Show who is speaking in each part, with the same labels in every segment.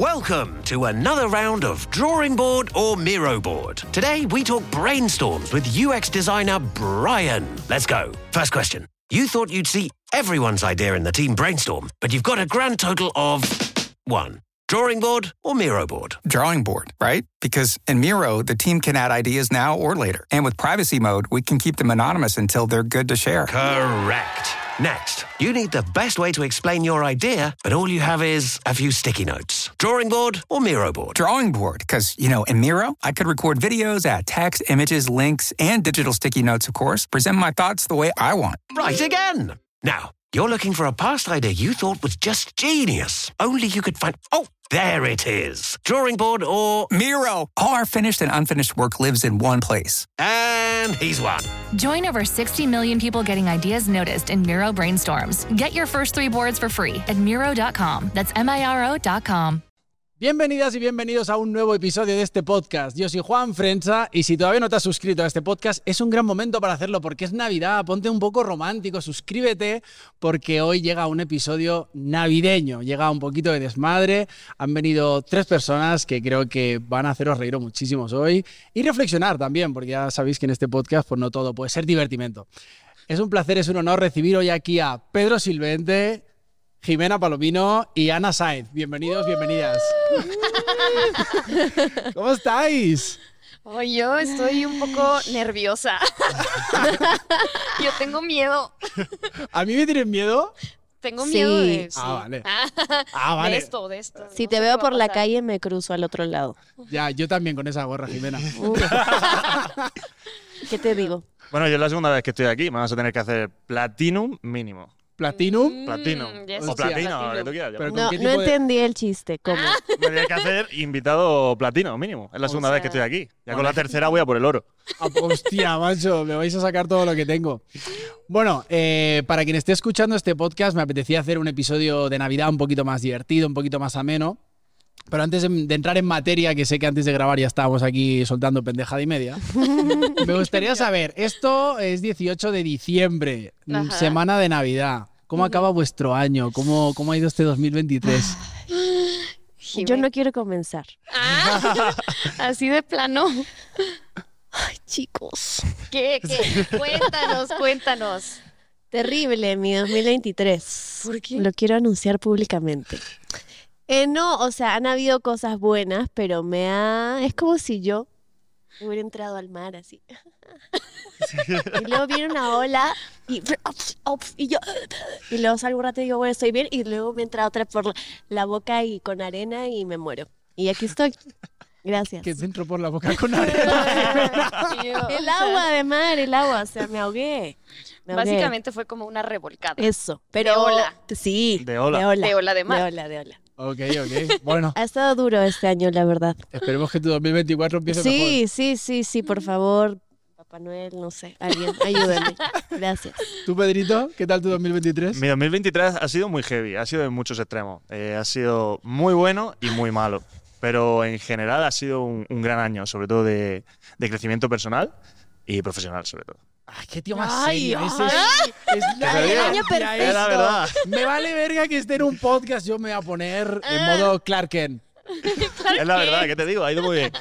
Speaker 1: Welcome to another round of Drawing Board or Miro Board. Today we talk brainstorms with UX designer Brian. Let's go. First question. You thought you'd see everyone's idea in the team brainstorm, but you've got a grand total of one. Drawing board or Miro board?
Speaker 2: drawing board, right? Because in Miro, the team can add ideas now or later. And with privacy mode, we can keep them anonymous until they're good to share.
Speaker 1: Correct. Next, you need the best way to explain your idea, but all you have is a few sticky notes. Drawing board or Miro board?
Speaker 2: Drawing board, because, you know, in Miro, I could record videos, add text, images, links, and digital sticky notes, of course, present my thoughts the way I want.
Speaker 1: Right again. Now, you're looking for a past idea you thought was just genius. Only you could find. Oh, there it is. Drawing board or.
Speaker 2: Miro! All our finished and unfinished work lives in one place.
Speaker 1: And he's one.
Speaker 3: Join over 60 million people getting ideas noticed in Miro Brainstorms. Get your first three boards for free at Miro.com. That's M I R O.com.
Speaker 4: Bienvenidas y bienvenidos a un nuevo episodio de este podcast. Yo soy Juan Frenza y si todavía no te has suscrito a este podcast, es un gran momento para hacerlo porque es Navidad. Ponte un poco romántico, suscríbete porque hoy llega un episodio navideño. Llega un poquito de desmadre. Han venido tres personas que creo que van a haceros reír muchísimos hoy y reflexionar también porque ya sabéis que en este podcast pues no todo puede ser divertimento. Es un placer, es un honor recibir hoy aquí a Pedro Silvente, Jimena Palomino y Ana Sainz. Bienvenidos, bienvenidas. ¿Cómo estáis?
Speaker 5: Oh, yo estoy un poco nerviosa. yo tengo miedo.
Speaker 4: ¿A mí me tienen miedo?
Speaker 5: Tengo
Speaker 6: Sí.
Speaker 5: miedo de,
Speaker 4: Ah, vale.
Speaker 5: de
Speaker 4: Ah, vale.
Speaker 5: esto, de esto.
Speaker 6: Si
Speaker 5: No
Speaker 6: te
Speaker 5: sé
Speaker 6: veo
Speaker 5: qué va a
Speaker 6: por la
Speaker 5: pasar.
Speaker 6: calle, me cruzo al otro lado.
Speaker 4: Ya, yo también con esa gorra, Jimena.
Speaker 6: ¿Qué te digo?
Speaker 7: Bueno, yo es la segunda vez que estoy aquí. Me vas a tener que hacer platinum mínimo.
Speaker 6: Mm,
Speaker 4: Platinum.
Speaker 7: Platinum.
Speaker 5: Mm, ya
Speaker 7: o
Speaker 4: sé.
Speaker 7: platino, lo que
Speaker 5: Platinum.
Speaker 7: tú quieras.
Speaker 4: Pero
Speaker 7: llámalo.
Speaker 4: ¿con
Speaker 6: No,
Speaker 4: qué
Speaker 6: no
Speaker 4: tipo de-
Speaker 6: entendí el chiste. ¿Cómo?
Speaker 5: Ah,
Speaker 7: Me tendría que hacer invitado platino mínimo. Es la segunda vez que estoy aquí. Ya con la tercera voy a por el oro.
Speaker 4: Ah, Hostia, macho, me vais a sacar todo lo que tengo. Bueno, eh, para quien esté escuchando este podcast, me apetecía hacer un episodio de Navidad un poquito más divertido, un poquito más ameno. Pero antes de, de entrar en materia, que sé que antes de grabar ya estábamos aquí soltando pendejada y media, me gustaría saber, esto es 18 de diciembre, mm,
Speaker 5: Ajá.
Speaker 4: semana de Navidad. ¿Cómo acaba vuestro año? ¿Cómo, cómo ha ido este 2023?
Speaker 6: Yo no quiero comenzar.
Speaker 5: Ah, así de plano.
Speaker 6: Ay, chicos.
Speaker 5: ¿Qué? ¿Qué? Cuéntanos, cuéntanos.
Speaker 6: Terrible mi 2023.
Speaker 5: ¿Por qué?
Speaker 6: Lo quiero anunciar públicamente. Eh, no, o sea, han habido cosas buenas, pero me ha... Es como si yo hubiera entrado al mar así. Y luego viene una ola y, y yo... Y luego salgo un rato y digo, bueno, estoy bien. Y luego me entra otra por la- la boca y con arena y me muero. Y aquí estoy. Gracias.
Speaker 4: Que te entro por la boca con arena.
Speaker 6: El agua de mar, el agua, o sea, me ahogué. Me ahogué.
Speaker 5: Básicamente fue como una revolcada.
Speaker 6: Eso, pero
Speaker 5: ola.
Speaker 6: Sí,
Speaker 7: De ola.
Speaker 6: De ola,
Speaker 5: De ola de mar.
Speaker 6: De ola, de ola.
Speaker 4: Ok, ok. Bueno,
Speaker 6: Ha estado duro este año, la verdad.
Speaker 4: esperemos que tu 2024 empiece mejor.
Speaker 6: Sí, sí, sí, sí, por favor. Papá Noel, no sé, alguien, ayúdame. Gracias.
Speaker 4: ¿Tú, Pedrito? ¿Qué tal tu 2023?
Speaker 7: Mi 2023 ha sido muy heavy, ha sido en muchos extremos. Eh, ha sido muy bueno y muy malo. Pero en general ha sido un, un gran año, sobre todo de, de crecimiento personal y profesional, sobre todo.
Speaker 4: Ay, qué tío más
Speaker 6: Ay,
Speaker 4: serio. Ese es, es
Speaker 7: te diga?
Speaker 4: año
Speaker 6: Ya
Speaker 7: Es la verdad.
Speaker 4: Me vale verga que esté en un podcast. Yo me voy a poner en modo Clark Kent.
Speaker 7: Es la verdad, ¿qué te digo? Ha ido muy bien.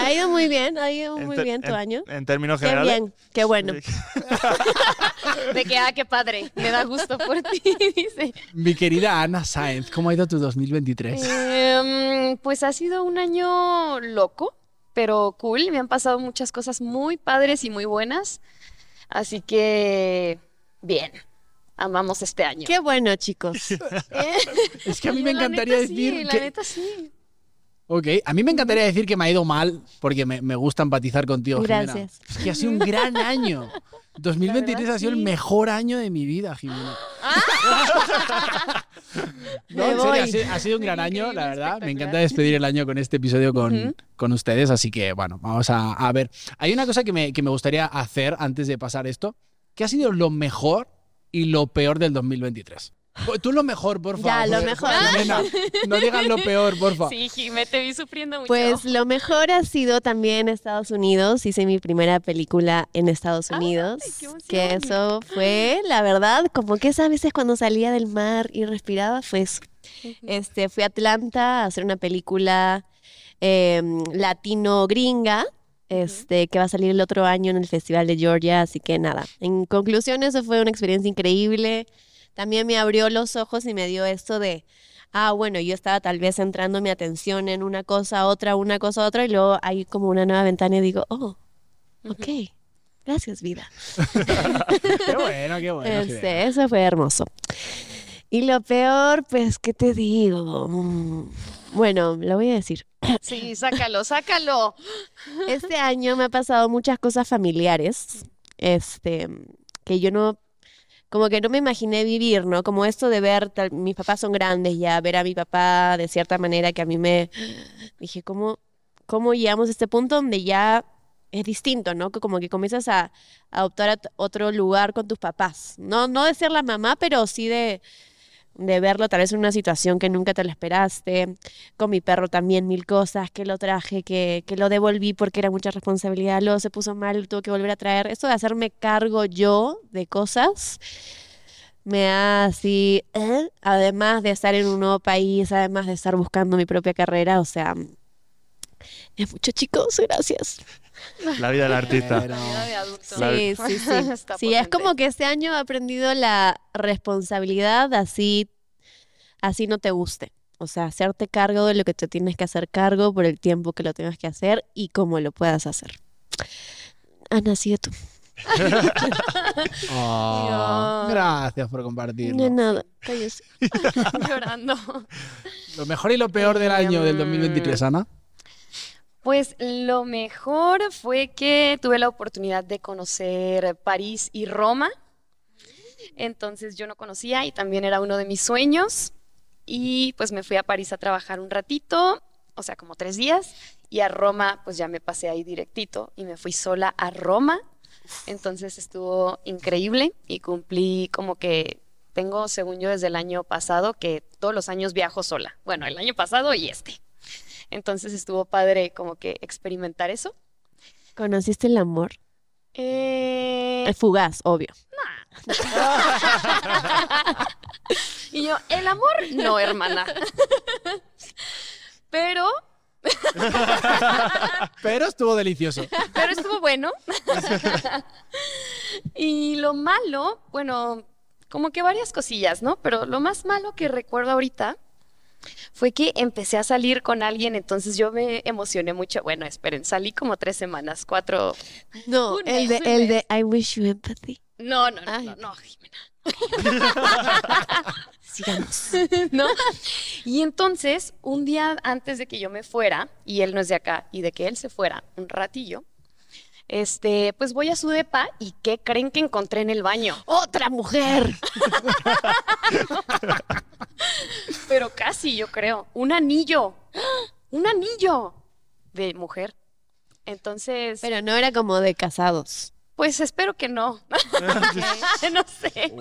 Speaker 6: Ha ido muy bien, ha ido
Speaker 7: En
Speaker 6: muy
Speaker 7: ter-
Speaker 6: bien tu
Speaker 7: en-
Speaker 6: año.
Speaker 7: En términos
Speaker 6: Qué
Speaker 7: generales.
Speaker 6: bien, qué bueno.
Speaker 5: De que, ah, qué padre. Me da gusto por ti, dice.
Speaker 4: Mi querida Ana Sáenz, ¿cómo ha ido tu 2023?
Speaker 5: Em, pues ha sido un año loco, pero cool. Me han pasado muchas cosas muy padres y muy buenas. Así que, bien, amamos este año.
Speaker 6: Qué bueno, chicos.
Speaker 4: Es que a mí me
Speaker 5: La
Speaker 4: encantaría
Speaker 5: neta sí,
Speaker 4: decir
Speaker 5: la
Speaker 4: que...
Speaker 5: neta sí.
Speaker 4: Ok, a mí me encantaría decir que me ha ido mal, porque me, me gusta empatizar contigo, Jimena.
Speaker 6: Gracias.
Speaker 4: Es que ha sido un gran año. 2023 ha sido el mejor año de mi vida, Jimena. No,
Speaker 6: Me
Speaker 4: en serio,
Speaker 6: voy.
Speaker 4: ha sido, ha sido un gran año, la
Speaker 5: Increíble,
Speaker 4: verdad. Me encanta
Speaker 5: espectacular.
Speaker 4: despedir el año con este episodio con,
Speaker 5: Ujú.
Speaker 4: con ustedes, así que bueno, vamos a, a ver. Hay una cosa que me, que me gustaría hacer antes de pasar esto, que ha sido lo mejor y lo peor del 2023. Pues Tú lo mejor, por favor.
Speaker 6: Ya, lo mejor.
Speaker 4: Jimena, no digas lo peor, por favor.
Speaker 5: Sí, Jimé, te vi sufriendo mucho.
Speaker 6: Pues lo mejor ha sido también Estados Unidos. Hice mi primera película en Estados
Speaker 5: Ah, Ay,
Speaker 6: Unidos.
Speaker 5: qué emoción.
Speaker 6: que eso fue, la verdad, como que esas veces cuando salía del mar y respiraba, fue eso. Este, fui a Atlanta a hacer una película eh, latino-gringa. Este, que va a salir el otro año en el Festival de Georgia, así que nada. En conclusión, eso fue una experiencia increíble. También me abrió los ojos y me dio esto de, ah, bueno, yo estaba tal vez centrando mi atención en una cosa, otra, una cosa, otra, y luego hay como una nueva ventana y digo, oh, ok, gracias vida.
Speaker 4: Qué bueno, qué bueno. qué bien.
Speaker 6: Este, eso fue hermoso. Y lo peor, pues, ¿qué te digo? Mm, Bueno, lo voy a decir.
Speaker 5: Sí, sácalo, sácalo.
Speaker 6: Este año me ha pasado muchas cosas familiares, este, que yo no, como que no me imaginé vivir, ¿no? Como esto de ver, tal- mis papás son grandes ya, ver a mi papá de cierta manera que a mí me, dije, ¿cómo, cómo llegamos a este punto donde ya es distinto, ¿no? Que como que comienzas a, a adoptar a t- otro lugar con tus papás. No, no de ser la mamá, pero sí de, de verlo tal vez en una situación que nunca te la esperaste. Con mi perro también mil cosas, que lo traje, que, que lo devolví porque era mucha responsabilidad, luego se puso mal, tuve que volver a traer. Esto de hacerme cargo yo de cosas me ha así, ¿eh? además de estar en un nuevo país, además de estar buscando mi propia carrera, o sea, es mucho chicos, gracias.
Speaker 7: La vida del artista.
Speaker 4: Pero-
Speaker 5: Vida de adulto.
Speaker 7: La-
Speaker 6: Sí, sí, sí.
Speaker 5: Está
Speaker 6: Sí, es
Speaker 5: potente.
Speaker 6: como que este año he aprendido la responsabilidad así, así no te guste. O sea, hacerte cargo de lo que te tienes que hacer cargo por el tiempo que lo tengas que hacer y cómo lo puedas hacer. Ana, nacido tú.
Speaker 4: Oh,
Speaker 5: Dios.
Speaker 4: gracias por
Speaker 6: De
Speaker 4: compartirlo.
Speaker 6: nada, cállese.
Speaker 5: llorando.
Speaker 4: Lo mejor y lo peor del año del 2023, Ana.
Speaker 5: Pues lo mejor fue que tuve la oportunidad de conocer París y Roma. Entonces yo no conocía y también era uno de mis sueños. Y pues me fui a París a trabajar un ratito, o sea, como tres días. Y a Roma, pues ya me pasé ahí directito y me fui sola a Roma. Entonces estuvo increíble y cumplí como que tengo, según yo, desde el año pasado, que todos los años viajo sola. Bueno, el año pasado y este. Entonces estuvo padre como que experimentar eso.
Speaker 6: ¿Conociste el amor?
Speaker 5: Eh,
Speaker 6: Es fugaz, obvio.
Speaker 5: y yo, el amor, no, hermana. Pero,
Speaker 4: Pero estuvo delicioso.
Speaker 5: pero estuvo bueno. Y lo malo, bueno, como que varias cosillas, ¿no? Pero lo más malo que recuerdo ahorita fue que empecé a salir con alguien, entonces yo me emocioné mucho. Bueno, esperen, salí como tres semanas, cuatro.
Speaker 6: No,
Speaker 5: Un mes,
Speaker 6: el de,
Speaker 5: un
Speaker 6: el de I wish you empathy.
Speaker 5: No, no, no,
Speaker 6: Ay.
Speaker 5: no, no, Jimena.
Speaker 6: Sigamos.
Speaker 5: ¿no? Y entonces, un día antes de que yo me fuera, y él no es de acá, y de que él se fuera un ratillo, este, pues voy a su depa y ¿qué creen que encontré en el baño?
Speaker 6: ¡Otra mujer!
Speaker 5: Pero casi, yo creo. Un anillo. ¡Ah! Un anillo de mujer. Entonces,
Speaker 6: Pero no era como de casados.
Speaker 5: pues espero que no. no sé.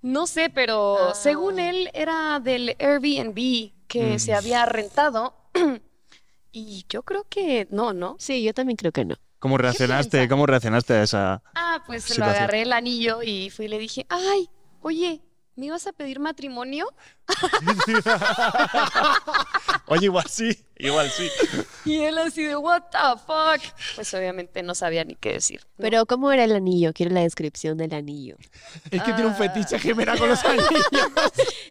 Speaker 5: No sé, pero según él era del Airbnb que se había rentado. y yo creo que no, ¿no?
Speaker 6: Sí, yo también creo que no.
Speaker 7: ¿Cómo reaccionaste, ¿Cómo reaccionaste a esa?
Speaker 5: Ah, pues
Speaker 7: Sí,
Speaker 5: lo
Speaker 7: lo hace.
Speaker 5: agarré el anillo y fui y le dije, ay, oye, ¿me ibas a pedir matrimonio?
Speaker 7: Oye, igual sí, igual sí.
Speaker 5: Y él así de, what the fuck. Pues obviamente no sabía ni qué decir. ¿no?
Speaker 6: Pero ¿cómo era el anillo? Quiero la descripción del anillo.
Speaker 4: Es que tiene
Speaker 6: Ah.
Speaker 4: un fetiche gemela con los anillos.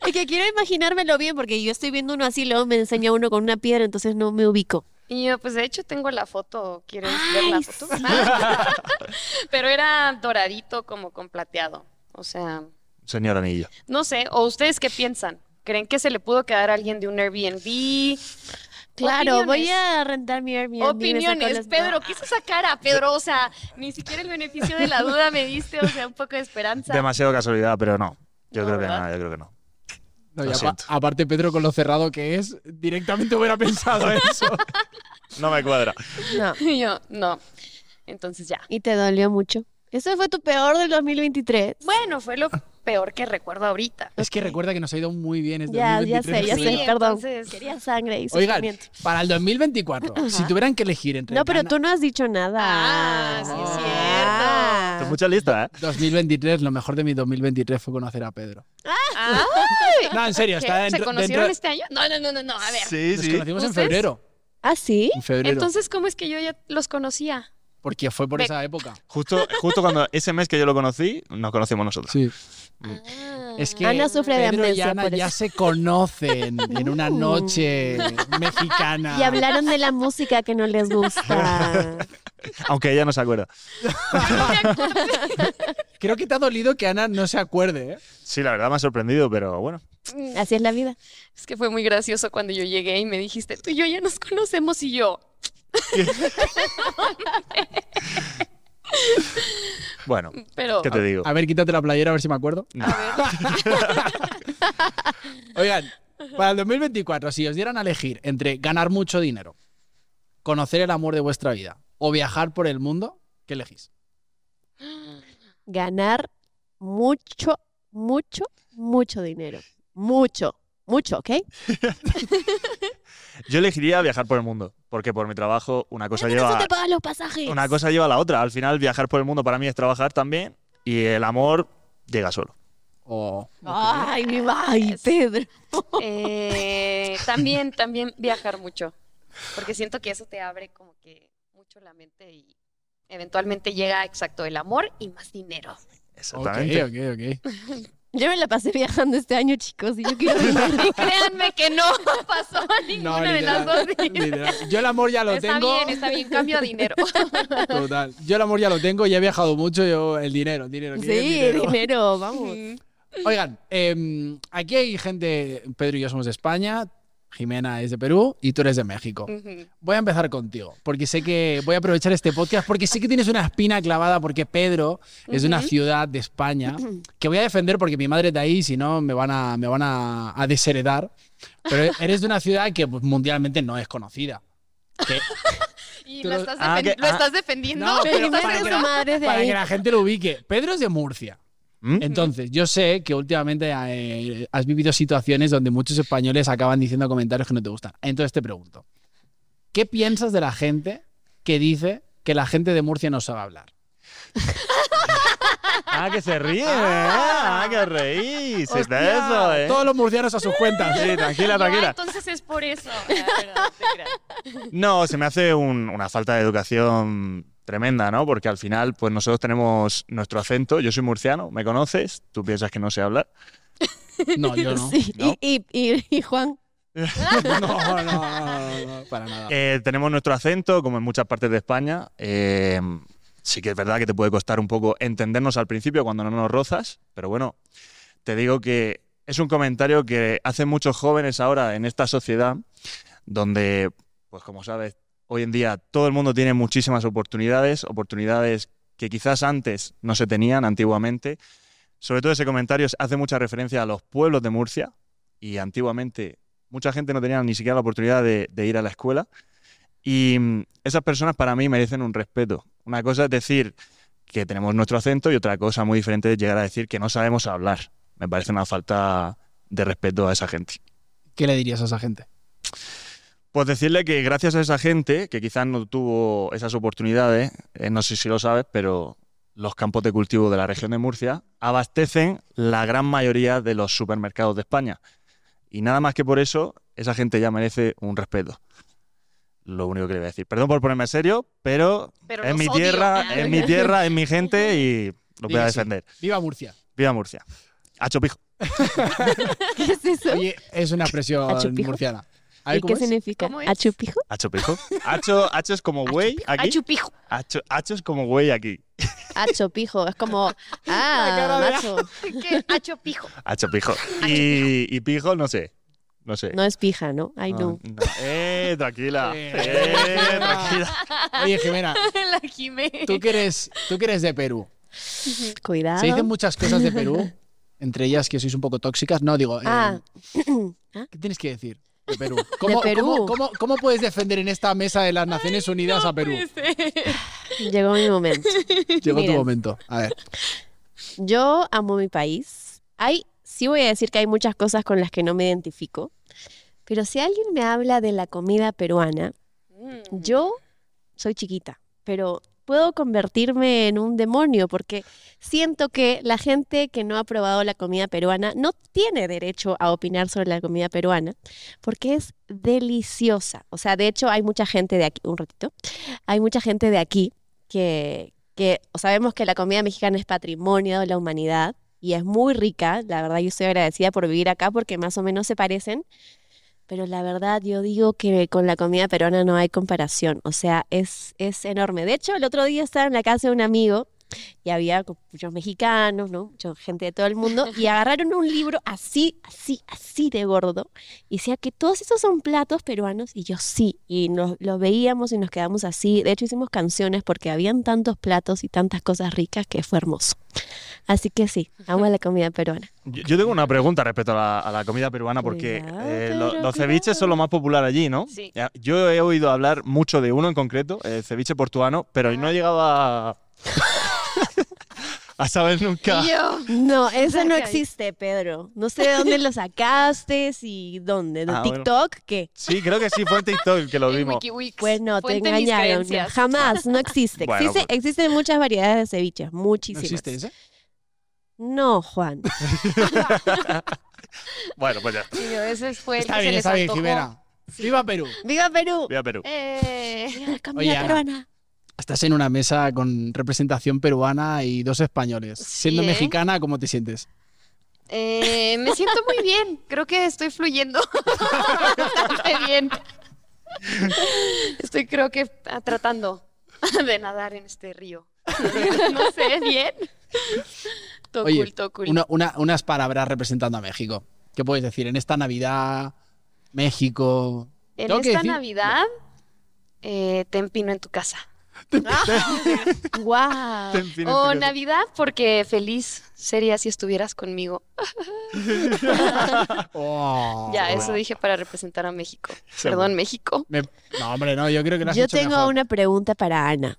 Speaker 6: Es que quiero imaginármelo bien porque yo estoy viendo uno así, luego me enseña uno con una piedra, entonces no me ubico.
Speaker 5: Y yo, pues de hecho tengo la foto, ¿quieres ver la foto? Pero era doradito como con plateado. O sea,
Speaker 7: Señor Anillo.
Speaker 5: no sé, ¿o ustedes qué piensan? ¿Creen que se le pudo quedar a alguien de un Airbnb?
Speaker 6: Claro, voy
Speaker 5: Opiniones.
Speaker 6: a rentar mi Airbnb. me saco
Speaker 5: Opiniones,
Speaker 6: las-
Speaker 5: Pedro,
Speaker 6: No.
Speaker 5: ¿qué es esa cara, Pedro? O sea, ni siquiera el beneficio de la duda me diste, o sea, un poco de esperanza.
Speaker 7: Demasiado casualidad, pero no. Yo
Speaker 5: No,
Speaker 7: creo que
Speaker 5: ¿verdad?
Speaker 7: no, yo creo que no.
Speaker 4: No, y
Speaker 7: Lo
Speaker 4: apa-
Speaker 7: siento.
Speaker 4: aparte, Pedro, con lo cerrado que es, directamente hubiera pensado eso.
Speaker 7: No me cuadra.
Speaker 5: Ah.
Speaker 6: No.
Speaker 5: Y yo, no. Entonces ya.
Speaker 6: Y te dolió mucho. Eso fue tu peor del 2023.
Speaker 5: Bueno, fue lo peor que recuerdo ahorita.
Speaker 4: Es que recuerda que nos ha ido muy bien este
Speaker 6: ya, ya
Speaker 4: 2023.
Speaker 6: sé, ya
Speaker 5: Sí,
Speaker 6: sé, perdón.
Speaker 5: entonces-
Speaker 6: Pues Quería sangre y
Speaker 4: Oigan,
Speaker 6: sufrimiento.
Speaker 4: para el 2024, si tuvieran que elegir entre
Speaker 6: No, pero
Speaker 4: Ana-
Speaker 6: tú no has dicho nada.
Speaker 5: Ah, sí es cierto.
Speaker 7: listo, mucha lista, ¿eh?
Speaker 4: 2023, lo mejor de mi 2023 fue conocer a Pedro.
Speaker 6: Ah.
Speaker 4: No, en serio,
Speaker 5: ¿Qué?
Speaker 4: está dentro.
Speaker 5: ¿Se conocieron
Speaker 4: dentro-
Speaker 5: este año? No, no, no, no, no, a ver.
Speaker 7: Sí,
Speaker 6: este-
Speaker 4: Nos
Speaker 7: sí.
Speaker 4: conocimos en
Speaker 5: ¿Ustedes?
Speaker 4: febrero.
Speaker 6: ¿Ah, sí?
Speaker 4: En febrero.
Speaker 5: Entonces, ¿cómo es que yo ya los conocía?
Speaker 4: porque fue por
Speaker 5: me-
Speaker 4: esa época.
Speaker 7: Justo, justo cuando ese mes que yo lo conocí, nos conocimos nosotros.
Speaker 4: Sí.
Speaker 5: Ah.
Speaker 4: Es que
Speaker 6: Ana sufre de
Speaker 4: Pedro y
Speaker 6: amnesia
Speaker 4: Ana
Speaker 6: por
Speaker 4: ya
Speaker 6: eso.
Speaker 4: se conocen en una noche mexicana.
Speaker 6: Y hablaron de la música que no les gusta.
Speaker 7: Aunque ella no se acuerda.
Speaker 4: Creo que te ha dolido que Ana no se acuerde, ¿eh?
Speaker 7: Sí, la verdad me ha sorprendido, pero bueno.
Speaker 6: Así es la vida.
Speaker 5: Es que fue muy gracioso cuando yo llegué y me dijiste, tú y yo ya nos conocemos y yo.
Speaker 7: Bueno,
Speaker 5: Pero
Speaker 7: ¿qué te digo?
Speaker 4: A ver, quítate la playera a ver si me acuerdo. Oigan, para el 2024, si os dieran a elegir entre ganar mucho dinero, conocer el amor de vuestra vida o viajar por el mundo, ¿qué elegís?
Speaker 6: Ganar mucho, mucho, mucho dinero. Mucho, mucho, ¿ok?
Speaker 7: Yo elegiría viajar por el mundo, porque por mi trabajo una cosa
Speaker 6: Pero
Speaker 7: lleva
Speaker 6: eso te pagas los pasajes.
Speaker 7: una cosa lleva a la otra. Al final viajar por el mundo para mí es trabajar también y el amor llega solo.
Speaker 4: O
Speaker 6: Ay, mi ay, Pedro.
Speaker 5: eh, también, también viajar mucho. Porque siento que eso te abre como que mucho la mente y eventualmente llega exacto el amor y más dinero.
Speaker 7: Exactamente.
Speaker 4: Ok, ok, ok.
Speaker 6: Yo me la pasé viajando este año, chicos, y yo quiero dinero.
Speaker 5: Y créanme que no pasó ninguna de las
Speaker 4: literal,
Speaker 5: dos. Está
Speaker 4: literal. Yo el amor ya lo tengo.
Speaker 5: bien, está bien, cambio a dinero.
Speaker 4: Total. Yo el amor ya lo tengo y he viajado mucho. Yo el dinero, el dinero. ¿quién es
Speaker 6: Sí,
Speaker 4: el dinero?
Speaker 6: dinero, vamos.
Speaker 4: Oigan, em, aquí hay gente, Pedro y yo somos de España, Jimena es de Perú y tú eres de México.
Speaker 5: Ujú.
Speaker 4: Voy a empezar contigo, porque sé que voy a aprovechar este podcast, porque sé que tienes una espina clavada, porque Pedro es de una ciudad de España que voy a defender porque mi madre es de ahí, si no me van a, me van a, a desheredar. Pero eres de una ciudad que pues, mundialmente no es conocida. Que-
Speaker 5: Y
Speaker 4: Tú
Speaker 5: lo
Speaker 4: lo-
Speaker 5: estás,
Speaker 7: Ah,
Speaker 5: defen-
Speaker 7: que-
Speaker 5: lo
Speaker 7: ah.
Speaker 5: estás defendiendo.
Speaker 4: No, pero
Speaker 5: ¿Estás
Speaker 4: para que
Speaker 5: seguro?
Speaker 6: su madre es de
Speaker 4: para
Speaker 6: ahí.
Speaker 4: que la gente lo ubique, Pedro es de Murcia.
Speaker 7: ¿Mm?
Speaker 4: Entonces, yo sé que últimamente eh, has vivido situaciones donde muchos españoles acaban diciendo comentarios que no te gustan. Entonces te pregunto, ¿qué piensas de la gente que dice que la gente de Murcia no sabe hablar?
Speaker 7: Ah, que se ríe. Ah, que reís.
Speaker 4: Hostia,
Speaker 7: Está eso, ¿eh?
Speaker 4: Todos los murcianos a sus cuentas. ¿eh?
Speaker 7: Sí, tranquila,
Speaker 5: Yo,
Speaker 7: tranquila.
Speaker 5: entonces es por eso. Ah, no, no te creas.
Speaker 7: No, se me hace un- una falta de educación tremenda, ¿no? Porque al final, pues nosotros tenemos nuestro acento. Yo soy murciano, me conoces, tú piensas que no sé hablar.
Speaker 4: No, yo no.
Speaker 6: Sí,
Speaker 7: ¿no?
Speaker 6: Y, y, y, y Juan,
Speaker 4: No, no, no, no, no, para nada.
Speaker 7: Eh, tenemos nuestro acento, como en muchas partes de España. Eh, sí que es verdad que te puede costar un poco entendernos al principio cuando no nos rozas, pero bueno, te digo que es un comentario que hacen muchos jóvenes ahora en esta sociedad, donde, pues como sabes, hoy en día todo el mundo tiene muchísimas oportunidades, oportunidades que quizás antes no se tenían antiguamente. Sobre todo ese comentario hace mucha referencia a los pueblos de Murcia y antiguamente mucha gente no tenía ni siquiera la oportunidad de, de ir a la escuela. Y mm, esas personas para mí merecen un respeto. Una cosa es decir que tenemos nuestro acento y otra cosa muy diferente es llegar a decir que no sabemos hablar. Me parece una falta de respeto a esa gente.
Speaker 4: ¿Qué le dirías a esa gente?
Speaker 7: Pues decirle que gracias a esa gente, que quizás no tuvo esas oportunidades, eh, no sé si lo sabes, pero los campos de cultivo de la región de Murcia abastecen la gran mayoría de los supermercados de España. Y nada más que por eso, esa gente ya merece un respeto. Lo único que le voy a decir. Perdón por ponerme serio, pero,
Speaker 5: Pero
Speaker 7: es
Speaker 5: los
Speaker 7: mi
Speaker 5: odio.
Speaker 7: tierra,
Speaker 5: Ah,
Speaker 7: es mi tierra, es mi gente y lo voy
Speaker 4: Di
Speaker 7: a
Speaker 4: que
Speaker 7: defender.
Speaker 4: sí. Viva Murcia.
Speaker 7: Viva Murcia. A Chopijo.
Speaker 6: ¿qué es eso?
Speaker 4: Oye, es una expresión
Speaker 6: ¿Achupijo?
Speaker 4: murciana. A ver,
Speaker 6: ¿Y
Speaker 4: ¿cómo
Speaker 6: qué
Speaker 4: es?
Speaker 6: significa?
Speaker 5: ¿Cómo es?
Speaker 6: ¿Achupijo?
Speaker 7: A Chopijo. Hacho, hacho es como güey
Speaker 5: Ay,
Speaker 7: aquí.
Speaker 5: chupijo.
Speaker 7: Hacho, hacho es como güey aquí.
Speaker 6: Achopijo, es como, ah, macho,
Speaker 5: ¿Qué? Hacho pijo.
Speaker 7: Hacho pijo. Y, y pijo, no sé. No sé.
Speaker 6: no es pija, ¿no? Ay, no.
Speaker 7: No, no. Eh, tranquila.
Speaker 4: Eh,
Speaker 7: Eh, tranquila.
Speaker 4: Oye, Jimena,
Speaker 5: La Jimé.
Speaker 4: tú que eres, tú que eres de Perú.
Speaker 6: Cuidado.
Speaker 4: Ah. Se dicen muchas cosas de Perú, entre ellas que sois un poco tóxicas. No, digo, eh,
Speaker 6: Ah,
Speaker 4: ¿qué tienes que decir de Perú? ¿Cómo,
Speaker 6: Perú?
Speaker 4: cómo- cómo- cómo puedes defender en esta mesa de las Naciones Unidas a Perú?
Speaker 6: llegó mi momento.
Speaker 4: Llegó tu
Speaker 6: Miren.
Speaker 4: momento. A ver.
Speaker 6: Yo amo mi país. Hay, sí voy a decir que hay muchas cosas con las que no me identifico, pero si alguien me habla de la comida peruana,
Speaker 5: Mm.
Speaker 6: yo soy chiquita, pero puedo convertirme en un demonio porque siento que la gente que no ha probado la comida peruana no tiene derecho a opinar sobre la comida peruana porque es deliciosa. O sea, de hecho hay mucha gente de aquí, un ratito, hay mucha gente de aquí que, que sabemos que la comida mexicana es patrimonio de la humanidad y es muy rica. La verdad yo estoy agradecida por vivir acá porque más o menos se parecen. Pero la verdad, yo digo que con la comida peruana no hay comparación. O sea, es, es enorme. De hecho, el otro día estaba en la casa de un amigo y había co- muchos mexicanos, ¿no? Mucha gente de todo el mundo. Y agarraron un libro así, así, así de gordo. Y decía que todos esos son platos peruanos. Y yo sí. Y nos, los veíamos y nos quedamos así. De hecho, hicimos canciones porque habían tantos platos y tantas cosas ricas que fue hermoso. Así que sí, amo la comida peruana.
Speaker 7: Yo, yo tengo una pregunta respecto a la, a la comida peruana, porque
Speaker 6: Cuidado,
Speaker 7: eh, lo-
Speaker 6: pero
Speaker 7: los ceviches son lo más popular allí, ¿no?
Speaker 5: Sí.
Speaker 7: Ya, Yo he oído hablar mucho de uno en concreto, el ceviche portuano, pero no he llegado a. a saber nunca.
Speaker 5: Mm. Y yo,
Speaker 6: No, eso
Speaker 5: Cerca
Speaker 6: no
Speaker 5: ahí.
Speaker 6: existe, Pedro. No sé de dónde lo sacaste, si dónde, de
Speaker 7: Ah, bueno.
Speaker 6: TikTok, qué.
Speaker 7: Sí, creo que sí, fue en TikTok que lo
Speaker 5: en
Speaker 7: vimos.
Speaker 5: Eh, WikiWeeks.
Speaker 6: Bueno, Pues te
Speaker 5: Fuente mis
Speaker 6: engañaron. no,
Speaker 5: creencias.
Speaker 6: Jamás, no existe.
Speaker 7: Bueno,
Speaker 6: Existe-
Speaker 7: pues.
Speaker 6: Existen muchas variedades de ceviches,
Speaker 4: ¿No
Speaker 6: muchísimas.
Speaker 4: existe ese?
Speaker 6: No, Juan.
Speaker 7: Bueno, pues ya.
Speaker 5: Y yo, ese fue el
Speaker 4: Está
Speaker 5: que
Speaker 4: bien,
Speaker 5: este se les
Speaker 4: está bien,
Speaker 5: antojó.
Speaker 4: Jimena. ¡Viva Perú!
Speaker 6: ¡Viva Perú!
Speaker 7: Voy a Perú.
Speaker 5: Eh,
Speaker 6: ¡Viva la
Speaker 4: Oye,
Speaker 6: comida
Speaker 4: Ana.
Speaker 6: peruana!
Speaker 4: Estás en una mesa con representación peruana y dos españoles.
Speaker 5: Sí,
Speaker 4: Siendo
Speaker 5: ¿eh?
Speaker 4: mexicana, ¿cómo te sientes?
Speaker 5: eh, me siento muy bien. Creo que estoy fluyendo bastante bien. Estoy, creo que, ah, tratando de nadar en este río. No sé, bien. Todo
Speaker 4: Oye,
Speaker 5: cool, todo cool.
Speaker 4: Una- una- unas palabras representando a México. ¿Qué puedes decir? En esta Navidad, México.
Speaker 5: En
Speaker 4: Tengo
Speaker 5: esta
Speaker 4: que decir-
Speaker 5: Navidad, eh, te empino en tu casa.
Speaker 6: ¡Guau!
Speaker 7: En fin, en
Speaker 5: o
Speaker 7: fin, en fin.
Speaker 5: Navidad, porque feliz sería si estuvieras conmigo.
Speaker 4: Oh.
Speaker 5: ya, eso dije para representar a México.
Speaker 7: Se
Speaker 5: Perdón, México.
Speaker 4: Me- No, hombre, no, yo creo que lo has
Speaker 6: Yo
Speaker 4: hecho
Speaker 6: tengo
Speaker 4: mejor.
Speaker 6: una pregunta para Ana.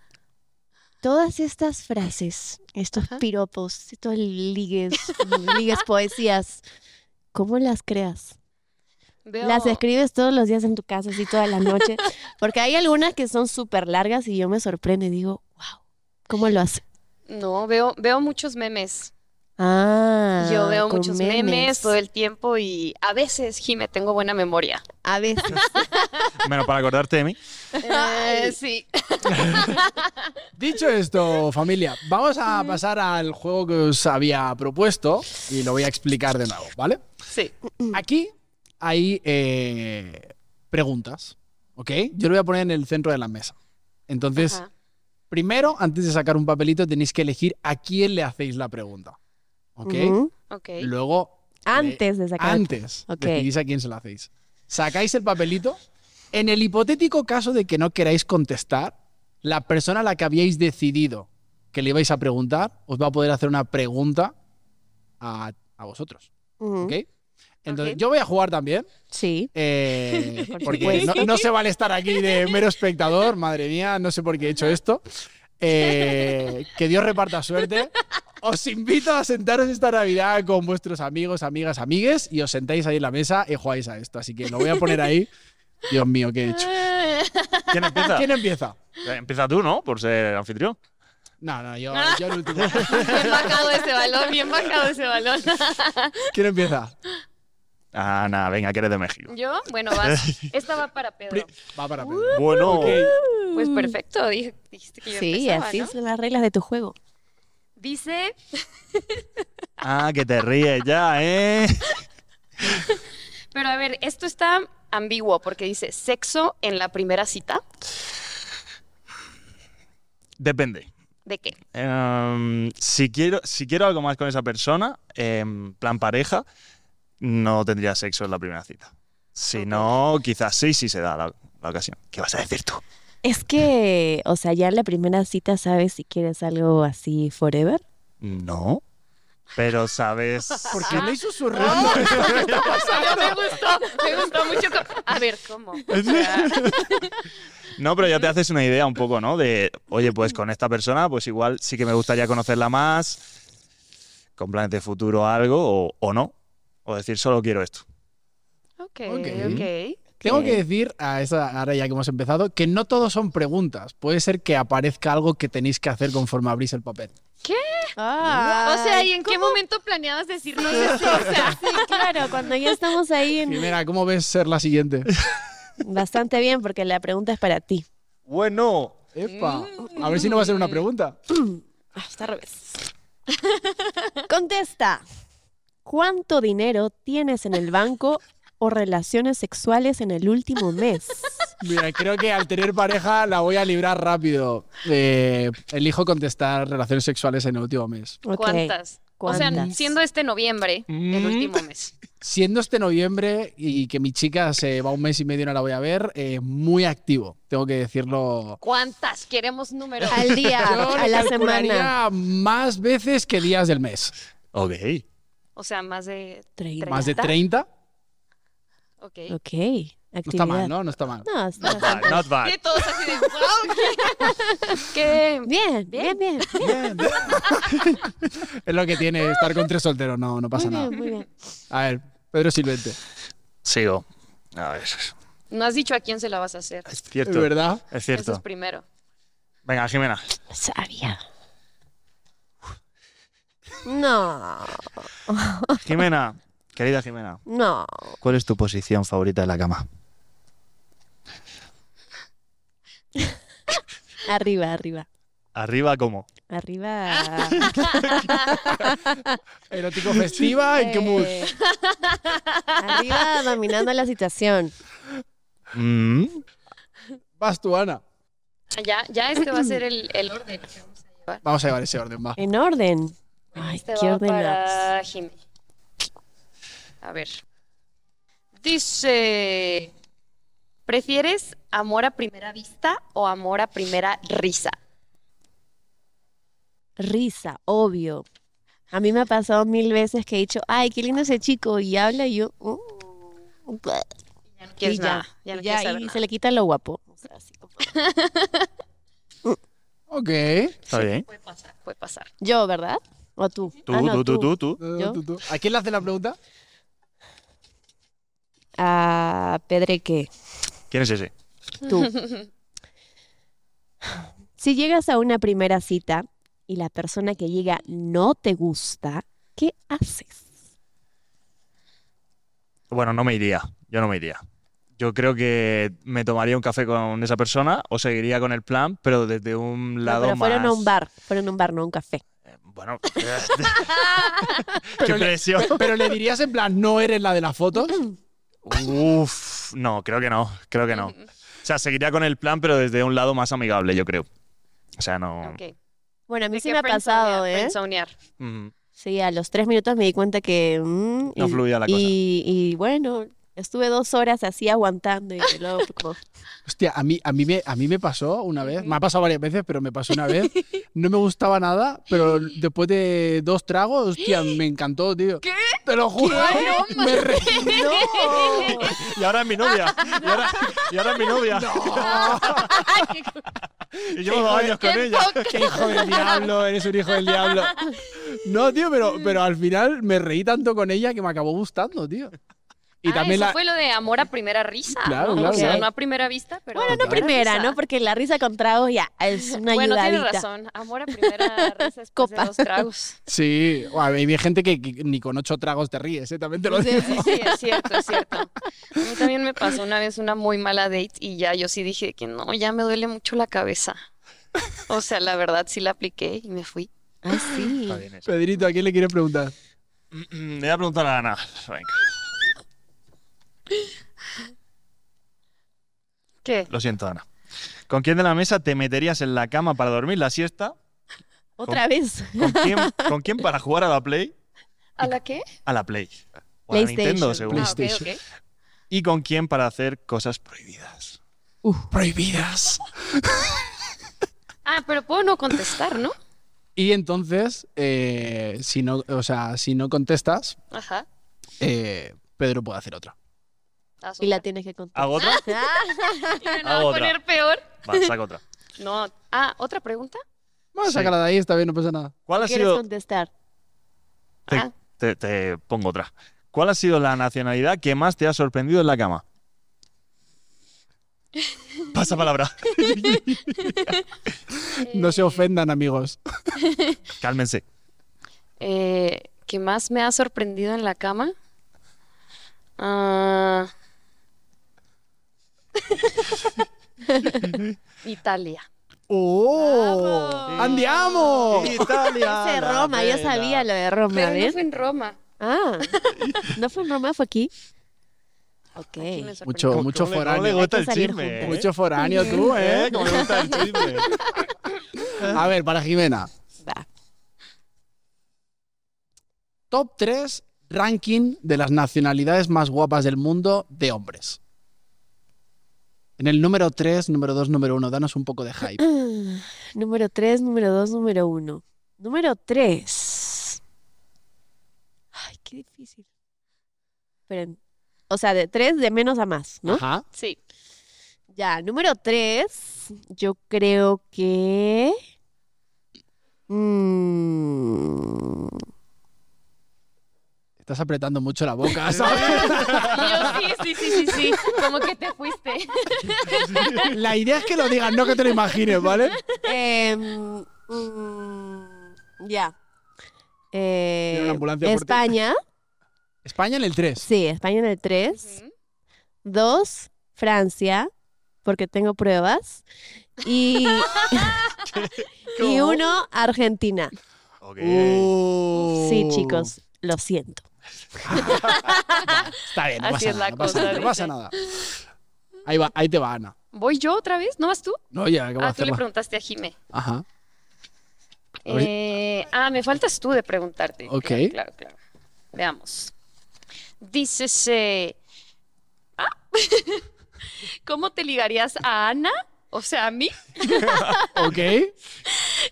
Speaker 6: Todas estas frases, estos
Speaker 5: Ajá.
Speaker 6: piropos, estos ligues, ligues poesías, ¿cómo las creas?
Speaker 5: Veo-
Speaker 6: Las escribes todos los días en tu casa, así toda la noche. Porque hay algunas que son súper largas y yo me sorprendo y digo, wow, ¿cómo lo hace?
Speaker 5: No, veo, veo muchos memes.
Speaker 6: Ah,
Speaker 5: Yo veo
Speaker 6: con
Speaker 5: muchos memes. todo el tiempo y a veces, Jime, tengo buena memoria.
Speaker 6: A veces.
Speaker 7: Bueno, para acordarte de mí.
Speaker 5: Eh, sí.
Speaker 4: Dicho esto, familia, vamos
Speaker 6: Mm.
Speaker 4: a pasar al juego que os había propuesto y lo voy a explicar de nuevo, ¿vale?
Speaker 5: Sí.
Speaker 4: Aquí hay eh, preguntas, ¿ok? Yo lo voy a poner en el centro de la mesa. Entonces,
Speaker 5: Ajá.
Speaker 4: primero, antes de sacar un papelito, tenéis que elegir a quién le hacéis la pregunta, ¿ok?
Speaker 6: Ujú.
Speaker 5: Ok.
Speaker 4: Luego
Speaker 6: Antes de sacar. el-
Speaker 4: Antes,
Speaker 6: Ok.
Speaker 4: decidís a quién se lo hacéis. Sacáis el papelito. En el hipotético caso de que no queráis contestar, la persona a la que habíais decidido que le ibais a preguntar os va a poder hacer una pregunta a, a vosotros.
Speaker 6: Ujú.
Speaker 4: ¿Ok? Entonces,
Speaker 5: Ok.
Speaker 4: yo voy a jugar también,
Speaker 6: Sí.
Speaker 4: eh,
Speaker 6: Por
Speaker 4: porque no,
Speaker 6: supuesto.
Speaker 4: no se vale estar aquí de mero espectador. Madre mía, no sé por qué he hecho esto. Eh, que Dios reparta suerte. Os invito a sentaros esta Navidad con vuestros amigos, amigas, amigues y os sentáis ahí en la mesa y jugáis a esto. Así que lo voy a poner ahí. Dios mío, ¿qué he hecho?
Speaker 7: ¿Quién empieza?
Speaker 4: ¿Quién empieza?
Speaker 7: Eh, Empieza tú, ¿no? Por ser anfitrión.
Speaker 4: No, no, yo, yo el último.
Speaker 5: Bien bajado ese balón, bien bajado ese balón.
Speaker 4: ¿Quién empieza?
Speaker 7: Ah, nada, venga, que eres de México.
Speaker 5: Yo, bueno, vas. Esta va para Pedro.
Speaker 4: Pri- Va para Pedro.
Speaker 7: Bueno,
Speaker 4: Ok.
Speaker 5: Pues perfecto, dije- dijiste que yo
Speaker 6: Sí,
Speaker 5: empezaba,
Speaker 6: así
Speaker 5: ¿no?
Speaker 6: son las reglas de tu juego.
Speaker 5: Dice,
Speaker 7: ah, que te ríes ya, ¿eh?
Speaker 5: pero a ver, esto está ambiguo porque dice sexo en la primera cita.
Speaker 7: Depende.
Speaker 5: ¿De qué?
Speaker 7: Em, si, quiero, si quiero algo más con esa persona, en plan pareja, no tendría sexo en la primera cita. Si no, quizás sí, sí se da la, la ocasión. ¿Qué vas a decir tú?
Speaker 6: Es que, o sea, ya en la primera cita sabes si quieres algo así forever.
Speaker 7: No. Pero sabes.
Speaker 4: ¿Por qué le susurrando?
Speaker 5: No, me gustó, me gustó mucho. co- A ver, ¿cómo? O sea,
Speaker 7: No, pero ya te haces una idea un poco, ¿no? De, oye, pues con esta persona, pues igual sí que me gustaría conocerla más, con planes de futuro algo, o, o no. O decir, solo quiero esto.
Speaker 5: ok,
Speaker 4: Ok.
Speaker 5: ok.
Speaker 4: Tengo que decir, a esa, ahora ya que hemos empezado, que no todos son preguntas. Puede ser que aparezca algo que tenéis que hacer conforme abrís el papel.
Speaker 5: Ah, O sea, ¿y en qué momento planeabas decirnos eso? O sea,
Speaker 6: Sí, claro, cuando ya estamos ahí en...
Speaker 4: Primera, ¿cómo ves ser la siguiente?
Speaker 6: bastante bien, porque la pregunta es para ti.
Speaker 7: Bueno,
Speaker 4: Epa, Mm. a ver si no va a ser una pregunta.
Speaker 6: Ah, está al revés. Contesta. ¿Cuánto dinero tienes en el banco o relaciones sexuales en el último mes?
Speaker 4: Mira, creo que al tener pareja la voy a librar rápido. Eh, elijo contestar relaciones sexuales en el último mes.
Speaker 6: Ok.
Speaker 5: ¿cuántas? O sea,
Speaker 6: ¿Cuántas?
Speaker 5: siendo este noviembre, el último mes.
Speaker 4: Siendo este noviembre y que mi chica se va un mes y medio y no la voy a ver, eh, muy activo, tengo que decirlo.
Speaker 5: ¿Cuántas? Queremos números.
Speaker 6: Al día,
Speaker 4: Yo
Speaker 6: a
Speaker 4: lo
Speaker 6: la
Speaker 4: calcularía
Speaker 6: semana.
Speaker 4: Más veces que días del mes.
Speaker 7: ok.
Speaker 5: O sea, más de
Speaker 6: Treinta.
Speaker 4: Más de 30.
Speaker 5: Ok.
Speaker 6: Ok, actividad.
Speaker 4: No está mal, ¿no? No está mal.
Speaker 6: No, está-
Speaker 7: Bad, not bad.
Speaker 5: Y todos así de, wow, qué,
Speaker 6: Bien, bien, bien.
Speaker 4: Bien. es lo que tiene estar con tres solteros, no, no pasa
Speaker 6: Muy
Speaker 4: nada.
Speaker 6: bien, muy bien.
Speaker 4: A ver, Pedro Silvente.
Speaker 7: Sigo. A ver,
Speaker 5: qué- No has dicho a quién se la vas a hacer.
Speaker 7: es
Speaker 4: Es
Speaker 7: cierto.
Speaker 4: verdad.
Speaker 7: Es
Speaker 5: Eso es
Speaker 7: cierto.
Speaker 5: primero.
Speaker 7: Venga, Jimena.
Speaker 6: Sabia. No,
Speaker 7: Jimena, querida Jimena,
Speaker 6: no.
Speaker 7: ¿cuál es tu posición favorita en la cama?
Speaker 6: Arriba, arriba.
Speaker 7: Arriba, ¿cómo?
Speaker 6: Arriba.
Speaker 4: Erótico festiva, ¿en qué mood?
Speaker 6: Eh, Arriba dominando la situación.
Speaker 7: Mm,
Speaker 4: Vas tú, Ana.
Speaker 5: Ya, ya este va a ser el, el orden. que vamos a llevar.
Speaker 4: Vamos a llevar ese orden, va.
Speaker 6: En orden. Ay,
Speaker 5: Este
Speaker 6: qué
Speaker 5: va
Speaker 6: ordenados.
Speaker 5: para Jimmy. A ver. Dice, ¿prefieres amor a primera vista o amor a primera risa?
Speaker 6: Risa, obvio. A mí me ha pasado mil veces que he dicho, ay, qué lindo ese chico, y habla y yo. "Mm, bleh".
Speaker 5: Ya no
Speaker 6: Y
Speaker 5: quieres
Speaker 6: ya,
Speaker 5: nada, ya no
Speaker 6: y
Speaker 5: quieres
Speaker 6: ya,
Speaker 5: saber
Speaker 6: y
Speaker 5: nada.
Speaker 6: se le quita lo guapo. O sea, así como-
Speaker 4: Ok.
Speaker 7: está bien.
Speaker 5: Puede pasar, puede pasar.
Speaker 6: Yo, ¿verdad? ¿O tú?
Speaker 7: Tú,
Speaker 6: Ah, no,
Speaker 7: tú, tú, tú, tú.
Speaker 4: Eh, tú, tú. ¿A quién le hace la pregunta?
Speaker 6: Ah, Pedreque,
Speaker 7: ¿Quién es ese?
Speaker 6: tú. si llegas a una primera cita y la persona que llega no te gusta, ¿qué haces?
Speaker 7: Bueno, no me iría. Yo no me iría. Yo creo que me tomaría un café con esa persona o seguiría con el plan, pero desde un
Speaker 6: No,
Speaker 7: lado
Speaker 6: pero fueron
Speaker 7: más.
Speaker 6: a un bar, fueron a un bar, no a un café.
Speaker 7: Eh, Bueno. qué presión.
Speaker 4: Pero le dirías en plan, no eres la de las fotos.
Speaker 7: Uf, no, creo que no, creo que no. O sea, seguiría con el plan, pero desde un lado más amigable, yo creo. O sea,
Speaker 4: Oh.
Speaker 7: no.
Speaker 5: Ok.
Speaker 6: Bueno, a mí
Speaker 5: De
Speaker 6: sí
Speaker 5: que
Speaker 6: me ha pasado,
Speaker 5: friendzonear,
Speaker 6: ¿eh?
Speaker 5: friendzonear.
Speaker 7: Mm,
Speaker 6: Sí, a los tres minutos me di cuenta que... mm,
Speaker 7: No
Speaker 6: y-
Speaker 7: fluía la
Speaker 6: y,
Speaker 7: cosa.
Speaker 6: Y bueno, estuve dos horas así aguantando y luego fue como...
Speaker 4: Hostia, a mí, a, mí me, a mí me pasó una vez, me ha pasado varias veces, pero me pasó una vez. No me gustaba nada, pero después de dos tragos, hostia, me encantó, tío. ¿Qué? Te lo juro. me re- ¡No!
Speaker 7: Y ahora es mi novia. Y ahora, y ahora es mi novia. Y llevo dos años con ella.
Speaker 4: ¡Qué hijo del diablo! Eres un hijo del diablo. No, tío, pero, pero al final me reí tanto con ella que me acabó gustando, tío. Y
Speaker 5: Ah,
Speaker 4: también
Speaker 5: eso
Speaker 4: la.
Speaker 5: fue lo de amor a primera risa.
Speaker 4: Claro,
Speaker 5: ¿no?
Speaker 4: claro,
Speaker 5: O sea,
Speaker 4: claro.
Speaker 5: no a primera vista, pero.
Speaker 6: Bueno, no primera, ¿no? Porque la risa con tragos ya es una
Speaker 5: bueno,
Speaker 6: ayudadita.
Speaker 5: tienes razón. Amor a primera risa después
Speaker 6: Copa.
Speaker 5: de dos tragos.
Speaker 4: Sí, bueno, hay gente que, que ni con ocho tragos te ríes, ¿eh? También te lo digo.
Speaker 5: Sí, sí, es cierto, es cierto. A mí también me pasó una vez una muy mala date y ya yo sí dije que no, ya me duele mucho la cabeza. O sea, la verdad sí la apliqué y me fui.
Speaker 6: Ah, sí.
Speaker 7: Está bien eso.
Speaker 4: Pedrito, ¿a quién le quieres preguntar?
Speaker 7: Le voy a preguntar a Ana. Venga,
Speaker 5: ¿Qué?
Speaker 7: lo siento, Ana. ¿Con quién de la mesa te meterías en la cama para dormir la siesta?
Speaker 6: Otra vez.
Speaker 7: ¿Con quién, con quién para jugar a la Play?
Speaker 5: ¿A la qué?
Speaker 7: A la Play. O a la
Speaker 6: PlayStation.
Speaker 7: Nintendo, seguro.
Speaker 5: Ah, ok, ok.
Speaker 7: ¿Y con quién para hacer cosas prohibidas?
Speaker 4: Prohibidas.
Speaker 5: Ah, pero puedo no contestar, ¿no?
Speaker 4: Y entonces, eh, si no, o sea, si no contestas,
Speaker 5: Ajá.
Speaker 4: eh, Pedro puede hacer otra.
Speaker 5: haz
Speaker 6: Y la
Speaker 5: otra.
Speaker 6: tienes que contar.
Speaker 7: ¿Hago otra?
Speaker 5: ¿Me la
Speaker 7: hago
Speaker 5: va a
Speaker 7: otra.
Speaker 5: poner peor?
Speaker 7: Vale, saco otra.
Speaker 5: No. Ah, ¿otra pregunta?
Speaker 4: Vamos a
Speaker 7: Sí.
Speaker 4: sacarla de ahí, está bien, no pasa nada.
Speaker 7: ¿Cuál ha
Speaker 6: ¿Quieres
Speaker 7: sido.?
Speaker 6: contestar?
Speaker 7: Te,
Speaker 5: Ah.
Speaker 7: te- te pongo otra. ¿Cuál ha sido la nacionalidad que más te ha sorprendido en la cama? Pasa palabra.
Speaker 4: No se ofendan, amigos.
Speaker 7: Cálmense.
Speaker 5: Eh, ¿Qué más me ha sorprendido en la cama? Ah. Italia.
Speaker 4: ¡Oh! ¡Andiamo!
Speaker 7: Italia.
Speaker 6: Ese de Roma, yo sabía lo de Roma,
Speaker 5: Pero no
Speaker 6: ¿ves?
Speaker 5: fue en Roma.
Speaker 6: Ah, no fue en Roma, fue aquí. Ok.
Speaker 5: Aquí me sorprendió.
Speaker 4: Mucho, mucho
Speaker 7: le
Speaker 4: foráneo.
Speaker 7: gusta el
Speaker 6: Hay que salir
Speaker 7: chisme?
Speaker 6: juntos.
Speaker 4: Mucho foráneo tú,
Speaker 7: ¿Eh?
Speaker 4: ¿eh?
Speaker 7: ¿Cómo le gusta el chisme?
Speaker 4: A ver, para Jimena.
Speaker 6: Va.
Speaker 4: Top 3 ranking de las nacionalidades más guapas del mundo de hombres. En el número 3, número 2, número 1, danos un poco de hype.
Speaker 6: Ah, Número 3, número 2, número 1. Número 3. Ay, qué difícil. Esperen. O sea, de 3 de menos a más, ¿no?
Speaker 4: Ajá.
Speaker 5: Sí.
Speaker 6: Ya, número 3. Yo creo que. Mm,
Speaker 4: Estás apretando mucho la boca, ¿sabes?
Speaker 5: Yo sí, sí, sí, sí, sí. Como que te fuiste.
Speaker 4: La idea es que lo digas, no que te lo imagines, ¿vale?
Speaker 6: em, mm, ya. Eh,
Speaker 4: Viene una ambulancia por ti.
Speaker 6: España.
Speaker 4: España en el 3.
Speaker 6: Sí, España en el 3.
Speaker 5: Ujú.
Speaker 6: Dos, Francia, porque tengo pruebas. Y, y uno, Argentina.
Speaker 7: Ok.
Speaker 4: Uh.
Speaker 6: Sí,
Speaker 4: Oh.
Speaker 6: chicos, lo siento.
Speaker 4: Está bien, no
Speaker 5: Así
Speaker 4: pasa
Speaker 5: es
Speaker 4: nada,
Speaker 5: la
Speaker 4: no pasa
Speaker 5: cosa,
Speaker 4: nada, no pasa nada. Ahí, va, ahí te va, Ana.
Speaker 5: ¿Voy yo otra vez? ¿No vas tú?
Speaker 4: No, ya, ¿qué va a
Speaker 5: Ah, tú le
Speaker 4: hacerla?
Speaker 5: preguntaste a Jime.
Speaker 4: Ajá.
Speaker 5: Eh, ah, me faltas tú de preguntarte.
Speaker 4: Ok.
Speaker 5: Claro, claro, claro. Veamos. Dices, eh, ah, ¿cómo te ligarías a Ana? O sea, a mí,
Speaker 4: Ok.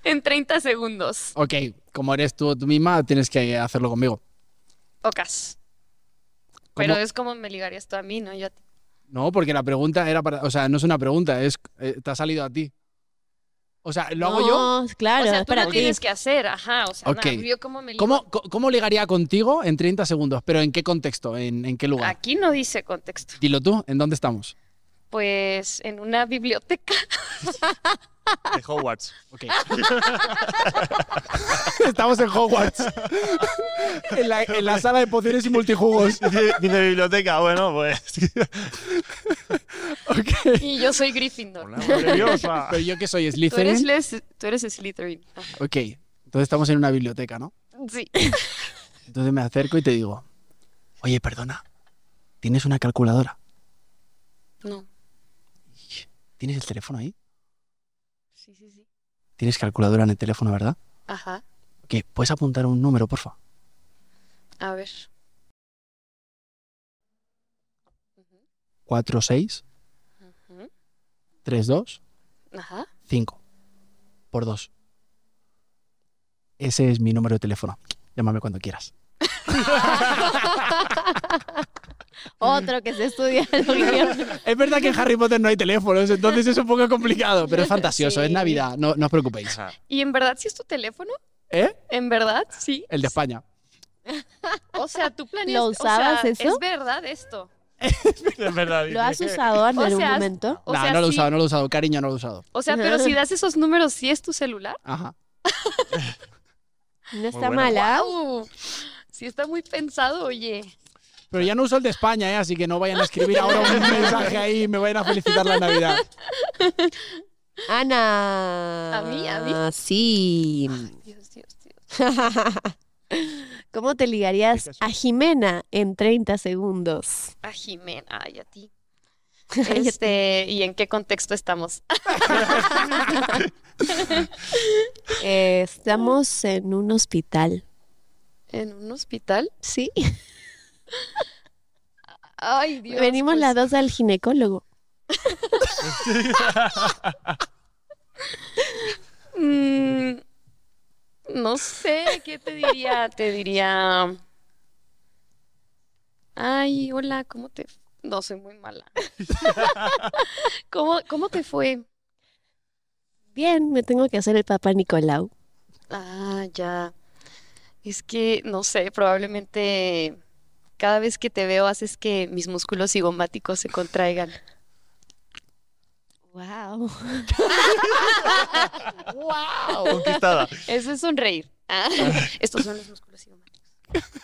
Speaker 5: en 30 segundos.
Speaker 4: Ok, como eres tú, tú misma, tienes que hacerlo conmigo.
Speaker 5: Ocas. Pero es como me ligarías tú a mí, ¿no? Yo a ti.
Speaker 4: No, porque la pregunta era para. O sea, no es una pregunta, es eh, te ha salido a ti. O sea, ¿lo hago yo?
Speaker 6: No, claro,
Speaker 5: o sea,
Speaker 6: es
Speaker 5: tú
Speaker 6: para
Speaker 5: no
Speaker 6: ti.
Speaker 5: tienes que hacer, ajá. O sea,
Speaker 4: Ok.
Speaker 5: no, yo cómo me ligo.
Speaker 4: ¿Cómo, co- ¿Cómo ligaría contigo en 30 segundos? ¿Pero en qué contexto? ¿En, en qué lugar?
Speaker 5: Aquí no dice contexto.
Speaker 4: Dilo tú, ¿en dónde estamos?
Speaker 5: Pues en una biblioteca.
Speaker 7: De Hogwarts.
Speaker 4: Ok. estamos en Hogwarts. en, la, en la sala de pociones y multijugos.
Speaker 7: Dice dice biblioteca, bueno, pues.
Speaker 4: Ok.
Speaker 5: Y yo soy Gryffindor.
Speaker 7: Hola, madre diosa.
Speaker 4: Pero yo que soy
Speaker 5: Tú eres,
Speaker 4: Slytherin.
Speaker 5: Les- tú eres Slytherin. Ajá.
Speaker 4: Ok, entonces estamos en una biblioteca, ¿no?
Speaker 5: Sí.
Speaker 4: Entonces me acerco y te digo, oye, perdona, ¿tienes una calculadora?
Speaker 5: No.
Speaker 4: ¿Tienes el teléfono ahí?
Speaker 5: Sí, sí, sí.
Speaker 4: Tienes calculadora en el teléfono, ¿verdad?
Speaker 5: Ajá.
Speaker 4: Ok, ¿puedes apuntar un número, porfa?
Speaker 5: A ver.
Speaker 4: 4, 6,
Speaker 5: Ujú.
Speaker 4: 3, 2,
Speaker 5: Ajá.
Speaker 4: 5. Por 2. Ese es mi número de teléfono. Llámame cuando quieras.
Speaker 6: Otro que se estudia en la Unión.
Speaker 4: Es verdad que en Harry Potter no hay teléfonos, entonces es un poco complicado, pero es fantasioso,
Speaker 5: Sí.
Speaker 4: es Navidad, no, no os preocupéis.
Speaker 5: ¿Y en verdad sí es tu teléfono?
Speaker 4: ¿Eh?
Speaker 5: ¿En verdad? Sí.
Speaker 4: El de España.
Speaker 5: O sea, tú planeas.
Speaker 6: ¿Lo
Speaker 5: o
Speaker 6: usabas
Speaker 5: sea,
Speaker 6: eso?
Speaker 5: Es verdad esto.
Speaker 7: Es verdad.
Speaker 6: ¿Lo has
Speaker 7: dice.
Speaker 6: usado en
Speaker 5: O
Speaker 6: algún
Speaker 5: sea,
Speaker 6: momento?
Speaker 5: O
Speaker 4: Nah,
Speaker 5: sea,
Speaker 4: no lo he
Speaker 5: sí.
Speaker 4: usado, no lo he usado, cariño, no lo he usado.
Speaker 5: O sea, pero si das esos números, ¿sí es tu celular?
Speaker 4: Ajá.
Speaker 6: No está
Speaker 7: bueno.
Speaker 6: mala.
Speaker 5: ¡Au! Sí está muy pensado, oye.
Speaker 4: Pero ya no uso el de España, ¿eh? así que no vayan a escribir ahora un mensaje ahí y me vayan a felicitar la Navidad.
Speaker 6: Ana.
Speaker 5: ¿A mí? ¿A mí?
Speaker 6: Sí.
Speaker 5: Dios, Dios, Dios.
Speaker 6: ¿Cómo te ligarías a Jimena en 30 segundos?
Speaker 5: A Ah, Jimena, ay, a ti.
Speaker 6: Ay, a
Speaker 5: Este, ¿y en qué contexto estamos?
Speaker 6: Eh, estamos en un hospital.
Speaker 5: ¿En un hospital?
Speaker 6: Sí.
Speaker 5: Ay, Dios.
Speaker 6: Venimos
Speaker 5: pues,
Speaker 6: las dos al ginecólogo.
Speaker 5: Mm, no sé, ¿qué te diría? Te diría. Ay, hola, ¿cómo te.? f-?" No, soy muy mala. ¿Cómo, cómo te fue?
Speaker 6: Bien, me tengo que hacer el papá Nicolau.
Speaker 5: Ah, ya. Es que, no sé, probablemente cada vez que te veo haces que mis músculos cigomáticos se contraigan.
Speaker 6: Wow.
Speaker 5: ¡Wow!
Speaker 7: Conquistada.
Speaker 5: Eso es sonreír. Ah, Estos son los músculos idiomáticos.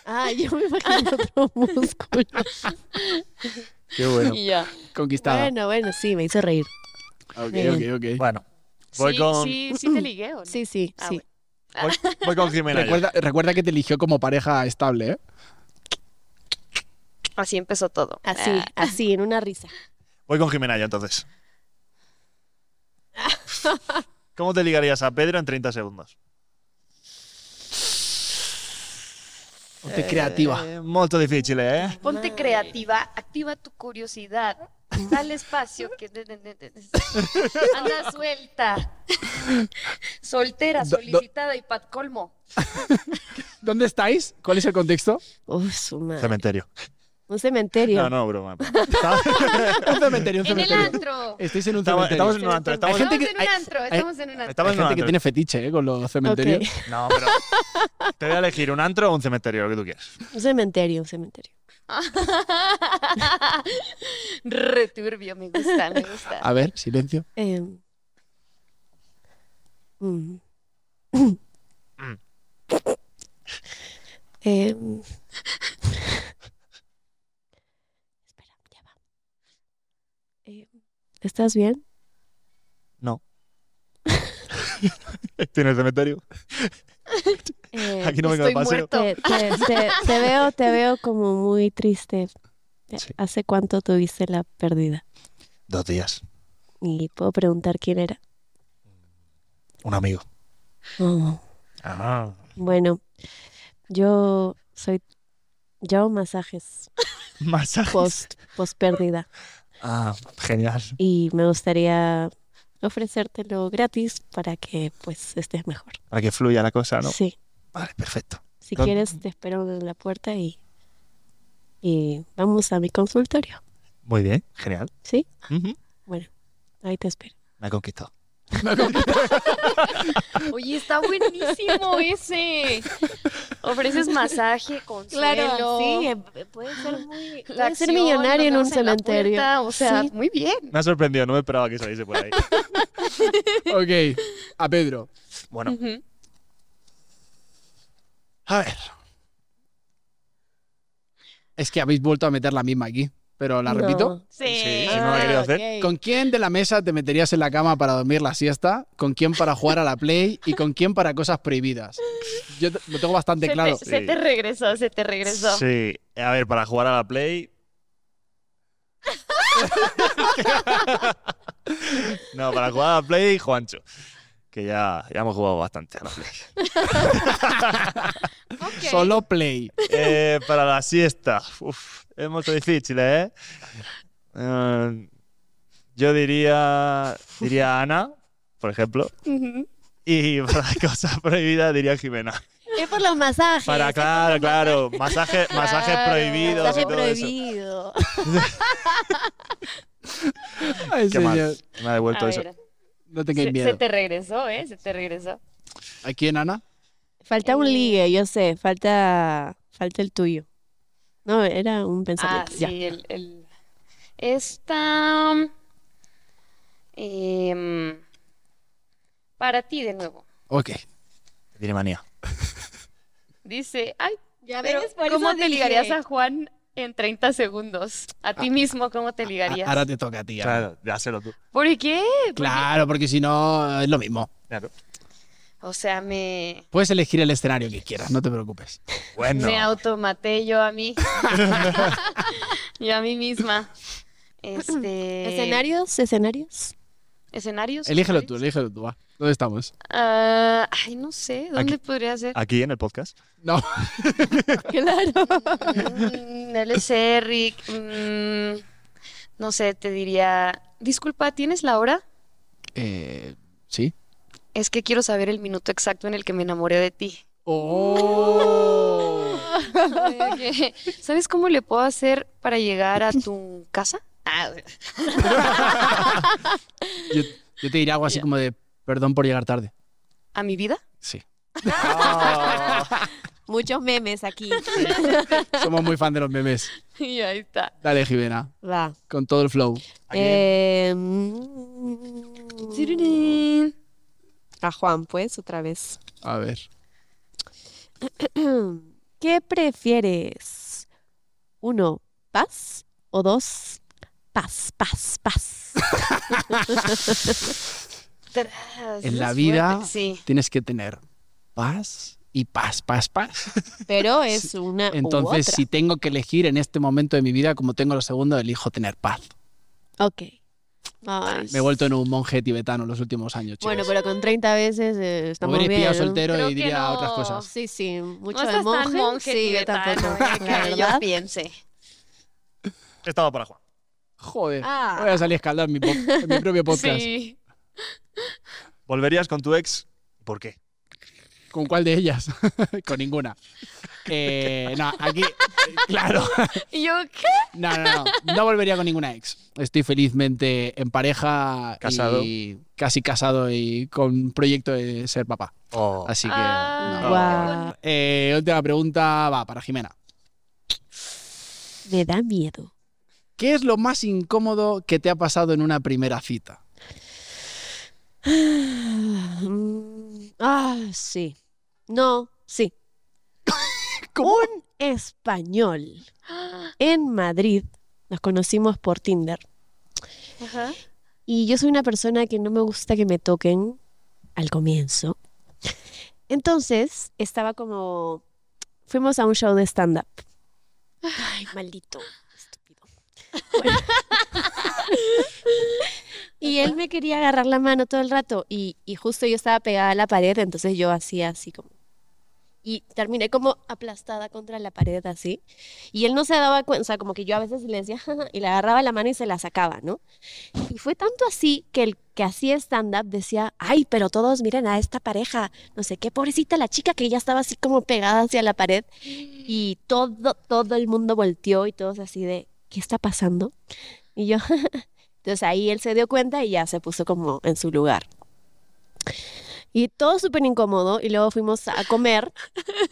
Speaker 6: Ah, yo me imagino otro músculo.
Speaker 4: Qué bueno.
Speaker 5: Y ya.
Speaker 4: Conquistada.
Speaker 6: Bueno, bueno, sí, me hizo reír.
Speaker 4: Ok, ok, ok.
Speaker 7: Bueno, Voy
Speaker 5: sí,
Speaker 7: con-
Speaker 5: sí, sí te ligueo. ¿no?
Speaker 6: Sí, sí,
Speaker 5: Ah,
Speaker 6: sí.
Speaker 5: bueno.
Speaker 7: voy, voy con Jimena. yo.
Speaker 4: Recuerda, recuerda que te eligió como pareja estable, ¿eh?
Speaker 5: Así empezó todo.
Speaker 6: Así,
Speaker 5: Ah,
Speaker 6: así, en una risa.
Speaker 7: Voy con Jimena yo, entonces. ¿Cómo te ligarías a Pedro en 30 segundos?
Speaker 4: Ponte creativa.
Speaker 7: Eh, molto difficile, eh?
Speaker 5: Ponte creativa, activa tu curiosidad. Dale espacio que de- de- de- de- de- anda suelta. Soltera,
Speaker 4: Do- do-
Speaker 5: solicitada y pat colmo.
Speaker 4: ¿Dónde estáis? ¿Cuál es el contexto?
Speaker 6: Uf, su madre.
Speaker 7: Cementerio.
Speaker 6: Un cementerio.
Speaker 7: No, no, broma.
Speaker 4: Un cementerio, un
Speaker 5: En el
Speaker 4: cementerio.
Speaker 5: antro.
Speaker 4: Estáis en un
Speaker 7: Estamos,
Speaker 4: cementerio.
Speaker 7: estamos en un antro.
Speaker 4: Hay
Speaker 7: Estamos,
Speaker 4: gente
Speaker 5: Estamos
Speaker 4: que-
Speaker 5: en un
Speaker 4: hay-
Speaker 5: antro,
Speaker 4: hay-
Speaker 5: estamos en un antro.
Speaker 7: estamos
Speaker 4: Hay
Speaker 7: en un
Speaker 4: gente que
Speaker 7: antro.
Speaker 4: tiene fetiche, ¿eh? Con los cementerios.
Speaker 6: Ok.
Speaker 7: No, pero te voy a elegir un antro o un cementerio, lo que tú quieras.
Speaker 6: Un cementerio, un cementerio.
Speaker 5: Returbio, me gusta, me gusta.
Speaker 4: A ver, silencio.
Speaker 6: Eh, mm. Eh, espera, ya va. Eh, ¿Estás bien?
Speaker 7: No. ¿Tiene cementerio?
Speaker 6: Eh,
Speaker 7: Aquí no vengo de
Speaker 5: Estoy
Speaker 7: paseo.
Speaker 5: muerto.
Speaker 6: te, te- te- te veo, te veo como muy triste. Eh,
Speaker 7: Sí.
Speaker 6: ¿Hace cuánto tuviste la pérdida?
Speaker 7: Dos días.
Speaker 6: Y puedo preguntar quién era.
Speaker 7: Un amigo.
Speaker 6: Oh.
Speaker 7: Ah.
Speaker 6: Bueno, yo soy, yo hago masajes
Speaker 7: Masajes.
Speaker 6: post, post pérdida
Speaker 7: Ah, genial.
Speaker 6: y me gustaría ofrecértelo gratis para que pues estés mejor.
Speaker 7: Para que fluya la cosa, ¿no?
Speaker 6: Sí,
Speaker 7: Vale, perfecto.
Speaker 6: si
Speaker 7: Don-
Speaker 6: quieres te espero en la puerta y, y vamos a mi consultorio.
Speaker 7: Muy bien, genial.
Speaker 6: Sí,
Speaker 7: Ujú.
Speaker 6: bueno, ahí te espero.
Speaker 7: Me ha conquistado.
Speaker 5: Oye, está buenísimo ese. Ofreces masaje, consuelo. eh,
Speaker 6: puede ser muy,
Speaker 5: la
Speaker 6: puede ser
Speaker 5: acción,
Speaker 6: millonario en
Speaker 5: nos
Speaker 6: un
Speaker 5: vemos la
Speaker 6: cementerio.
Speaker 5: puerta, o sea,
Speaker 6: Sí.
Speaker 5: muy bien.
Speaker 7: Me ha sorprendido, no me esperaba que saliese por ahí.
Speaker 4: Ok, a Pedro.
Speaker 7: Bueno,
Speaker 5: Ujú.
Speaker 4: A ver. Es que habéis vuelto a meter la misma aquí, pero la
Speaker 6: No.
Speaker 4: repito.
Speaker 7: sí, si
Speaker 5: Ah,
Speaker 7: no la he querido hacer.
Speaker 6: Ah,
Speaker 4: ¿Con quién de la mesa te meterías en la cama para dormir la siesta? ¿Con quién para jugar a la play? ¿Y con quién para cosas prohibidas? Yo te- lo tengo bastante
Speaker 5: Se,
Speaker 4: claro.
Speaker 5: te, se te
Speaker 7: Sí.
Speaker 5: regresó, se te regresó.
Speaker 7: Sí, a ver, para jugar a la Play. no, para jugar a la Play, Juancho. Que ya, ya hemos jugado bastante a la Play.
Speaker 5: Ok.
Speaker 4: Solo play.
Speaker 7: Eh, para la siesta. Uf, es muy difícil, ¿eh? Eh, yo diría, diría Ana, por ejemplo.
Speaker 5: Ujú.
Speaker 7: Y para cosas prohibidas diría Jimena.
Speaker 6: Es por los masajes.
Speaker 7: Para, claro, claro. Masaje, masajes
Speaker 5: Claro.
Speaker 7: prohibidos
Speaker 6: masaje
Speaker 7: y todo eso.
Speaker 6: prohibido.
Speaker 4: Ay,
Speaker 7: Qué mal.
Speaker 4: señor.
Speaker 7: Me ha devuelto
Speaker 5: A
Speaker 7: eso.
Speaker 5: ver,
Speaker 4: No tengáis
Speaker 5: se, se
Speaker 4: miedo.
Speaker 5: te regresó, ¿eh? Se te regresó.
Speaker 4: ¿A quién, Ana?
Speaker 6: Falta un
Speaker 5: Eh,
Speaker 6: ligue, yo sé, falta, falta el tuyo. No, era un
Speaker 5: Ah,
Speaker 6: pensamiento. ya.
Speaker 5: sí, el, el- Esta... em, para ti de nuevo.
Speaker 4: Ok.
Speaker 7: Tiene manía.
Speaker 5: Dice, ay,
Speaker 6: Ya
Speaker 5: pero
Speaker 6: ves, por
Speaker 5: ¿cómo
Speaker 6: eso
Speaker 5: te
Speaker 6: dije.
Speaker 5: ligarías a Juan en 30 segundos? A
Speaker 7: Ah,
Speaker 5: ti mismo, ¿cómo te
Speaker 4: A-
Speaker 5: ligarías?
Speaker 4: Ahora te toca a ti. Ana.
Speaker 7: Claro, ya sélo tú.
Speaker 5: ¿Por qué? Porque-
Speaker 4: Claro, porque si no, es lo mismo.
Speaker 7: Claro.
Speaker 5: O sea, me,
Speaker 4: Puedes elegir el escenario que quieras, no te preocupes.
Speaker 7: Bueno.
Speaker 5: me automaté yo a mí. yo a mí misma. Este...
Speaker 6: ¿Escenarios? ¿Escenarios?
Speaker 5: ¿Escenarios?
Speaker 4: Elígelo tú,
Speaker 5: escenarios.
Speaker 4: elígelo tú. Va. ¿Dónde estamos?
Speaker 5: Ah, ay, no sé, ¿dónde
Speaker 7: Aquí.
Speaker 5: podría ser?
Speaker 7: Aquí en el podcast.
Speaker 4: No.
Speaker 6: Claro.
Speaker 5: Mm, LC, Rick. mm, no sé, te diría. Disculpa, ¿tienes la hora?
Speaker 4: Eh, sí.
Speaker 5: Es que quiero saber el minuto exacto en el que me enamoré de ti.
Speaker 4: Oh.
Speaker 5: Porque, ¿Sabes cómo le puedo hacer para llegar a tu casa? Ah,
Speaker 4: Yo, yo te diría algo así como de perdón por llegar tarde.
Speaker 5: ¿A mi vida?
Speaker 4: Sí.
Speaker 6: Muchos memes aquí.
Speaker 4: Somos muy fan de los memes.
Speaker 5: Y ahí está.
Speaker 4: Dale, Jimena,
Speaker 6: Va.
Speaker 4: con todo el flow.
Speaker 7: Aquí.
Speaker 6: Eh, mm,
Speaker 5: Tirirín.
Speaker 8: A Juan, pues, otra vez.
Speaker 4: A ver.
Speaker 6: ¿Qué prefieres? Uno, paz o dos, paz, paz, paz.
Speaker 5: Tras,
Speaker 4: En la
Speaker 5: es
Speaker 4: vida-
Speaker 5: fuerte. Sí.
Speaker 4: Tienes que tener paz y paz, paz, paz.
Speaker 6: Pero es una Ah, u
Speaker 4: Entonces,
Speaker 6: otra.
Speaker 4: si tengo que elegir en este momento de mi vida, como tengo lo segundo, elijo tener paz.
Speaker 6: Ok. Ay,
Speaker 4: Me he vuelto en un monje tibetano los últimos años, chicos.
Speaker 6: Bueno, pero con 30 veces eh,
Speaker 4: Me
Speaker 6: estamos
Speaker 4: hubiera pillado
Speaker 6: bien.
Speaker 4: soltero
Speaker 5: Creo
Speaker 4: y
Speaker 5: que
Speaker 4: diría
Speaker 5: no.
Speaker 4: otras cosas.
Speaker 6: Sí, sí, mucho
Speaker 5: No
Speaker 6: de
Speaker 5: estás
Speaker 6: monje.
Speaker 5: tan monje
Speaker 6: sí, yo
Speaker 5: tibetano,
Speaker 6: tampoco,
Speaker 5: eh,
Speaker 6: la
Speaker 5: que yo
Speaker 6: verdad.
Speaker 5: piense.
Speaker 7: Estaba para Juan.
Speaker 4: Joder,
Speaker 6: Ah.
Speaker 4: voy a salir a escaldar en mi, po- en mi propio podcast.
Speaker 5: Sí.
Speaker 7: ¿Volverías con tu ex? ¿Por qué?
Speaker 4: ¿Con cuál de ellas? Con ninguna. Eh, no, aquí, claro.
Speaker 5: Y yo, ¿qué?
Speaker 4: No, no, no. No volvería con ninguna ex. Estoy felizmente en pareja.
Speaker 7: Casado.
Speaker 4: Y casi casado y con proyecto de ser papá. Así que.
Speaker 5: Ah,
Speaker 4: no.
Speaker 6: Guau.
Speaker 4: Eh, última pregunta va para Jimena.
Speaker 6: Me da miedo.
Speaker 4: ¿Qué es lo más incómodo que te ha pasado en una primera cita?
Speaker 6: Mm, Ah, sí. No, sí. Un español en Madrid. Nos conocimos por Tinder.
Speaker 5: Ajá.
Speaker 6: Y yo soy una persona que no me gusta que me toquen al comienzo. Entonces, estaba como... Fuimos a un show de stand-up. Ay, maldito. Estúpido. Bueno. y él me quería agarrar la mano todo el rato. Y, y justo yo estaba pegada a la pared, entonces yo hacía así como... Y terminé como aplastada contra la pared así. Y él no se daba cuenta, o sea, como que yo a veces le decía, "Ja, ja", y le agarraba la mano y se la sacaba, ¿no? Y fue tanto así que el que hacía stand-up decía, ay, pero todos miren a esta pareja, no sé qué, pobrecita la chica que ya estaba así como pegada hacia la pared. Y todo, todo el mundo volteó y todos así de, ¿qué está pasando? Y yo, entonces ahí él se dio cuenta y ya se puso como en su lugar. Y todo súper incómodo y luego fuimos a comer,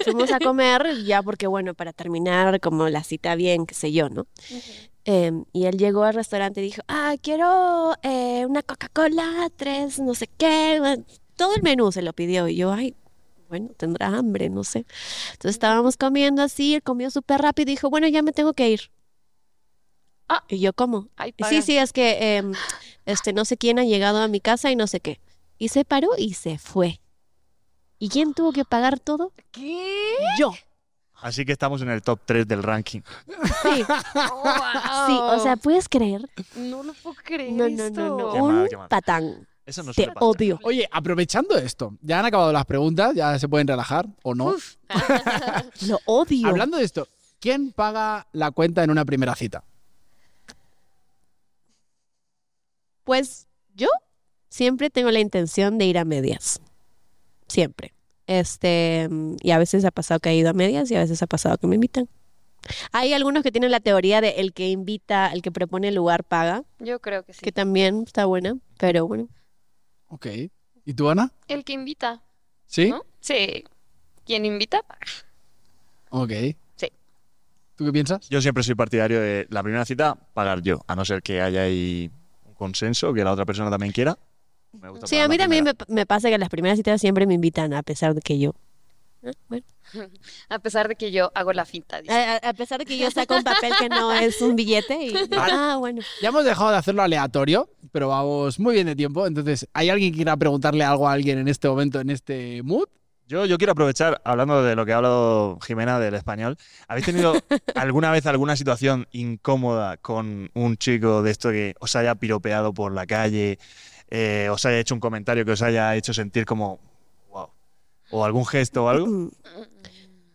Speaker 6: fuimos a comer ya porque bueno, para terminar como la cita bien, qué sé yo, ¿no? Em, y él llegó al restaurante y dijo, ah, quiero eh, una Coca-Cola, tres, no sé qué. bueno, Todo el menú se lo pidió. Y yo, ay, bueno, tendrá hambre, no sé. Entonces estábamos comiendo así, él comió súper rápido y dijo, bueno, ya me tengo que ir.
Speaker 5: Ah.
Speaker 6: y yo, ¿cómo?
Speaker 5: Ay,
Speaker 6: Sí,
Speaker 5: para.
Speaker 6: sí, es que em, este, no sé quién ha llegado a mi casa y no sé qué. Y se paró y se fue. ¿Y quién tuvo que pagar todo?
Speaker 5: ¿Qué?
Speaker 6: Yo.
Speaker 7: Así que estamos en el top 3 del ranking.
Speaker 6: Sí, sí. O
Speaker 5: Oh.
Speaker 6: sea, ¿puedes creer?
Speaker 5: no lo puedo creer.
Speaker 6: No, no, no, no.
Speaker 7: Qué
Speaker 5: esto.
Speaker 7: mal,
Speaker 6: Un
Speaker 7: qué mal.
Speaker 6: patán.
Speaker 7: Eso no
Speaker 6: Te
Speaker 7: suele pasar.
Speaker 6: odio.
Speaker 4: Oye, aprovechando esto, ya han acabado las preguntas, ya se pueden relajar o no.
Speaker 5: Uf.
Speaker 6: Lo odio.
Speaker 4: Hablando de esto, ¿quién paga la cuenta en una primera cita?
Speaker 6: Pues yo siempre tengo la intención de ir a medias. Siempre. Este, mm, y a veces ha pasado que he ido a medias y a veces ha pasado que me invitan. Hay algunos que tienen la teoría de el que invita, el que propone el lugar paga,
Speaker 5: Yo creo que sí.
Speaker 6: que también está buena, pero bueno.
Speaker 4: Ok. ¿Y tú, Ana?
Speaker 5: El que invita,
Speaker 4: ¿Sí?
Speaker 5: ¿no? Sí. Quien invita, paga.
Speaker 4: Ok.
Speaker 5: Sí.
Speaker 4: ¿Tú qué piensas?
Speaker 7: Yo siempre soy partidario de la primera cita, pagar yo. A no ser que haya ahí un consenso, que la otra persona también quiera. Me gusta
Speaker 6: Sí,
Speaker 7: pagar
Speaker 6: a mí
Speaker 7: la
Speaker 6: también
Speaker 7: primera.
Speaker 6: me, me pasa que en las primeras citas siempre me invitan, a pesar de que yo. Ah, bueno.
Speaker 5: A pesar de que yo hago la finta. dice.
Speaker 6: A, a- a pesar de que yo saco un papel que no es un billete y. Ah, bueno.
Speaker 4: Ya hemos dejado de hacerlo aleatorio, pero vamos muy bien de tiempo. Entonces, ¿hay alguien que quiera preguntarle algo a alguien en este momento, en este mood?
Speaker 7: Yo, yo quiero aprovechar, hablando de lo que ha hablado Jimena del español, ¿habéis tenido alguna vez alguna situación incómoda con un chico de esto que os haya piropeado por la calle, eh, os haya hecho un comentario que os haya hecho sentir como, wow, o algún gesto o algo,
Speaker 6: Mm.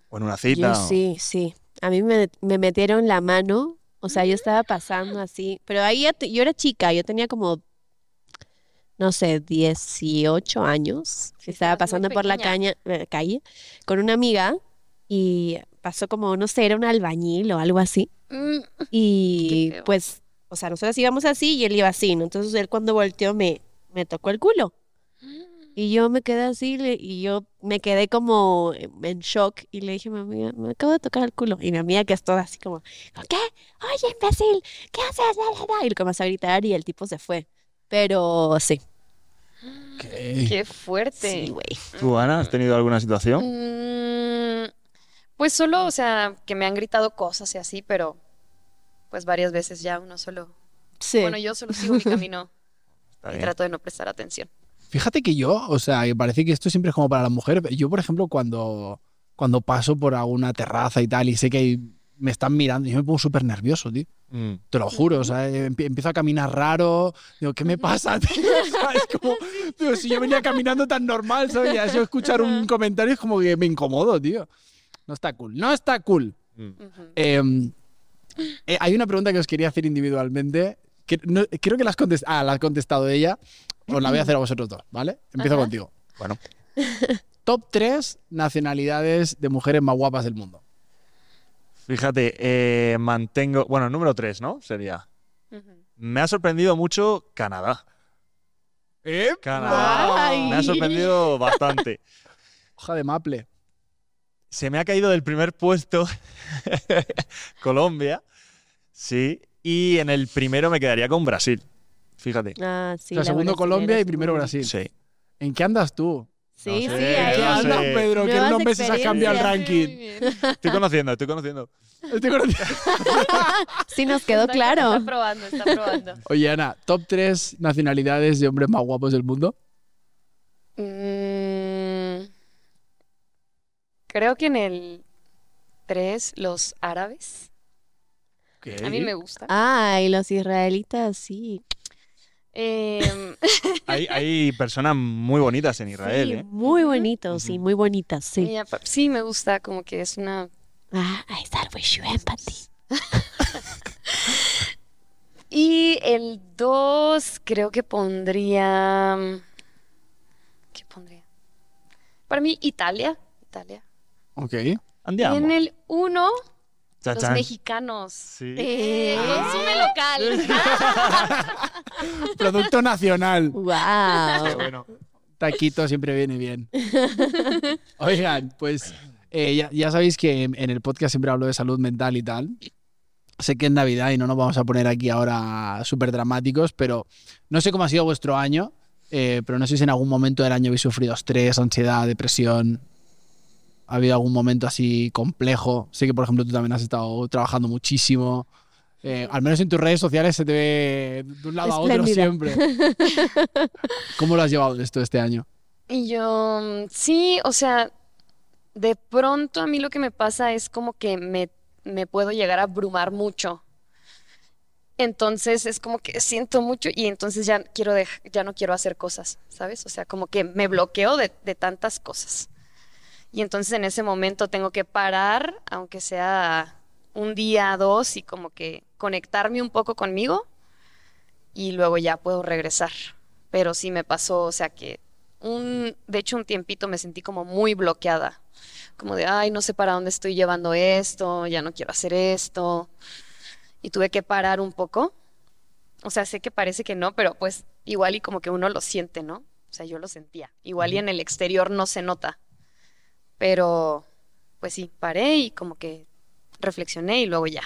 Speaker 7: o en una
Speaker 6: Yo
Speaker 7: cita? o-
Speaker 6: sí, sí. A mí me, me metieron la mano, o sea, yo estaba pasando así, pero ahí ya te- yo era chica, yo tenía como, no sé, 18 años.
Speaker 5: Sí,
Speaker 6: estaba
Speaker 5: estabas muy
Speaker 6: pasando por la
Speaker 5: pequeña.
Speaker 6: caña, eh, calle con una amiga y pasó como, no sé, era un albañil o algo así.
Speaker 5: Mm,
Speaker 6: Y
Speaker 5: Qué feo.
Speaker 6: pues, o sea, nosotros íbamos así y él iba así, ¿no? Entonces él cuando volteó me, me tocó el culo.
Speaker 5: Ah.
Speaker 6: Y yo me quedé así le- y yo me quedé como en shock y le dije a mi amiga, me acabo de tocar el culo. Y mi amiga que es toda así como, ¿qué? Oye, imbécil, ¿qué haces? La, la, la". Y le comenzó a gritar y el tipo se fue. Pero sí,
Speaker 5: Qué fuerte.
Speaker 6: Sí, güey.
Speaker 7: Eh. ¿Tú, ah, Ana, has tenido alguna situación?
Speaker 5: Mm, pues solo, o sea, que me han gritado cosas y así, pero pues varias veces ya uno solo.
Speaker 6: Sí.
Speaker 5: Bueno, yo solo sigo mi camino
Speaker 7: Está
Speaker 5: y
Speaker 7: bien.
Speaker 5: trato de no prestar atención.
Speaker 4: Fíjate que yo, o sea, que parece que esto siempre es como para las mujeres. pero Yo, por ejemplo, cuando, cuando paso por alguna terraza y tal y sé que hay- me están mirando, yo me pongo súper nervioso, tío.
Speaker 7: Mm.
Speaker 4: Te lo juro, o sea, eh, empie- empiezo a caminar raro. Digo, ¿qué me pasa, tío? O sea, es como, digo, si yo venía caminando tan normal, ¿sabes? Y así escuchar un comentario es como que me incomodo, tío. No está cool, no está cool.
Speaker 7: mm.
Speaker 5: Ujú.
Speaker 4: Eh, eh, hay una pregunta que os quería hacer individualmente. Que no- creo que la has, contest- ah, la has contestado ella. Os la voy a hacer a vosotros dos, ¿vale? Empiezo
Speaker 5: Ajá.
Speaker 4: contigo.
Speaker 7: Bueno.
Speaker 4: Top 3 nacionalidades de mujeres más guapas del mundo.
Speaker 7: Fíjate, eh, mantengo. Bueno, número 3, ¿no? Sería.
Speaker 5: Ujú.
Speaker 7: Me ha sorprendido mucho Canadá.
Speaker 4: ¿Eh?
Speaker 7: Canadá. Me ha sorprendido bastante.
Speaker 4: Hoja de maple.
Speaker 7: Se me ha caído del primer puesto Colombia. Sí. Y en el primero me quedaría con Brasil. Fíjate.
Speaker 6: Ah, sí.
Speaker 4: O sea,
Speaker 6: la
Speaker 4: segundo
Speaker 6: brasileña
Speaker 4: Colombia y
Speaker 6: es
Speaker 4: primero
Speaker 6: muy-
Speaker 4: Brasil.
Speaker 7: Sí.
Speaker 4: ¿En qué andas tú?
Speaker 6: Sí,
Speaker 7: No
Speaker 6: sí,
Speaker 7: sé,
Speaker 6: ahí.
Speaker 4: ¿Qué
Speaker 7: no
Speaker 4: andas,
Speaker 7: sé.
Speaker 4: Pedro? Que en
Speaker 6: Nuevas
Speaker 4: unos meses has cambiado el
Speaker 5: Muy
Speaker 4: ranking.
Speaker 5: bien.
Speaker 7: Estoy conociendo, estoy conociendo.
Speaker 4: Estoy con-
Speaker 6: Sí, nos quedó
Speaker 5: Está- Está
Speaker 6: claro.
Speaker 5: probando, está probando.
Speaker 4: Oye, Ana, top 3 nacionalidades de hombres más guapos del mundo.
Speaker 5: Mm, creo que en el 3, los árabes. A mí me gusta.
Speaker 6: Ah. Ay, los israelitas, sí.
Speaker 5: Em,
Speaker 7: Hay, hay personas muy bonitas en Israel,
Speaker 6: Sí,
Speaker 7: ¿eh?
Speaker 6: Muy bonitos, sí, muy bonitas, sí.
Speaker 5: y apa- sí, me gusta, como que es una.
Speaker 6: Ah, I start with you empathy.
Speaker 5: Y el 2, creo que pondría. mm, ¿Qué pondría? Para mí, Italia. Italia.
Speaker 4: Ok.
Speaker 5: Y en
Speaker 7: Andiamo.
Speaker 5: el 1, los
Speaker 7: Cha-chan.
Speaker 5: mexicanos.
Speaker 7: Sí.
Speaker 5: Eh,
Speaker 6: Ah.
Speaker 5: Consume local.
Speaker 4: Producto nacional.
Speaker 7: Qué
Speaker 6: Wow.
Speaker 7: bueno.
Speaker 4: Taquito siempre viene bien. Oigan, pues eh, ya, ya sabéis que en en el podcast siempre hablo de salud mental y tal. Sé que es Navidad y no nos vamos a poner aquí ahora súper dramáticos, pero no sé cómo ha sido vuestro año, eh, pero no sé si en algún momento del año habéis sufrido estrés, ansiedad, depresión. ¿Ha habido algún momento así complejo? Sé que, por ejemplo, tú también has estado trabajando muchísimo. Eh, al menos en tus redes sociales se te ve de un lado a otro
Speaker 6: Espléndida.
Speaker 4: siempre. ¿Cómo lo has llevado esto este año?
Speaker 5: Y yo, mm, sí, o sea, de pronto a mí lo que me pasa es como que me, me puedo llegar a abrumar mucho. Entonces es como que siento mucho y entonces ya quiero dej- ya no quiero hacer cosas, ¿sabes? O sea, como que me bloqueo de, de tantas cosas. Y entonces en ese momento tengo que parar, aunque sea un día, dos, y como que conectarme un poco conmigo y luego ya puedo regresar. Pero sí me pasó, o sea que un, de hecho, un tiempito me sentí como muy bloqueada, como de, ay, no sé para dónde estoy llevando esto, ya no quiero hacer esto, y tuve que parar un poco. O sea, sé que parece que no, pero pues igual y como que uno lo siente, ¿no? O sea, yo lo sentía. Igual y en el exterior no se nota, pero pues sí, paré y como que reflexioné y luego ya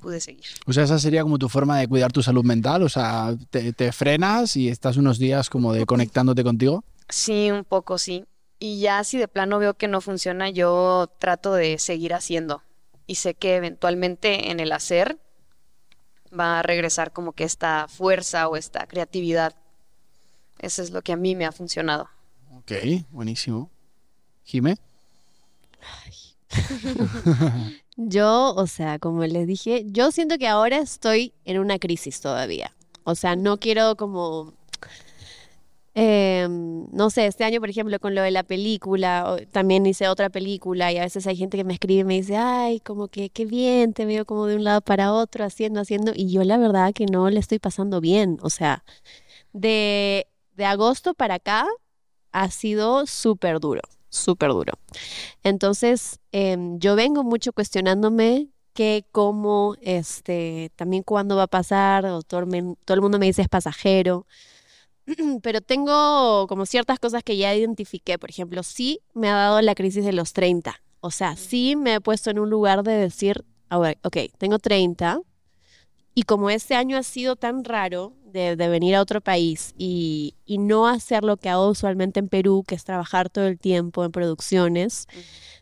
Speaker 5: pude seguir.
Speaker 4: O sea, esa sería como tu forma de cuidar tu salud mental. O sea, te, te frenas y estás unos días como de conectándote contigo.
Speaker 5: Sí, un poco, sí. Y ya si de plano veo que no funciona, yo trato de seguir haciendo. Y sé que eventualmente en el hacer va a regresar como que esta fuerza o esta creatividad. Eso es lo que a mí me ha funcionado.
Speaker 4: Ok, buenísimo. Jime.
Speaker 6: Yo, o sea, como les dije, yo siento que ahora estoy en una crisis todavía. O sea, no quiero como, em, no sé, este año, por ejemplo, con lo de la película, o- también hice otra película y a veces hay gente que me escribe y me dice, ay, como que qué bien, te veo como de un lado para otro, haciendo, haciendo, y yo la verdad que no le estoy pasando bien. O sea, de, de agosto para acá ha sido súper duro, súper duro. Entonces, em, yo vengo mucho cuestionándome qué, cómo, este, también cuándo va a pasar, o todo, el men- todo el mundo me dice es pasajero, pero tengo como ciertas cosas que ya identifiqué, por ejemplo, sí me ha dado la crisis de los 30, o sea, sí me he puesto en un lugar de decir, "Ah, bueno, ok, tengo 30, y como este año ha sido tan raro, de, de venir a otro país y, y no hacer lo que hago usualmente en Perú, que es trabajar todo el tiempo en producciones,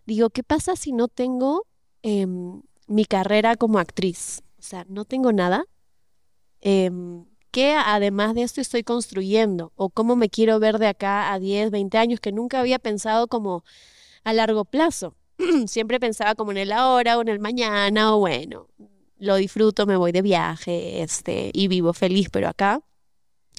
Speaker 6: digo, ¿qué pasa si no tengo em, mi carrera como actriz? O sea, no tengo nada. Em, ¿Qué además de esto estoy construyendo? ¿O cómo me quiero ver de acá a 10, 20 años que nunca había pensado como a largo plazo? Siempre pensaba como en el ahora o en el mañana o bueno, lo disfruto, me voy de viaje este, y vivo feliz, pero acá,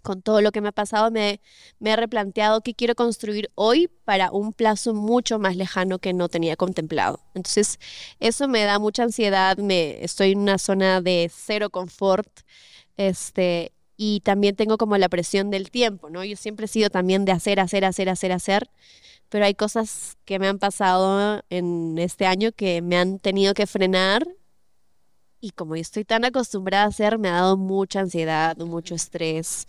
Speaker 6: con todo lo que me ha pasado, me, me he replanteado qué quiero construir hoy para un plazo mucho más lejano que no tenía contemplado. Entonces, eso me da mucha ansiedad, me, estoy en una zona de cero confort, este, y también tengo como la presión del tiempo, ¿no? Yo siempre he sido también de hacer, hacer, hacer, hacer, hacer, pero hay cosas que me han pasado en este año que me han tenido que frenar y como yo estoy tan acostumbrada a hacer, me ha dado mucha ansiedad, mucho estrés.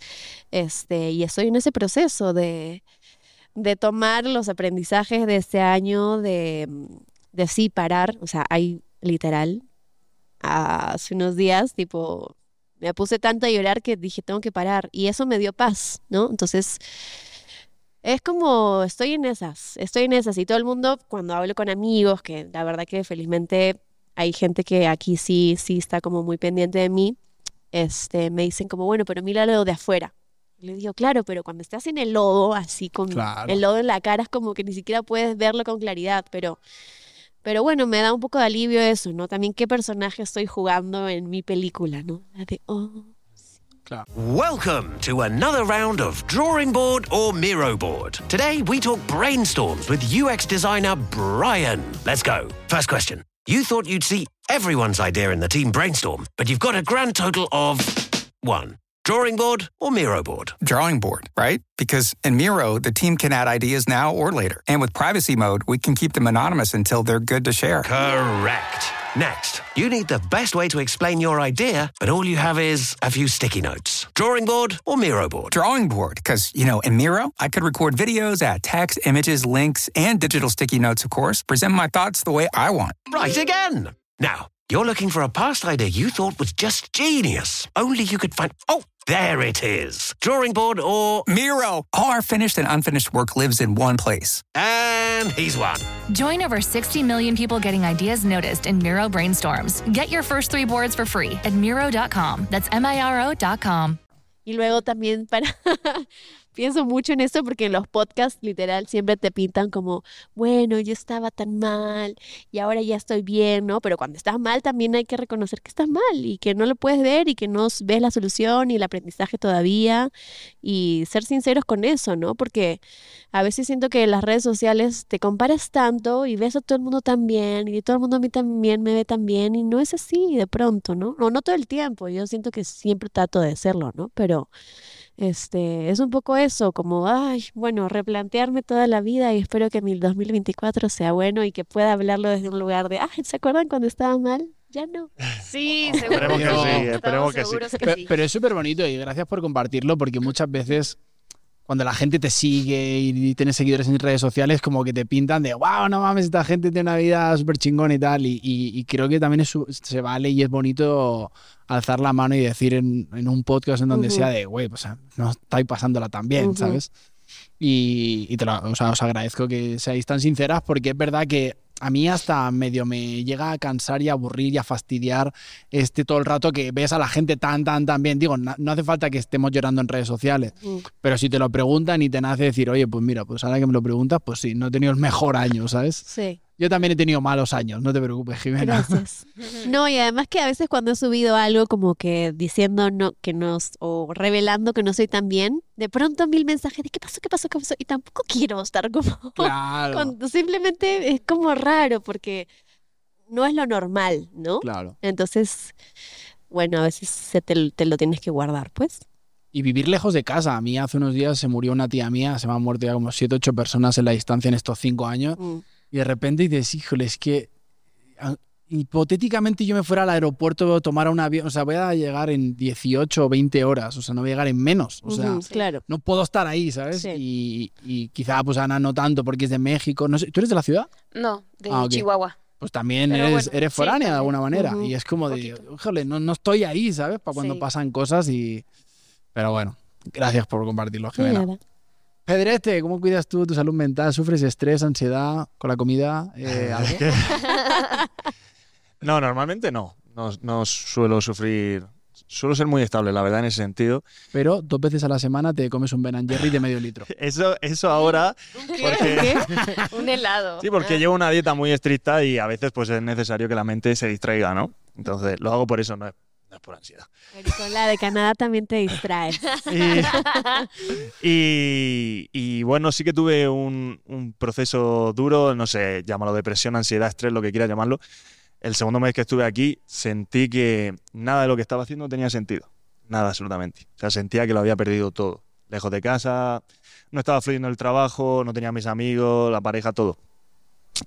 Speaker 6: Este, y estoy en ese proceso de, de tomar los aprendizajes de este año, de, de sí parar. O sea, hay literal, hace unos días, tipo, me puse tanto a llorar que dije, tengo que parar. Y eso me dio paz, ¿no? Entonces, es como, estoy en esas, estoy en esas. Y todo el mundo, cuando hablo con amigos, que la verdad que felizmente hay gente que aquí sí, sí está como muy pendiente de mí, este, me dicen como, bueno, pero míralo de afuera. Le digo, claro, pero cuando estás en el lodo, así con
Speaker 4: Claro.
Speaker 6: el lodo en la cara, es como que ni siquiera puedes verlo con claridad, pero... Pero bueno, me da un poco de alivio eso, ¿no? También qué personaje estoy jugando en mi película, ¿no? La de, oh,
Speaker 1: Welcome to another round of Drawing Board or Miro Board. Today we talk brainstorms with UX designer Brian. Let's go. First question. You thought you'd see everyone's idea in the team brainstorm, but you've got a grand total of one. Drawing board or Miro board?
Speaker 2: drawing board, right? Because in Miro, the team can add ideas now or later. And with privacy mode, we can keep them anonymous until they're good to share.
Speaker 1: Correct. Next, you need the best way to explain your idea, but all you have is a few sticky notes. Drawing board or Miro board?
Speaker 2: Drawing board, because, you know, in Miro, I could record videos, add text, images, links, and digital sticky notes, of course, present my thoughts the way I want.
Speaker 1: Right again. Now, you're looking for a past idea you thought was just genius. Only you could find. Oh, there it is. Drawing board or.
Speaker 2: Miro! All our finished and unfinished work lives in one place.
Speaker 1: And he's won.
Speaker 3: Join over 60 million people getting ideas noticed in Miro brainstorms. Get your first three boards for free at Miro.com. That's M I R O.com.
Speaker 6: Y luego también para... Pienso mucho en esto porque en los podcasts literal siempre te pintan como, bueno, yo estaba tan mal y ahora ya estoy bien, ¿no? Pero cuando estás mal también hay que reconocer que estás mal y que no lo puedes ver y que no s- ves la solución y el aprendizaje todavía y ser sinceros con eso, ¿no? Porque a veces siento que en las redes sociales te comparas tanto y ves a todo el mundo tan bien y todo el mundo a mí también me ve tan bien y no es así de pronto, ¿no? No, no todo el tiempo, yo siento que siempre trato de hacerlo, ¿no? Pero... Este, es un poco eso, como, ay, bueno, replantearme toda la vida y espero que mi 2024 sea bueno y que pueda hablarlo desde un lugar de, ay, ¿se acuerdan cuando estaba mal? Ya no.
Speaker 5: Sí,
Speaker 7: Esperemos
Speaker 5: seguro
Speaker 4: Oh, que sí,
Speaker 5: Estamos
Speaker 7: esperemos que sí.
Speaker 5: seguros
Speaker 4: Pe-
Speaker 5: que sí.
Speaker 4: Pero es súper bonito y gracias por compartirlo porque muchas veces cuando la gente te sigue y tienes seguidores en redes sociales como que te pintan de wow, no mames, esta gente tiene una vida súper chingona y tal y, y- y creo que también es su- se vale y es bonito alzar la mano y decir en, en un podcast en donde
Speaker 6: Ujú.
Speaker 4: sea de güey, o sea, no estáis pasándola tan bien,
Speaker 6: Ujú.
Speaker 4: ¿sabes? Y, y te lo- o sea, os agradezco que seáis tan sinceras porque es verdad que a mí hasta medio me llega a cansar y a aburrir y a fastidiar este todo el rato que ves a la gente tan, tan, tan bien. Digo, na- no hace falta que estemos llorando en redes sociales,
Speaker 6: Mm.
Speaker 4: pero si te lo preguntan y te nace decir, oye, pues mira, pues ahora que me lo preguntas, pues sí, no he tenido el mejor año, ¿sabes?
Speaker 6: Sí,
Speaker 4: Yo también he tenido malos años, no te preocupes, Jimena.
Speaker 6: gracias. No, y además que a veces cuando he subido algo como que diciendo no, que no, s- o revelando que no soy tan bien, de pronto mil mensajes de qué pasó, qué pasó, qué pasó, y tampoco quiero estar como
Speaker 4: Claro,
Speaker 6: con- simplemente es como raro porque no es lo normal, ¿no?
Speaker 4: claro.
Speaker 6: Entonces, bueno, a veces se te, te lo tienes que guardar, pues.
Speaker 4: Y vivir lejos de casa. A mí hace unos días se murió una tía mía, se me han muerto ya como 7, 8 personas en la distancia en estos 5 años.
Speaker 6: Mm.
Speaker 4: Y de repente dices, híjole, es que a- hipotéticamente yo me fuera al aeropuerto, tomara un avión, o sea, voy a llegar en 18 o 20 horas, o sea, no voy a llegar en menos, o sea,
Speaker 6: Ujú, claro.
Speaker 4: no puedo estar ahí, ¿sabes?
Speaker 6: Sí.
Speaker 4: Y, y quizá, pues Ana, no tanto porque es de México, no sé, ¿tú eres de la ciudad?
Speaker 5: No, de
Speaker 4: Ah, ok.
Speaker 5: Chihuahua.
Speaker 4: Pues también
Speaker 5: Pero
Speaker 4: eres,
Speaker 5: bueno,
Speaker 4: eres
Speaker 5: sí,
Speaker 4: foránea de
Speaker 5: también.
Speaker 4: alguna manera.
Speaker 6: Ujú,
Speaker 4: Y es como de,
Speaker 6: poquito.
Speaker 4: híjole, no, no estoy ahí, ¿sabes? Para cuando
Speaker 6: Sí.
Speaker 4: pasan cosas y, Pero bueno, gracias por compartirlo,
Speaker 6: De
Speaker 4: Jimena.
Speaker 6: nada.
Speaker 4: Pedrete, ¿cómo cuidas tú tu salud mental? ¿Sufres estrés, ansiedad con la comida? Eh, algo?
Speaker 7: No, normalmente no. no. no suelo sufrir. Suelo ser muy estable, la verdad, en ese sentido.
Speaker 4: Pero dos veces a la semana te comes un Ben Jerry de medio litro.
Speaker 7: Eso, eso ahora. Porque,
Speaker 5: Un helado.
Speaker 7: Sí, porque llevo una dieta muy estricta y a veces pues es necesario que la mente se distraiga, ¿no? Entonces, lo hago por eso, no es, no es por ansiedad.
Speaker 6: Con la de Canadá también te distraes.
Speaker 7: Y, y- y, bueno, sí que tuve un, un proceso duro, no sé, llámalo depresión, ansiedad, estrés, lo que quieras llamarlo. El segundo mes que estuve aquí sentí que nada de lo que estaba haciendo tenía sentido. Nada, absolutamente. O sea, sentía que lo había perdido todo. Lejos de casa, no estaba fluyendo el trabajo, no tenía mis amigos, la pareja, todo.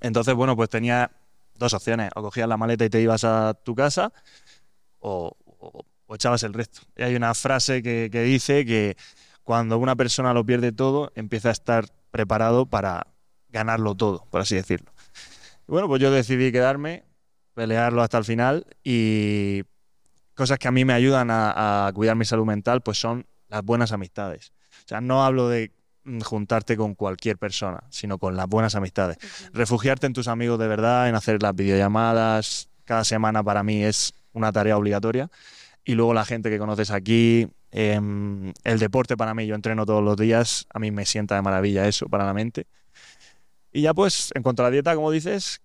Speaker 7: Entonces, bueno, pues tenía dos opciones. O cogías la maleta y te ibas a tu casa o, o- o echabas el resto. Y hay una frase que, que dice que cuando una persona lo pierde todo, empieza a estar preparado para ganarlo todo, por así decirlo. Y bueno, pues yo decidí quedarme, pelearlo hasta el final y cosas que a mí me ayudan a, a cuidar mi salud mental, pues son las buenas amistades. O sea, no hablo de mm, juntarte con cualquier persona, sino con las buenas amistades. Refugiarte en tus amigos de verdad, en hacer las videollamadas cada semana para mí es una tarea obligatoria. Y luego la gente que conoces aquí, em, el deporte para mí, yo entreno todos los días, a mí me sienta de maravilla eso para la mente. Y ya pues, en cuanto a la dieta, como dices,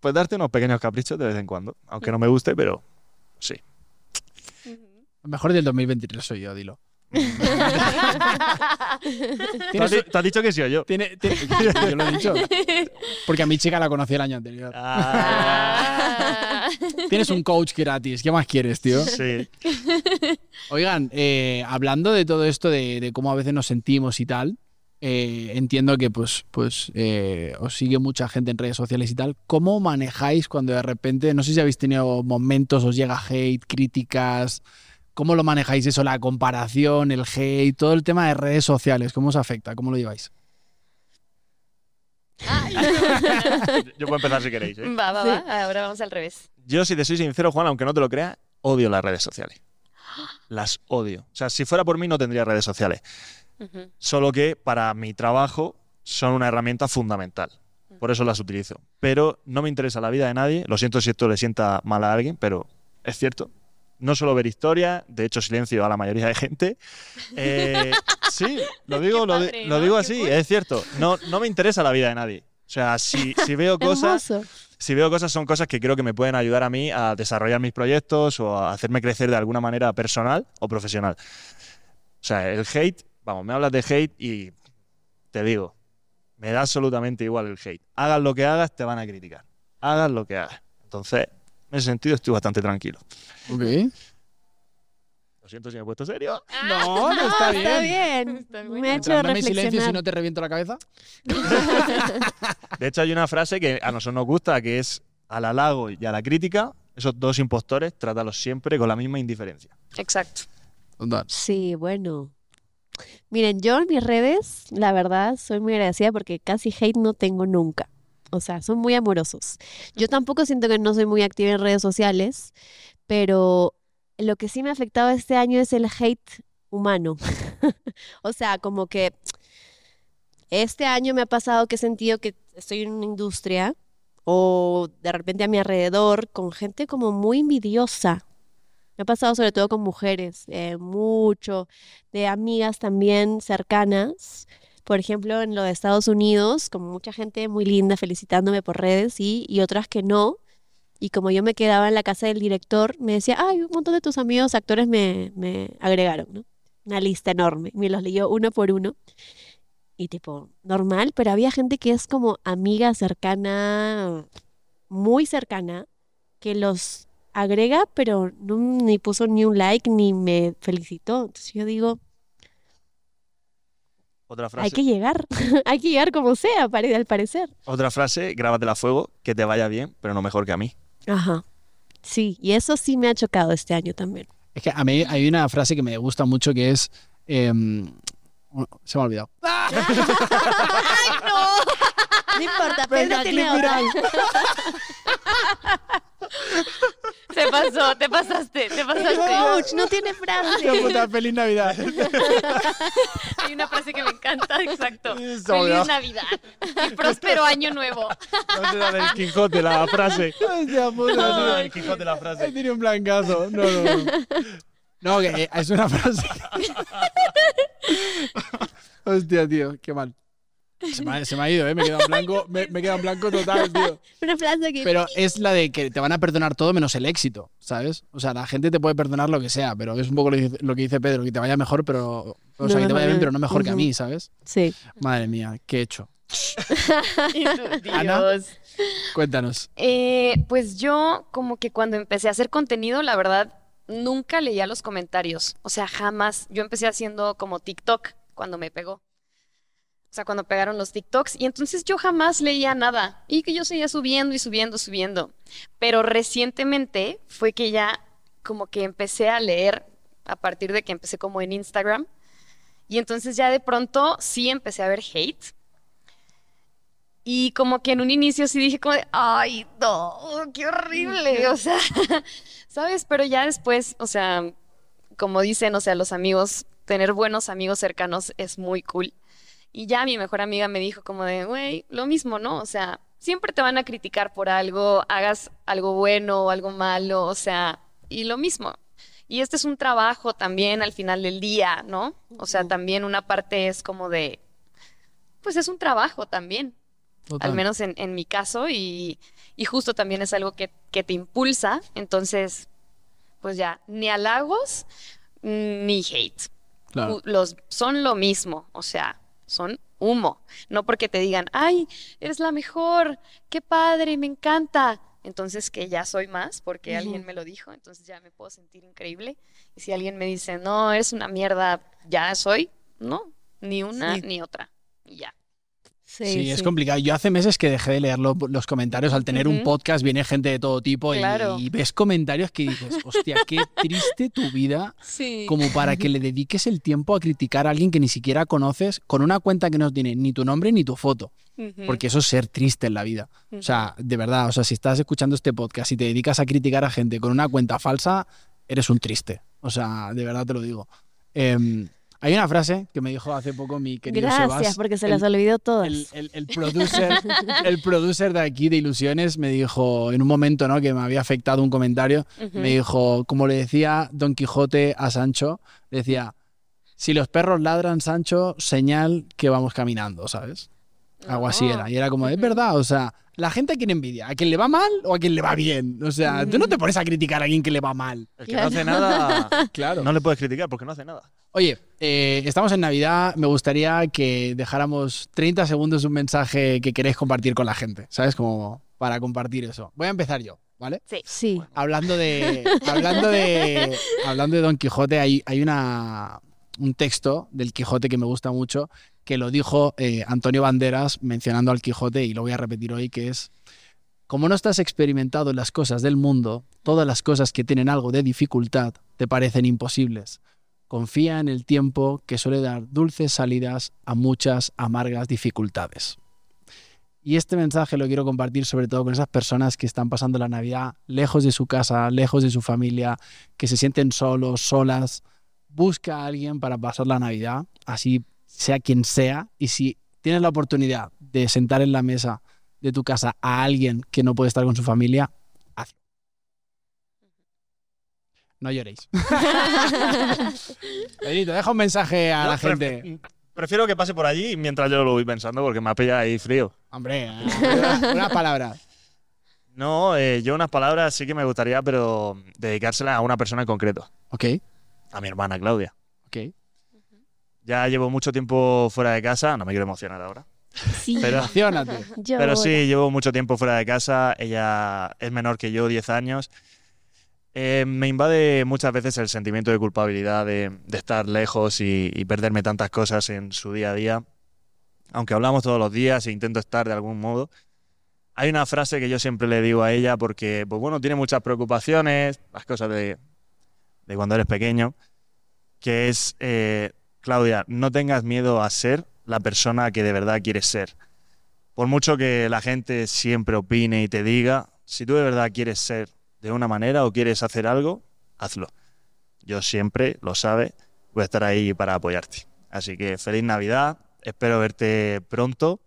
Speaker 7: pues darte unos pequeños caprichos de vez en cuando, aunque no me guste, pero sí.
Speaker 4: Lo mejor del 2023 soy yo, dilo.
Speaker 7: ¿Tú has,
Speaker 4: Tienes-
Speaker 7: di- tú has dicho que sí o yo?
Speaker 4: tiene- tiene- yo lo he dicho. Porque a mi chica la conocí el año anterior.
Speaker 5: Ah.
Speaker 4: Tienes un coach gratis. ¿Qué más quieres, tío?
Speaker 7: Sí.
Speaker 4: Oigan, eh, hablando de todo esto, de, de cómo a veces nos sentimos y tal, eh, entiendo que pues, pues eh, os sigue mucha gente en redes sociales y tal. ¿Cómo manejáis cuando de repente, no sé si habéis tenido momentos, os llega hate, críticas? ¿Cómo lo manejáis eso? La comparación, el hate, todo el tema de redes sociales, ¿cómo os afecta? ¿Cómo lo lleváis?
Speaker 7: Yo puedo empezar si queréis. ¿eh?
Speaker 5: Va, va, va. Ahora vamos al revés.
Speaker 7: Yo, si te soy sincero, Juan, aunque no te lo creas, odio las redes sociales. Las odio. O sea, si fuera por mí, no tendría redes sociales.
Speaker 5: Ujú.
Speaker 7: solo que para mi trabajo son una herramienta fundamental. Por eso las utilizo. Pero no me interesa la vida de nadie. Lo siento si esto le sienta mal a alguien, pero es cierto. No suelo ver historia, de hecho silencio a la mayoría de gente. Eh, sí, lo digo, lo, di-
Speaker 5: padre,
Speaker 7: lo
Speaker 5: ¿no?
Speaker 7: digo
Speaker 5: Qué
Speaker 7: así,
Speaker 5: cool.
Speaker 7: es cierto. No, no me interesa la vida de nadie. O sea, si, si veo cosas,
Speaker 6: Hermoso.
Speaker 7: si veo cosas, son cosas que creo que me pueden ayudar a mí a desarrollar mis proyectos o a hacerme crecer de alguna manera personal o profesional. O sea, el hate, vamos, me hablas de hate y te digo, me da absolutamente igual el hate. Hagas lo que hagas, te van a criticar. Hagas lo que hagas. Entonces, en ese sentido estoy bastante tranquilo.
Speaker 4: Ok.
Speaker 7: Lo siento si me he puesto serio.
Speaker 4: No, no Ah, está bien.
Speaker 6: Ah, Está bien. Me ha hecho
Speaker 4: Mientras no me silencio si
Speaker 6: reflexionar.
Speaker 4: no te reviento la cabeza.
Speaker 7: De hecho, hay una frase que a nosotros nos gusta, que es al halago y a la crítica, esos dos impostores, trátalos siempre con la misma indiferencia.
Speaker 5: Exacto.
Speaker 4: Total.
Speaker 6: Sí, bueno. Miren, yo en mis redes, la verdad, soy muy agradecida porque casi hate no tengo nunca. O sea, son muy amorosos. Yo tampoco siento que no soy muy activa en redes sociales, pero lo que sí me ha afectado este año es el hate humano. O sea, como que este año me ha pasado que he sentido que estoy en una industria o de repente a mi alrededor con gente como muy envidiosa. Me ha pasado sobre todo con mujeres, eh, mucho, de amigas también cercanas. Por ejemplo, en lo de Estados Unidos, como mucha gente muy linda felicitándome por redes y, y otras que no. Y como yo me quedaba en la casa del director, me decía, ay, un montón de tus amigos actores me, me agregaron, ¿no? Una lista enorme. Me los leyó uno por uno. Y tipo, normal, pero había gente que es como amiga cercana, muy cercana, que los agrega, pero no, ni puso ni un like ni me felicitó. Entonces yo digo,
Speaker 7: Otra frase.
Speaker 6: hay que llegar, hay que llegar como sea, pare- al parecer.
Speaker 7: Otra frase, grábatela a fuego, que te vaya bien, pero no mejor que a mí.
Speaker 6: Ajá. Sí, y eso sí me ha chocado este año también.
Speaker 4: Es que a mí hay una frase que me gusta mucho que es. em, se me ha olvidado.
Speaker 6: No
Speaker 4: Venga,
Speaker 6: importa, Pedro tiene
Speaker 4: clip
Speaker 6: otra.
Speaker 4: viral.
Speaker 5: Te pasó, te pasaste, te pasaste.
Speaker 6: Ouch, no tiene frase.
Speaker 4: Qué puta, feliz Navidad.
Speaker 5: Hay una frase que me encanta, exacto.
Speaker 7: Sí, se me olvidó.
Speaker 5: Feliz Navidad y próspero año nuevo.
Speaker 7: No se da del Quijote la frase.
Speaker 4: Hostia puta,
Speaker 7: No se
Speaker 4: tío.
Speaker 7: da del Quijote la
Speaker 4: Ahí
Speaker 7: frase.
Speaker 4: tiene un blancazo. No, no, no. No, que eh, es una frase. Hostia, tío, qué mal. Se me, ha- se me ha ido, ¿eh? Me he quedado en blanco, me, me he quedado en blanco total, tío.
Speaker 6: Una frase que.
Speaker 4: Pero es la de que te van a perdonar todo menos el éxito, ¿sabes? O sea, la gente te puede perdonar lo que sea, pero es un poco lo, que dice- lo que dice Pedro, que te vaya mejor, pero. O
Speaker 6: No,
Speaker 4: sea, que te
Speaker 6: no,
Speaker 4: vaya
Speaker 6: no.
Speaker 4: bien, pero no mejor que a
Speaker 6: Ujú.
Speaker 4: mí, ¿sabes?
Speaker 6: Sí.
Speaker 4: Madre mía, qué he hecho.
Speaker 5: Y tú,
Speaker 4: Ana.
Speaker 5: Dios.
Speaker 4: Cuéntanos.
Speaker 5: Eh, pues yo como que cuando empecé a hacer contenido, la verdad, nunca leía los comentarios. O sea, jamás. Yo empecé haciendo como TikTok cuando me pegó. O sea, cuando pegaron los TikToks. Y entonces yo jamás leía nada. Y que yo seguía subiendo y subiendo, subiendo. Pero recientemente fue que ya como que empecé a leer a partir de que empecé como en Instagram. Y entonces ya de pronto sí empecé a ver hate. Y como que en un inicio sí dije como de, ay, no, qué horrible, o sea, ¿sabes? Pero ya después, o sea, como dicen, o sea, los amigos, tener buenos amigos cercanos es muy cool. Y ya mi mejor amiga me dijo como de, güey, lo mismo, ¿no? O sea, siempre te van a criticar por algo, hagas algo bueno o algo malo, o sea, y lo mismo. Y este es un trabajo también al final del día, ¿no? O sea, también una parte es como de, pues es un trabajo también
Speaker 4: Total.
Speaker 5: al menos en, en mi caso, y, y justo también es algo que, que te impulsa, entonces, pues ya, ni halagos ni hate,
Speaker 4: Claro.
Speaker 5: Ju- los, son lo mismo, o sea, son humo, no porque te digan, ay, eres la mejor, qué padre, me encanta, entonces que ya soy más porque alguien me lo dijo, entonces ya me puedo sentir increíble, y si alguien me dice, no, eres una mierda, ya soy, no, ni una
Speaker 6: Sí.
Speaker 5: ni otra, y ya.
Speaker 6: Sí,
Speaker 4: Sí, es complicado. Yo hace meses que dejé de leer lo- los comentarios. Al tener un
Speaker 5: Ujú.
Speaker 4: podcast viene gente de todo tipo y,
Speaker 5: Claro.
Speaker 4: y ves comentarios que dices, hostia, qué triste tu vida
Speaker 8: Sí.
Speaker 4: como para que le dediques el tiempo a criticar a alguien que ni siquiera conoces con una cuenta que no tiene ni tu nombre ni tu foto. Porque eso es ser triste en la vida. O sea, de verdad, o sea, si estás escuchando este podcast y te dedicas a criticar a gente con una cuenta falsa, eres un triste. O sea, de verdad te lo digo. Em, hay una frase que me dijo hace poco mi querido
Speaker 6: Gracias,
Speaker 4: Sebas,
Speaker 6: porque se
Speaker 4: el-
Speaker 6: las olvidó todas.
Speaker 4: el, el- el producer, el producer de aquí, de Ilusiones, me dijo en un momento ¿no? que me había afectado un comentario,
Speaker 5: Ujú.
Speaker 4: me dijo, como le decía Don Quijote a Sancho, le decía, si los perros ladran, Sancho, señal que vamos caminando, ¿sabes? Algo así
Speaker 5: No.
Speaker 4: era. Y era como, es
Speaker 5: Ah. Ujú.
Speaker 4: verdad, o sea, la gente a quien envidia, a quien le va mal o a quien le va bien. O sea, tú no te pones a criticar a alguien que le va mal.
Speaker 7: El que no hace nada,
Speaker 4: Claro.
Speaker 7: no le puedes criticar porque no hace nada.
Speaker 4: Oye, eh, estamos en Navidad. Me gustaría que dejáramos 30 segundos un mensaje que queréis compartir con la gente, ¿sabes? Como para compartir eso. Voy a empezar yo, ¿vale?
Speaker 6: Sí.
Speaker 4: Hablando de, hablando de, hablando de Don Quijote, hay, hay una, un texto del Quijote que me gusta mucho, que lo dijo eh, Antonio Banderas mencionando al Quijote, y lo voy a repetir hoy, que es, como no estás experimentado en las cosas del mundo, todas las cosas que tienen algo de dificultad te parecen imposibles. Confía en el tiempo que suele dar dulces salidas a muchas amargas dificultades. Y este mensaje lo quiero compartir sobre todo con esas personas que están pasando la Navidad lejos de su casa, lejos de su familia, que se sienten solos, solas. Busca a alguien para pasar la Navidad, así sea quien sea. Y si tienes la oportunidad de sentar en la mesa de tu casa a alguien que no puede estar con su familia, hazlo. No lloréis. Benito, deja un mensaje a la
Speaker 7: Yo pref-
Speaker 4: gente.
Speaker 7: Prefiero que pase por allí mientras yo lo voy pensando porque me ha pillado ahí frío.
Speaker 4: Hombre, eh, una- unas palabras.
Speaker 7: No, eh, yo unas palabras sí que me gustaría, pero dedicárselas a una persona en concreto,
Speaker 4: Ok,
Speaker 7: a mi hermana Claudia.
Speaker 4: ok.
Speaker 7: Ya llevo mucho tiempo fuera de casa, no me quiero emocionar ahora.
Speaker 6: Sí.
Speaker 7: Pero,
Speaker 4: Emocionate.
Speaker 6: yo
Speaker 7: pero sí, llevo mucho tiempo fuera de casa, ella es menor que yo, 10 años. Eh, me invade muchas veces el sentimiento de culpabilidad de, de estar lejos y, y perderme tantas cosas en su día a día. Aunque hablamos todos los días e intento estar de algún modo. Hay una frase que yo siempre le digo a ella porque, pues bueno, tiene muchas preocupaciones, las cosas de, de cuando eres pequeño, que es, eh, Claudia, no tengas miedo a ser la persona que de verdad quieres ser. Por mucho que la gente siempre opine y te diga, si tú de verdad quieres ser de una manera o quieres hacer algo, hazlo. Yo siempre, lo sabes, voy a estar ahí para apoyarte. Así que feliz Navidad, espero verte pronto,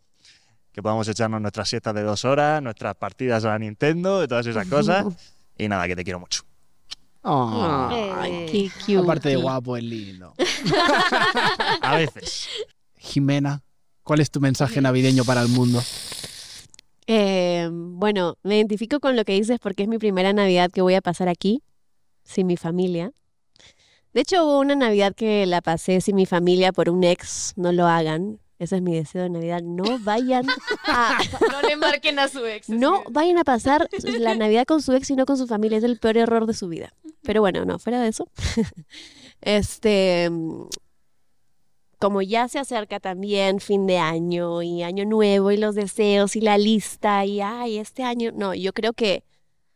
Speaker 7: que podamos echarnos nuestras siestas de dos horas, nuestras partidas a la Nintendo, y todas esas cosas. Y nada, que te quiero mucho.
Speaker 4: Oh,
Speaker 5: Eh,
Speaker 6: Qué cute.
Speaker 4: aparte de guapo, es lindo.
Speaker 7: A veces.
Speaker 4: Jimena, ¿cuál es tu mensaje navideño para el mundo?
Speaker 6: Eh, bueno, me identifico con lo que dices porque es mi primera Navidad que voy a pasar aquí, sin mi familia. De hecho, hubo una Navidad que la pasé sin mi familia por un ex, no lo hagan. Ese es mi deseo de Navidad. No vayan a,
Speaker 5: No le marquen a su ex.
Speaker 6: no
Speaker 5: escribe.
Speaker 6: vayan a pasar la Navidad con su ex y no con su familia. Es el peor error de su vida. Pero bueno, no, fuera de eso. Este, mm, como ya se acerca también fin de año y año nuevo y los deseos y la lista y ay, este año. No, yo creo que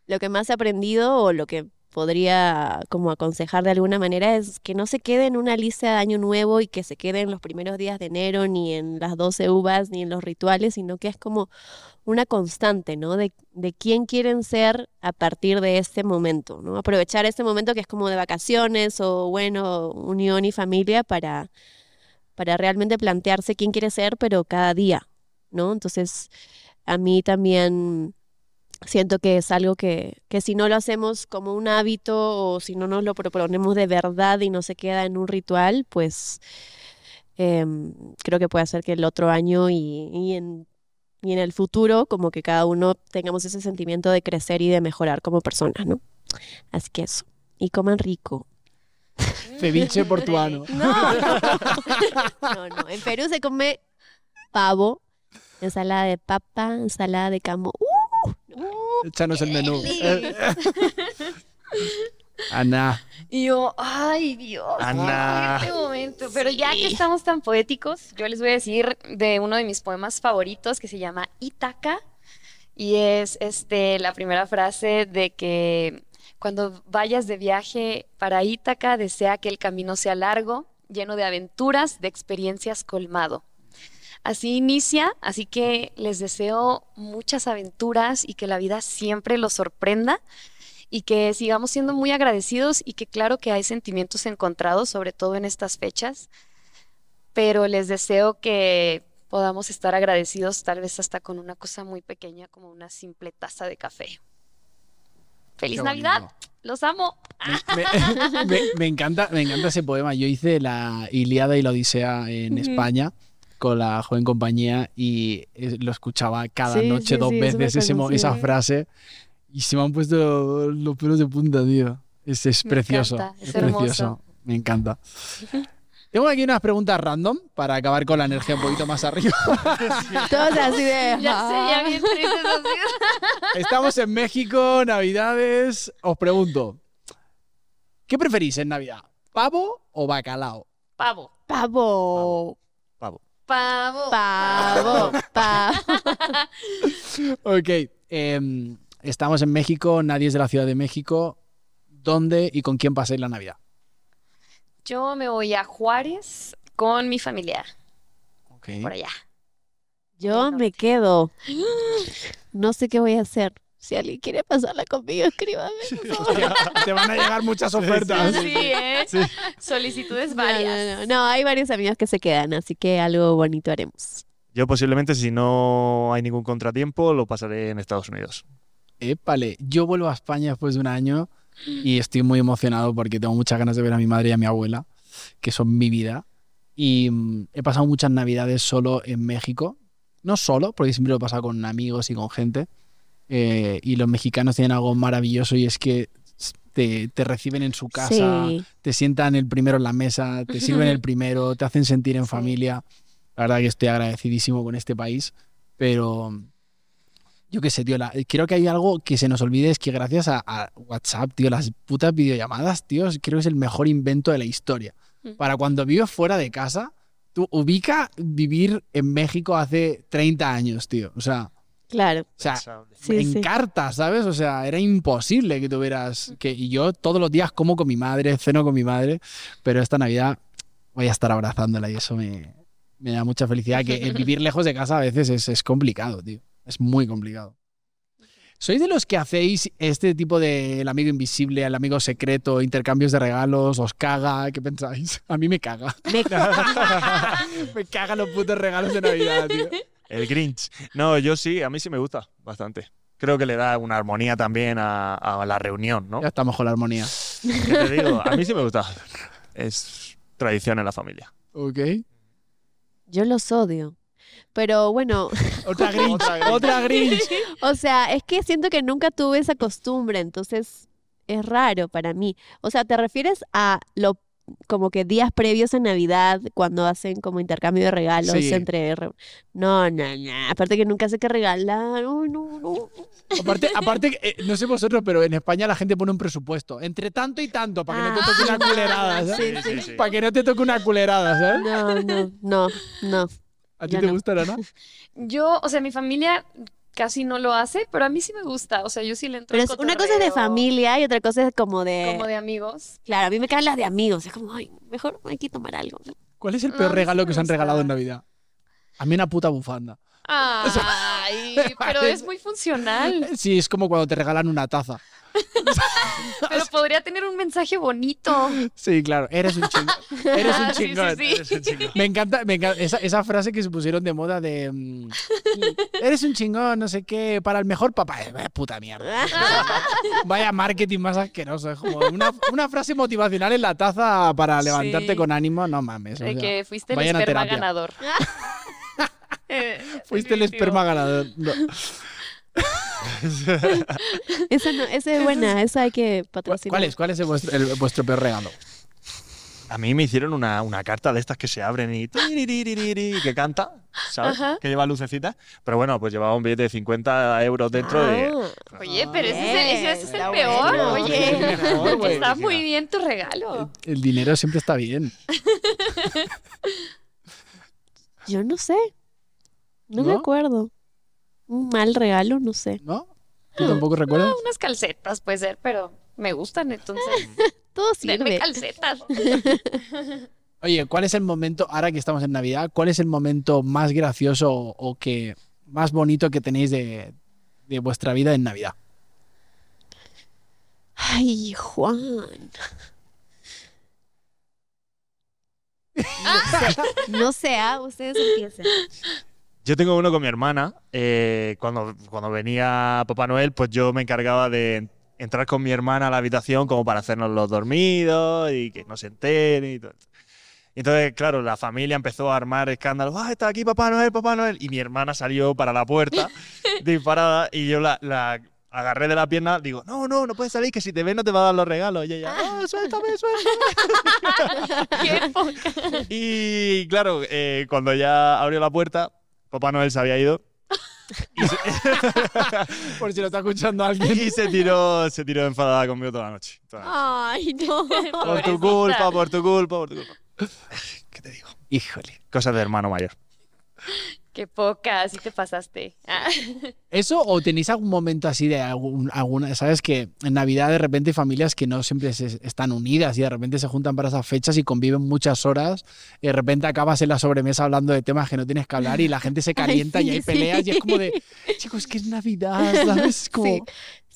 Speaker 6: lo que más he aprendido o lo que podría como aconsejar de alguna manera es que no se quede en una lista de año nuevo y que se quede en los primeros días de enero ni en las 12 uvas ni en los rituales, sino que es como una constante, ¿no? De, de quién quieren ser a partir de este momento, ¿no? Aprovechar este momento que es como de vacaciones o, bueno, unión y familia para, para realmente plantearse quién quiere ser, pero cada día, ¿no? Entonces, a mí también siento que es algo que, que si no lo hacemos como un hábito o si no nos lo proponemos de verdad y no se queda en un ritual, pues em, creo que puede hacer que el otro año y, y en, y en el futuro como que cada uno tengamos ese sentimiento de crecer y de mejorar como personas, ¿no? Así que eso. Y coman rico.
Speaker 4: Ceviche portuano.
Speaker 6: No, no. No, no. En Perú se come pavo, ensalada de papa, ensalada de camo. ¡Uh!
Speaker 4: Échanos el menú. Ana,
Speaker 5: Y yo, ay Dios,
Speaker 7: Ana.
Speaker 5: en este momento. Pero ya que estamos tan poéticos, yo les voy a decir de uno de mis poemas favoritos que se llama Ítaca. Y es este la primera frase de que cuando vayas de viaje para Ítaca, desea que el camino sea largo, lleno de aventuras, de experiencias colmado. Así inicia, así que les deseo muchas aventuras y que la vida siempre los sorprenda y que sigamos siendo muy agradecidos y que claro que hay sentimientos encontrados, sobre todo en estas fechas, pero les deseo que podamos estar agradecidos tal vez hasta con una cosa muy pequeña como una simple taza de café. ¡Feliz
Speaker 4: Qué
Speaker 5: Navidad!
Speaker 4: bonito.
Speaker 5: ¡Los amo!
Speaker 4: me, me- me- me encanta, me encanta ese poema. Yo hice la Ilíada y la Odisea en
Speaker 6: Ujú.
Speaker 4: España con la joven compañía y eh, lo escuchaba cada
Speaker 6: Sí,
Speaker 4: noche
Speaker 6: sí,
Speaker 4: dos
Speaker 6: sí, es
Speaker 4: veces
Speaker 6: súper
Speaker 4: ese mo- esa
Speaker 6: conocido.
Speaker 4: frase y se me han puesto los pelos de punta, tío. Es, es
Speaker 5: Me
Speaker 4: precioso,
Speaker 5: encanta,
Speaker 4: es
Speaker 5: es hermoso.
Speaker 4: precioso. Me encanta. Tengo aquí unas preguntas random para acabar con la energía un poquito más arriba.
Speaker 6: Todos así de. ah,
Speaker 5: Ya sé, ya bien tristes así.
Speaker 4: Estamos en México, Navidades. Os pregunto, ¿qué preferís en Navidad? ¿Pavo o bacalao?
Speaker 5: Pavo.
Speaker 6: Pavo.
Speaker 7: Pavo.
Speaker 5: Pavo.
Speaker 6: Pavo. Pavo.
Speaker 4: Ok, em, estamos en México, nadie es de la Ciudad de México. ¿Dónde y con quién pasáis la Navidad?
Speaker 5: Yo me voy a Juárez con mi familia, por allá.
Speaker 6: Yo me quedo. No sé qué voy a hacer. Si alguien quiere pasarla conmigo, escríbame. por favor.
Speaker 4: Hostia, te van a llegar muchas ofertas.
Speaker 5: Sí, ¿eh? Solicitudes
Speaker 6: No,
Speaker 5: varias.
Speaker 6: No, no, no, hay varios amigos que se quedan, así que algo bonito haremos.
Speaker 7: Yo posiblemente, si no hay ningún contratiempo, lo pasaré en Estados Unidos.
Speaker 4: Épale, yo vuelvo a España después de un año y estoy muy emocionado porque tengo muchas ganas de ver a mi madre y a mi abuela, que son mi vida. Y mm, he pasado muchas navidades solo en México. No solo, porque siempre lo he pasado con amigos y con gente. Eh, y los mexicanos tienen algo maravilloso y es que te, te reciben en su casa,
Speaker 6: Sí.
Speaker 4: te sientan el primero en la mesa, te sirven el primero, te hacen sentir en
Speaker 6: Sí.
Speaker 4: familia. La verdad que estoy agradecidísimo con este país, pero yo qué sé, tío, la- creo que hay algo que se nos olvide, es que gracias a, a WhatsApp, tío, las putas videollamadas, tío, creo que es el mejor invento de la historia.
Speaker 5: Mm.
Speaker 4: Para cuando vives fuera de casa, tú ubica vivir en México hace 30 años, tío. O sea,
Speaker 6: Claro.
Speaker 4: o sea
Speaker 7: Pensable.
Speaker 6: Sí,
Speaker 4: en
Speaker 6: sí.
Speaker 4: carta, ¿sabes? O sea, era imposible que tuvieras que y yo todos los días como con mi madre, ceno con mi madre, pero esta Navidad voy a estar abrazándola y eso me, me da mucha felicidad que el vivir lejos de casa a veces es, es complicado, tío. Es muy complicado. ¿Sois de los que hacéis este tipo de el amigo invisible, el amigo secreto, intercambios de regalos, os caga? ¿Qué pensáis? A mí me caga.
Speaker 6: Me-
Speaker 4: me cagan los putos regalos de Navidad, tío.
Speaker 7: El Grinch. No, yo sí, a mí sí me gusta bastante. Creo que le da una armonía también a, a la reunión, ¿no?
Speaker 4: Ya estamos con la armonía.
Speaker 7: ¿Qué te digo? A mí sí me gusta. Es tradición en la familia.
Speaker 4: ¿Ok?
Speaker 6: Yo los odio. Pero bueno,
Speaker 4: Otra Grinch, otra Grinch.
Speaker 6: o sea, es que siento que nunca tuve esa costumbre, entonces es raro para mí. O sea, ¿te refieres a lo como que días previos a Navidad, cuando hacen como intercambio de regalos
Speaker 4: Sí.
Speaker 6: entre... re- No, no, no. Aparte que nunca sé qué regalar. No, no, no.
Speaker 4: Aparte, aparte eh, no sé vosotros, pero en España la gente pone un presupuesto. Entre tanto y tanto, para que no te toque una culerada, ¿sabes?
Speaker 6: Sí, sí.
Speaker 4: Para que no te toque una culerada, ¿sabes?
Speaker 6: No, no, no, no.
Speaker 4: ¿A ti
Speaker 6: Ya
Speaker 4: te
Speaker 6: no.
Speaker 4: gusta, Ana?
Speaker 5: Yo, o sea, mi familia casi no lo hace, pero a mí sí me gusta. O sea, yo sí le entro
Speaker 6: Pero
Speaker 5: al
Speaker 6: es- una cosa es de
Speaker 5: cotorreo
Speaker 6: familia y otra cosa es como de...
Speaker 5: Como de amigos.
Speaker 6: Claro, a mí me caen las de amigos. Es como, ay, mejor hay que tomar algo.
Speaker 4: ¿Cuál es el
Speaker 5: No,
Speaker 4: peor
Speaker 5: a mí sí
Speaker 4: regalo
Speaker 5: me
Speaker 4: que os han regalado en
Speaker 5: gusta.
Speaker 4: Navidad? A mí una puta bufanda.
Speaker 5: Ay, pero es muy funcional.
Speaker 4: Sí, es como cuando te regalan una taza.
Speaker 5: Pero podría tener un mensaje bonito.
Speaker 4: Sí, claro, eres un chingón. Eres un
Speaker 5: Ah, sí, sí,
Speaker 4: chingón.
Speaker 5: sí. Eres un
Speaker 4: Me encanta, me encanta esa, esa frase que se pusieron de moda de mm, eres un chingón, no sé qué, para el mejor papá. Eh, Vaya puta mierda. Vaya marketing más asqueroso. Es como una, una frase motivacional en la taza para levantarte
Speaker 5: Sí.
Speaker 4: con ánimo. No mames. o
Speaker 5: De
Speaker 4: sea,
Speaker 5: que fuiste el
Speaker 4: vayan a
Speaker 5: esperma
Speaker 4: terapia.
Speaker 5: ganador. Eh,
Speaker 4: fuiste el
Speaker 5: definitivo.
Speaker 4: esperma ganador. No.
Speaker 6: Esa, no, esa es buena, esa hay que
Speaker 4: ¿Cuál-
Speaker 6: patrocinar.
Speaker 4: ¿Cuál es? ¿Cuál es el vuestro, el- vuestro peor regalo?
Speaker 7: A mí me hicieron una, una carta de estas que se abren y tiriririririri, que canta, ¿sabes? Que lleva lucecitas. Pero bueno, pues llevaba un billete de 50 euros dentro de...
Speaker 6: Ah,
Speaker 5: Oye, pero ese es el, ese es el
Speaker 6: Está
Speaker 5: peor.
Speaker 6: bueno.
Speaker 5: Oye,
Speaker 4: Es el mejor, güey.
Speaker 5: está muy bien tu regalo.
Speaker 4: El dinero siempre está bien.
Speaker 6: yo no sé. No, me
Speaker 4: ¿No?
Speaker 6: acuerdo. Un mal regalo, no sé.
Speaker 4: ¿No? ¿Tú tampoco recuerdas?
Speaker 5: Unas calcetas puede ser, pero me gustan, entonces
Speaker 6: Todo
Speaker 5: denme
Speaker 6: sirve.
Speaker 5: calcetas.
Speaker 4: Oye, ¿cuál es el momento, ahora que estamos en Navidad, cuál es el momento más gracioso o, o que más bonito que tenéis de, de vuestra vida en Navidad?
Speaker 6: Ay, Juan. No sé, ah, ustedes empiecen.
Speaker 7: Yo tengo uno con mi hermana. eh, cuando, cuando venía Papá Noel, pues yo me encargaba de entrar con mi hermana a la habitación como para hacernos los dormidos y que no se enteren y todo. Y entonces, claro, la familia empezó a armar escándalos. ¡Ah, está aquí Papá Noel, Papá Noel! Y mi hermana salió para la puerta disparada y yo la, la agarré de la pierna. Digo, no, no, no puedes salir, que si te ven no te va a dar los regalos. Y ella, ¡ah, suéltame, suéltame!
Speaker 5: Qué poca.
Speaker 7: Y claro, eh, cuando ya abrió la puerta, Papá Noel se había ido. Y se,
Speaker 4: Por si lo está escuchando alguien.
Speaker 7: y se tiró, se tiró enfadada conmigo toda la noche. toda la noche.
Speaker 6: Ay, no.
Speaker 7: Por
Speaker 5: pobrecita.
Speaker 7: tu culpa, por tu culpa, por tu culpa. ¿Qué te digo?
Speaker 4: Híjole.
Speaker 7: Cosas de hermano mayor.
Speaker 5: Qué poca, así te pasaste. Ah,
Speaker 4: ¿Eso o tenéis algún momento así de algún- alguna, sabes que en Navidad de repente hay familias que no siempre se- están unidas y de repente se juntan para esas fechas y conviven muchas horas y de repente acabas en la sobremesa hablando de temas que no tienes que hablar y la gente se calienta y hay
Speaker 6: sí.
Speaker 4: peleas y es como de, chicos, que es Navidad, ¿sabes? Es como...
Speaker 6: Sí.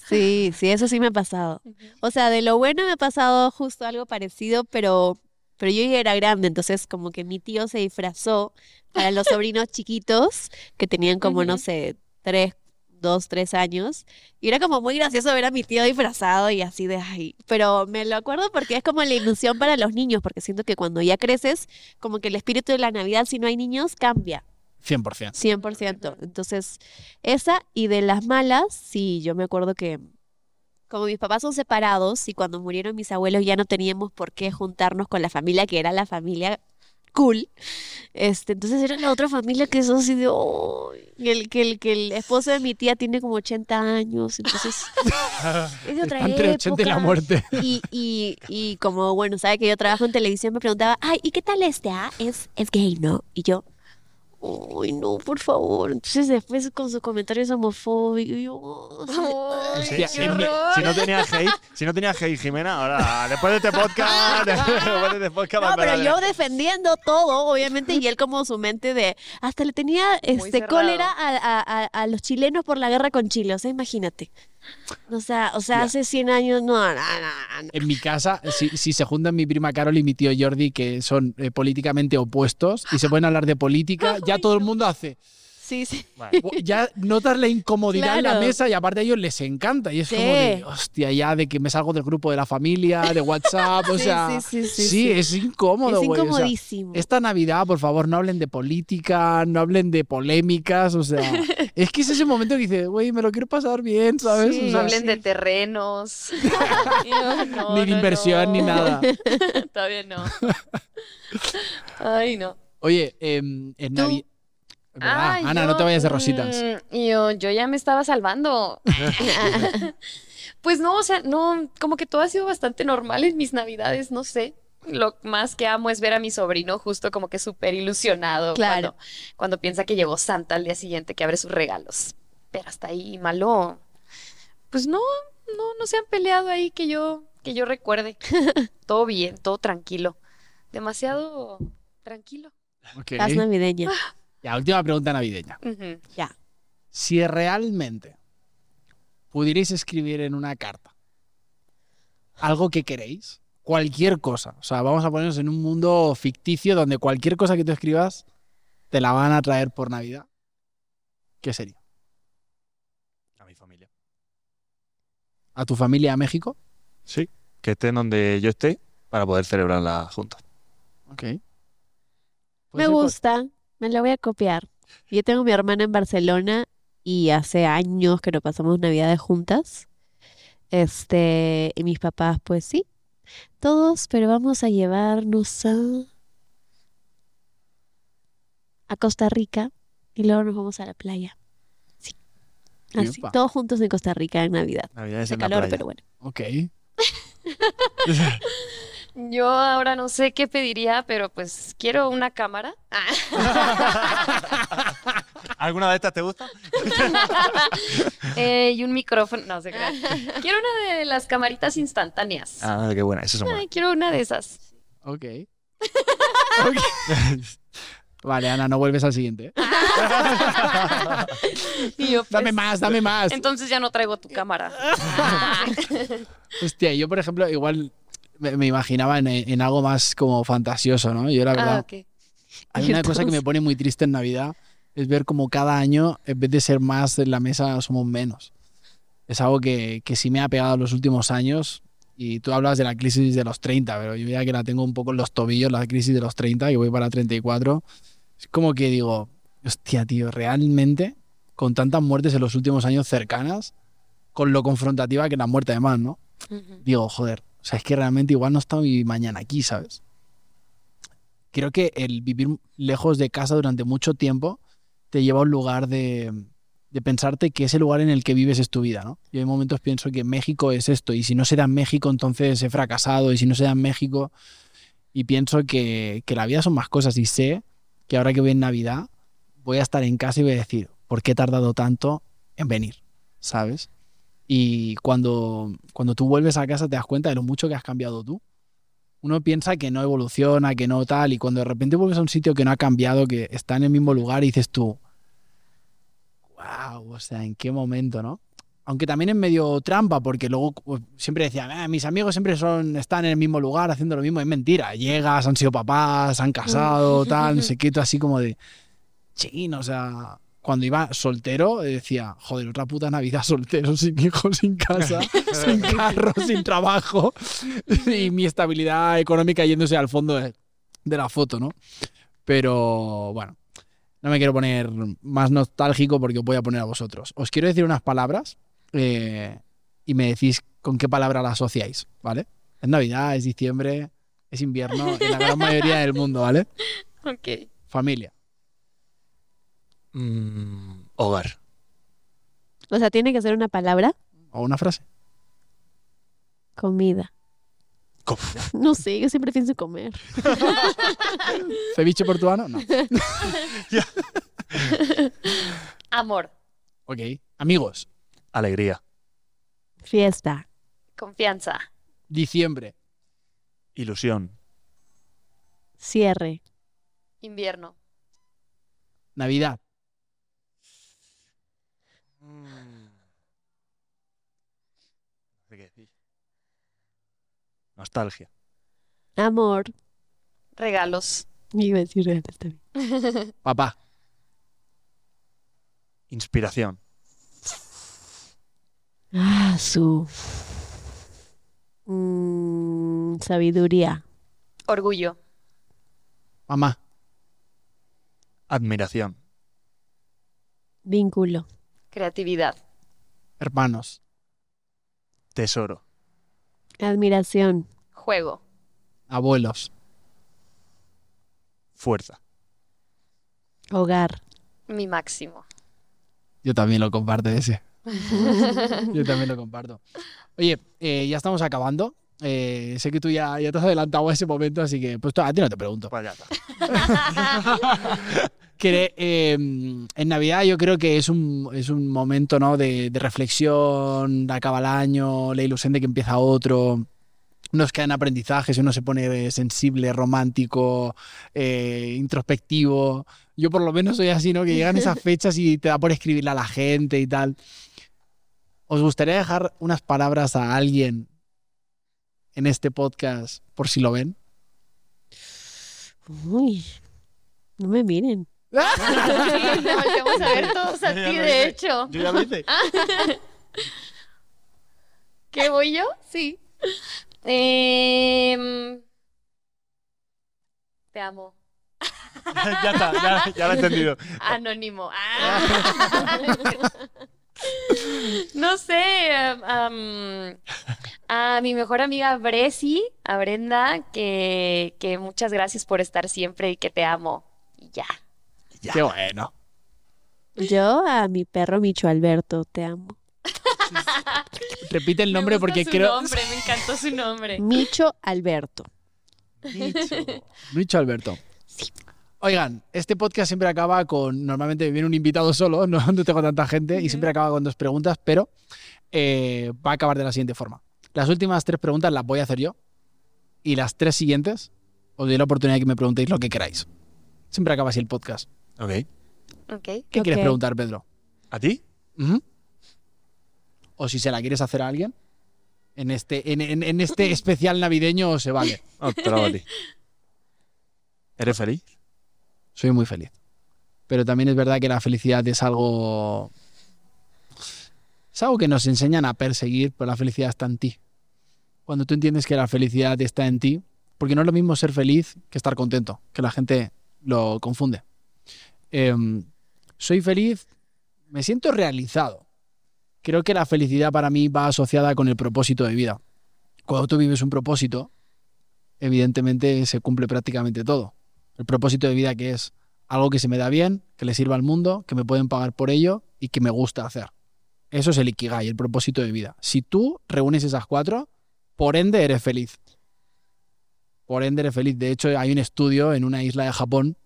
Speaker 6: Sí, sí, eso sí me ha pasado. O sea, de lo bueno me ha pasado justo algo parecido, pero, pero yo ya era grande, entonces como que mi tío se disfrazó para los sobrinos chiquitos que tenían como, no
Speaker 5: Ujú.
Speaker 6: sé, tres, dos, tres años. Y era como muy gracioso ver a mi tío disfrazado y así de ahí. Pero me lo acuerdo porque es como la ilusión para los niños, porque siento que cuando ya creces, como que el espíritu de la Navidad, si no hay niños, cambia.
Speaker 4: 100%.
Speaker 6: 100%. Entonces, esa y de las malas, sí, yo me acuerdo que como mis papás son separados y cuando murieron mis abuelos ya no teníamos por qué juntarnos con la familia que era la familia cool. Este, entonces era la otra familia que es así de, "Ay", y el que el que el esposo de mi tía tiene como 80 años, entonces es de otra
Speaker 4: Está entre 80 y la
Speaker 6: época.
Speaker 4: muerte.
Speaker 6: Y, y, y como, bueno, sabe que yo trabajo en televisión, me preguntaba, ay, ¿y qué tal este? Ah, es, es gay, ¿no? Y yo, uy, no, por favor. Entonces después con sus comentarios homofóbicos, yo,
Speaker 5: Ay,
Speaker 7: Sí,
Speaker 5: qué
Speaker 7: sí, mi-
Speaker 5: horror.
Speaker 7: si no tenía hate, si no tenía hate, Jimena, ahora después de este podcast, después de este podcast, va a
Speaker 6: No, pero
Speaker 7: empezar
Speaker 6: yo defendiendo todo, obviamente, y él como su mente de... Hasta le tenía este,
Speaker 5: cerrado.
Speaker 6: cólera a, a- a- a los chilenos por la guerra con Chile, o sea, imagínate. O sea, o sea hace 100 años, no, no, no, no.
Speaker 4: En mi casa, si, si se juntan mi prima Carol y mi tío Jordi, que son eh, políticamente opuestos, y se pueden hablar de política, ya todo el mundo hace.
Speaker 6: Sí, sí.
Speaker 7: Vale.
Speaker 4: Ya notas la incomodidad en la
Speaker 6: Claro.
Speaker 4: mesa y aparte a ellos les encanta. Y es
Speaker 6: Sí.
Speaker 4: como de, hostia, ya de que me salgo del grupo de la familia, de WhatsApp, o
Speaker 6: Sí,
Speaker 4: sea.
Speaker 6: sí, sí, sí, sí.
Speaker 4: es incómodo,
Speaker 6: Es
Speaker 4: güey. o sea,
Speaker 6: incomodísimo.
Speaker 4: esta Navidad, por favor, no hablen de política, no hablen de polémicas, o sea. es que es ese momento que dices, güey, me lo quiero pasar bien, ¿sabes?
Speaker 6: Sí,
Speaker 4: O
Speaker 5: No
Speaker 4: sea,
Speaker 5: hablen de terrenos. No,
Speaker 4: ni de
Speaker 5: no,
Speaker 4: inversión,
Speaker 5: no.
Speaker 4: ni nada.
Speaker 5: Todavía no. Ay, no.
Speaker 4: Oye, em, en Navidad.
Speaker 5: Ay,
Speaker 4: Ana, no
Speaker 5: yo,
Speaker 4: te vayas de rositas.
Speaker 5: mm, yo, yo ya me estaba salvando. pues no, o sea, no, como que todo ha sido bastante normal en mis navidades, no sé. Lo más que amo es ver a mi sobrino justo como que súper ilusionado
Speaker 6: Claro.
Speaker 5: cuando, cuando piensa que llegó Santa al día siguiente, que abre sus regalos. Pero hasta ahí, malo. Pues no, no, no se han peleado ahí que yo, que yo recuerde. todo bien, todo tranquilo. Demasiado tranquilo.
Speaker 4: Ok.
Speaker 6: Paz navideña.
Speaker 4: La última pregunta navideña.
Speaker 5: Ujú.
Speaker 4: Si realmente pudierais escribir en una carta algo que queréis, cualquier cosa, o sea, vamos a ponernos en un mundo ficticio donde cualquier cosa que tú escribas te la van a traer por Navidad, ¿qué sería?
Speaker 7: A mi familia.
Speaker 4: ¿A tu familia a México?
Speaker 7: Sí, que estén donde yo esté para poder celebrarla juntos.
Speaker 4: Ok. Puede
Speaker 6: Me
Speaker 4: ser cual-
Speaker 6: gusta, me la voy a copiar. Yo tengo a mi hermana en Barcelona y hace años que no pasamos Navidades juntas. Este, y mis papás, pues sí, todos, pero vamos a llevarnos a, a Costa Rica y luego nos vamos a la playa. Sí. Así,
Speaker 4: Yupa.
Speaker 6: todos juntos en Costa Rica en Navidad.
Speaker 7: Navidad es
Speaker 6: Hace
Speaker 7: en la
Speaker 6: calor,
Speaker 7: playa.
Speaker 6: pero bueno.
Speaker 4: Ok.
Speaker 5: Yo ahora no sé qué pediría, pero pues quiero una cámara. Ah,
Speaker 7: ¿Alguna de estas te gusta?
Speaker 5: eh, y un micrófono. No sé qué. Quiero una de las camaritas instantáneas.
Speaker 7: Ah, qué buena, esas son buenas.
Speaker 5: Ay, quiero una de esas.
Speaker 4: Ok. Ok. Vale, Ana, no vuelves al siguiente. ¿eh?
Speaker 5: Y yo,
Speaker 4: Dame
Speaker 5: pues,
Speaker 4: más, dame más.
Speaker 5: Entonces ya no traigo tu cámara. Ah,
Speaker 4: Hostia, yo por ejemplo, igual me, me imaginaba en, en algo más como fantasioso, ¿no? Yo la verdad,
Speaker 5: Ah, ok.
Speaker 4: hay una cosa que me pone muy triste en Navidad, es ver como cada año, en vez de ser más en la mesa, somos menos. Es algo que, que sí me ha pegado en los últimos años. Y tú hablas de la crisis de los 30, pero yo ya que la tengo un poco en los tobillos, la crisis de los 30, y voy para 34. Es como que digo, hostia, tío, realmente, con tantas muertes en los últimos años cercanas, con lo confrontativa que la muerte además, ¿no?
Speaker 5: Ujú.
Speaker 4: digo, joder, o sea, es que realmente igual no está mi mañana aquí, ¿sabes? Creo que el vivir lejos de casa durante mucho tiempo te lleva a un lugar de, de pensarte que ese lugar en el que vives es tu vida, ¿no? Yo en momentos pienso que México es esto, y si no se da en México, entonces he fracasado, y si no se da en México, y pienso que, que la vida son más cosas, y sé que ahora que voy en Navidad, voy a estar en casa y voy a decir, ¿por qué he tardado tanto en venir? ¿Sabes? Y cuando, cuando tú vuelves a casa te das cuenta de lo mucho que has cambiado tú. Uno piensa que no evoluciona, que no tal, y cuando de repente vuelves a un sitio que no ha cambiado, que está en el mismo lugar, y dices tú, wow, o sea, ¿en qué momento, no? Aunque también es medio trampa, porque luego pues, siempre decían, "Ah, mis amigos siempre son, están en el mismo lugar haciendo lo mismo. Es mentira. Llegas, han sido papás, se han casado, tal, no sé qué, tú así como de, chin, o sea, cuando iba soltero eh, decía, joder, otra puta Navidad soltero, sin hijos, sin casa, sin carro, sin trabajo y mi estabilidad económica yéndose al fondo de, de la foto, ¿no? Pero bueno, no me quiero poner más nostálgico porque os voy a poner a vosotros. Os quiero decir unas palabras eh, y me decís con qué palabra la asociáis, ¿vale? Es Navidad, es diciembre, es invierno, en la gran mayoría del mundo, ¿vale?
Speaker 5: Ok.
Speaker 4: Familia.
Speaker 7: Mm, hogar.
Speaker 6: O sea, tiene que ser una palabra,
Speaker 4: ¿O una frase?
Speaker 6: comida.
Speaker 7: ¿Cómo?
Speaker 6: No sé, yo siempre pienso comer.
Speaker 4: ¿Ceviche portuano? No.
Speaker 5: Amor,
Speaker 4: Ok. Amigos,
Speaker 7: Alegría.
Speaker 6: Fiesta.
Speaker 5: confianza,
Speaker 4: diciembre,
Speaker 7: Ilusión.
Speaker 6: Cierre.
Speaker 5: invierno,
Speaker 4: Navidad,
Speaker 7: Nostalgia.
Speaker 6: Amor.
Speaker 5: regalos,
Speaker 6: Iba a decir regalos también.
Speaker 4: papá,
Speaker 7: Inspiración.
Speaker 6: Ah, su. Mm, sabiduría.
Speaker 5: orgullo,
Speaker 4: mamá,
Speaker 7: Admiración.
Speaker 6: Vínculo.
Speaker 5: creatividad,
Speaker 4: hermanos,
Speaker 7: Tesoro.
Speaker 6: Admiración.
Speaker 5: juego,
Speaker 4: abuelos,
Speaker 7: Fuerza.
Speaker 6: Hogar.
Speaker 5: mi máximo.
Speaker 4: Yo también lo comparto ese. Yo también lo comparto. Oye, eh, ya estamos acabando. Eh, sé que tú ya, ya te has adelantado a ese momento, así que pues a ti no te pregunto.
Speaker 7: Pues ya está.
Speaker 4: Que, eh, en Navidad yo creo que es un, es un momento ¿no? de, de reflexión, acaba el año, la ilusión de que empieza otro. Nos quedan aprendizajes, uno se pone eh, sensible, romántico, eh, introspectivo. Yo por lo menos soy así, ¿no? Que llegan esas fechas y te da por escribirle a la gente y tal. ¿Os gustaría dejar unas palabras a alguien en este podcast por si lo ven?
Speaker 6: Uy. No me miren.
Speaker 5: Sí, te volteamos a ver todos a ti, de hecho.
Speaker 7: Yo ya lo hice.
Speaker 5: ¿Qué voy yo? Sí. Em, te amo.
Speaker 7: ya está, ya, ya lo he entendido.
Speaker 5: Anónimo. Ah. No sé. um, um, a mi mejor amiga Bresi, a Brenda, que, que muchas gracias por estar siempre y que te amo. Y ya.
Speaker 4: Qué bueno.
Speaker 6: Yo a mi perro Micho Alberto. Te amo.
Speaker 4: Repite el nombre
Speaker 5: me gusta
Speaker 4: porque
Speaker 5: su
Speaker 4: creo...
Speaker 5: nombre, me encantó su nombre.
Speaker 6: Micho Alberto.
Speaker 4: Lucho Alberto. Oigan, este podcast siempre acaba con. Normalmente viene un invitado solo, no, no tengo tanta gente, y siempre acaba con dos preguntas, pero eh, va a acabar de la siguiente forma. Las últimas tres preguntas las voy a hacer yo, y las tres siguientes os doy la oportunidad de que me preguntéis lo que queráis. Siempre acaba así el podcast.
Speaker 7: Ok.
Speaker 5: Ok.
Speaker 4: ¿Qué quieres
Speaker 6: Ok.
Speaker 4: preguntar, Pedro?
Speaker 7: ¿A ti?
Speaker 4: Ujú. O si se la quieres hacer a alguien, en este, en, en- en este especial navideño se vale.
Speaker 7: No, te lo hago a ti. ¿Eres feliz?
Speaker 4: soy muy feliz. Pero también es verdad que la felicidad es algo. Es algo que nos enseñan a perseguir, pero la felicidad está en ti. Cuando tú entiendes que la felicidad está en ti, porque no es lo mismo ser feliz que estar contento, que la gente lo confunde. Em, soy feliz, me siento realizado. Creo que la felicidad para mí va asociada con el propósito de vida. Cuando tú vives un propósito, evidentemente se cumple prácticamente todo el propósito de vida que es algo que se me da bien, que le sirva al mundo, que me pueden pagar por ello y que me gusta hacer. Eso es el ikigai, el propósito de vida. Si tú reúnes esas cuatro, por ende eres feliz. Por ende eres feliz. De hecho, hay un estudio en una isla de Japón,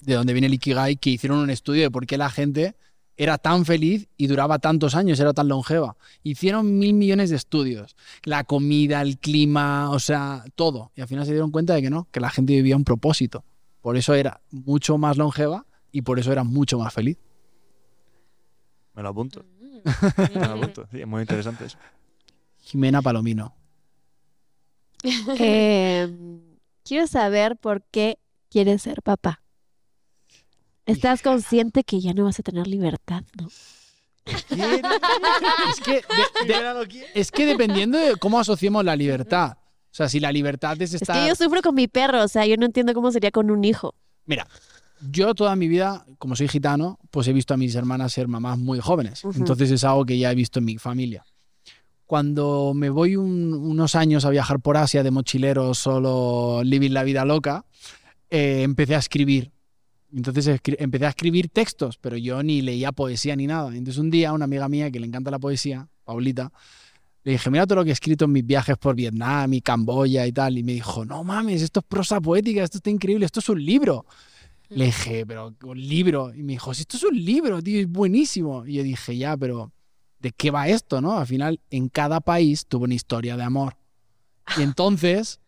Speaker 4: de donde viene el ikigai, que hicieron un estudio de por qué la gente era tan feliz y duraba tantos años, era tan longeva. Hicieron mil millones de estudios. La comida, el clima, o sea, todo. Y al final se dieron cuenta de que no, que la gente vivía un propósito. Por eso era mucho más longeva y por eso era mucho más feliz.
Speaker 7: Me lo apunto.
Speaker 5: Mm.
Speaker 7: Me lo apunto. Sí, es muy interesante eso.
Speaker 4: Jimena Palomino.
Speaker 6: Em, quiero saber por qué quieres ser papá. Estás consciente que ya no vas a tener libertad, ¿no?
Speaker 4: Es que, de- de- es que dependiendo de cómo asociemos la libertad. O sea, si la libertad es
Speaker 6: Es
Speaker 4: estar...
Speaker 6: que yo sufro con mi perro, o sea, yo no entiendo cómo sería con un hijo.
Speaker 4: Mira, yo toda mi vida, como soy gitano, pues he visto a mis hermanas ser mamás muy jóvenes.
Speaker 6: Ujú.
Speaker 4: Entonces es algo que ya he visto en mi familia. Cuando me voy un- unos años a viajar por Asia de mochilero, solo living la vida loca, eh, empecé a escribir. Entonces escri- empecé a escribir textos, pero yo ni leía poesía ni nada. Entonces un día una amiga mía que le encanta la poesía, Paulita, Le dije, mira todo lo que he escrito en mis viajes por Vietnam y Camboya y tal. Y me dijo, no mames, esto es prosa poética, esto está increíble, esto es un libro. Le dije, pero un libro. Y me dijo, si esto es un libro, tío, es buenísimo. Y yo dije, ya, pero ¿de qué va esto, no? Al final, en cada país tuvo una historia de amor. Y entonces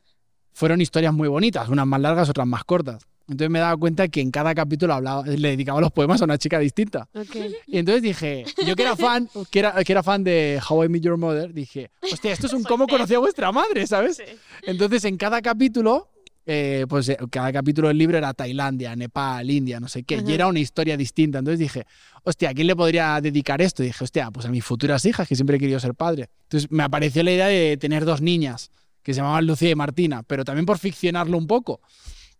Speaker 4: fueron historias muy bonitas, unas más largas, otras más cortas. Entonces me daba cuenta que en cada capítulo hablaba, le dedicaba los poemas a una chica distinta. Y entonces dije, yo que era fan, que era, que era fan de How I Met Your Mother, dije, hostia, esto es un
Speaker 5: Soy
Speaker 4: cómo
Speaker 5: fan.
Speaker 4: conocí a vuestra madre, ¿sabes?
Speaker 5: Sí.
Speaker 4: Entonces en cada capítulo, eh, pues eh, cada capítulo del libro era Tailandia, Nepal, India, no sé qué, y era una historia distinta. Entonces dije, hostia, ¿a quién le podría dedicar esto? Y dije, hostia, pues a mis futuras hijas, que siempre he querido ser padre. Entonces me apareció la idea de tener dos niñas, que se llamaban Lucía y Martina, pero también por ficcionarlo un poco.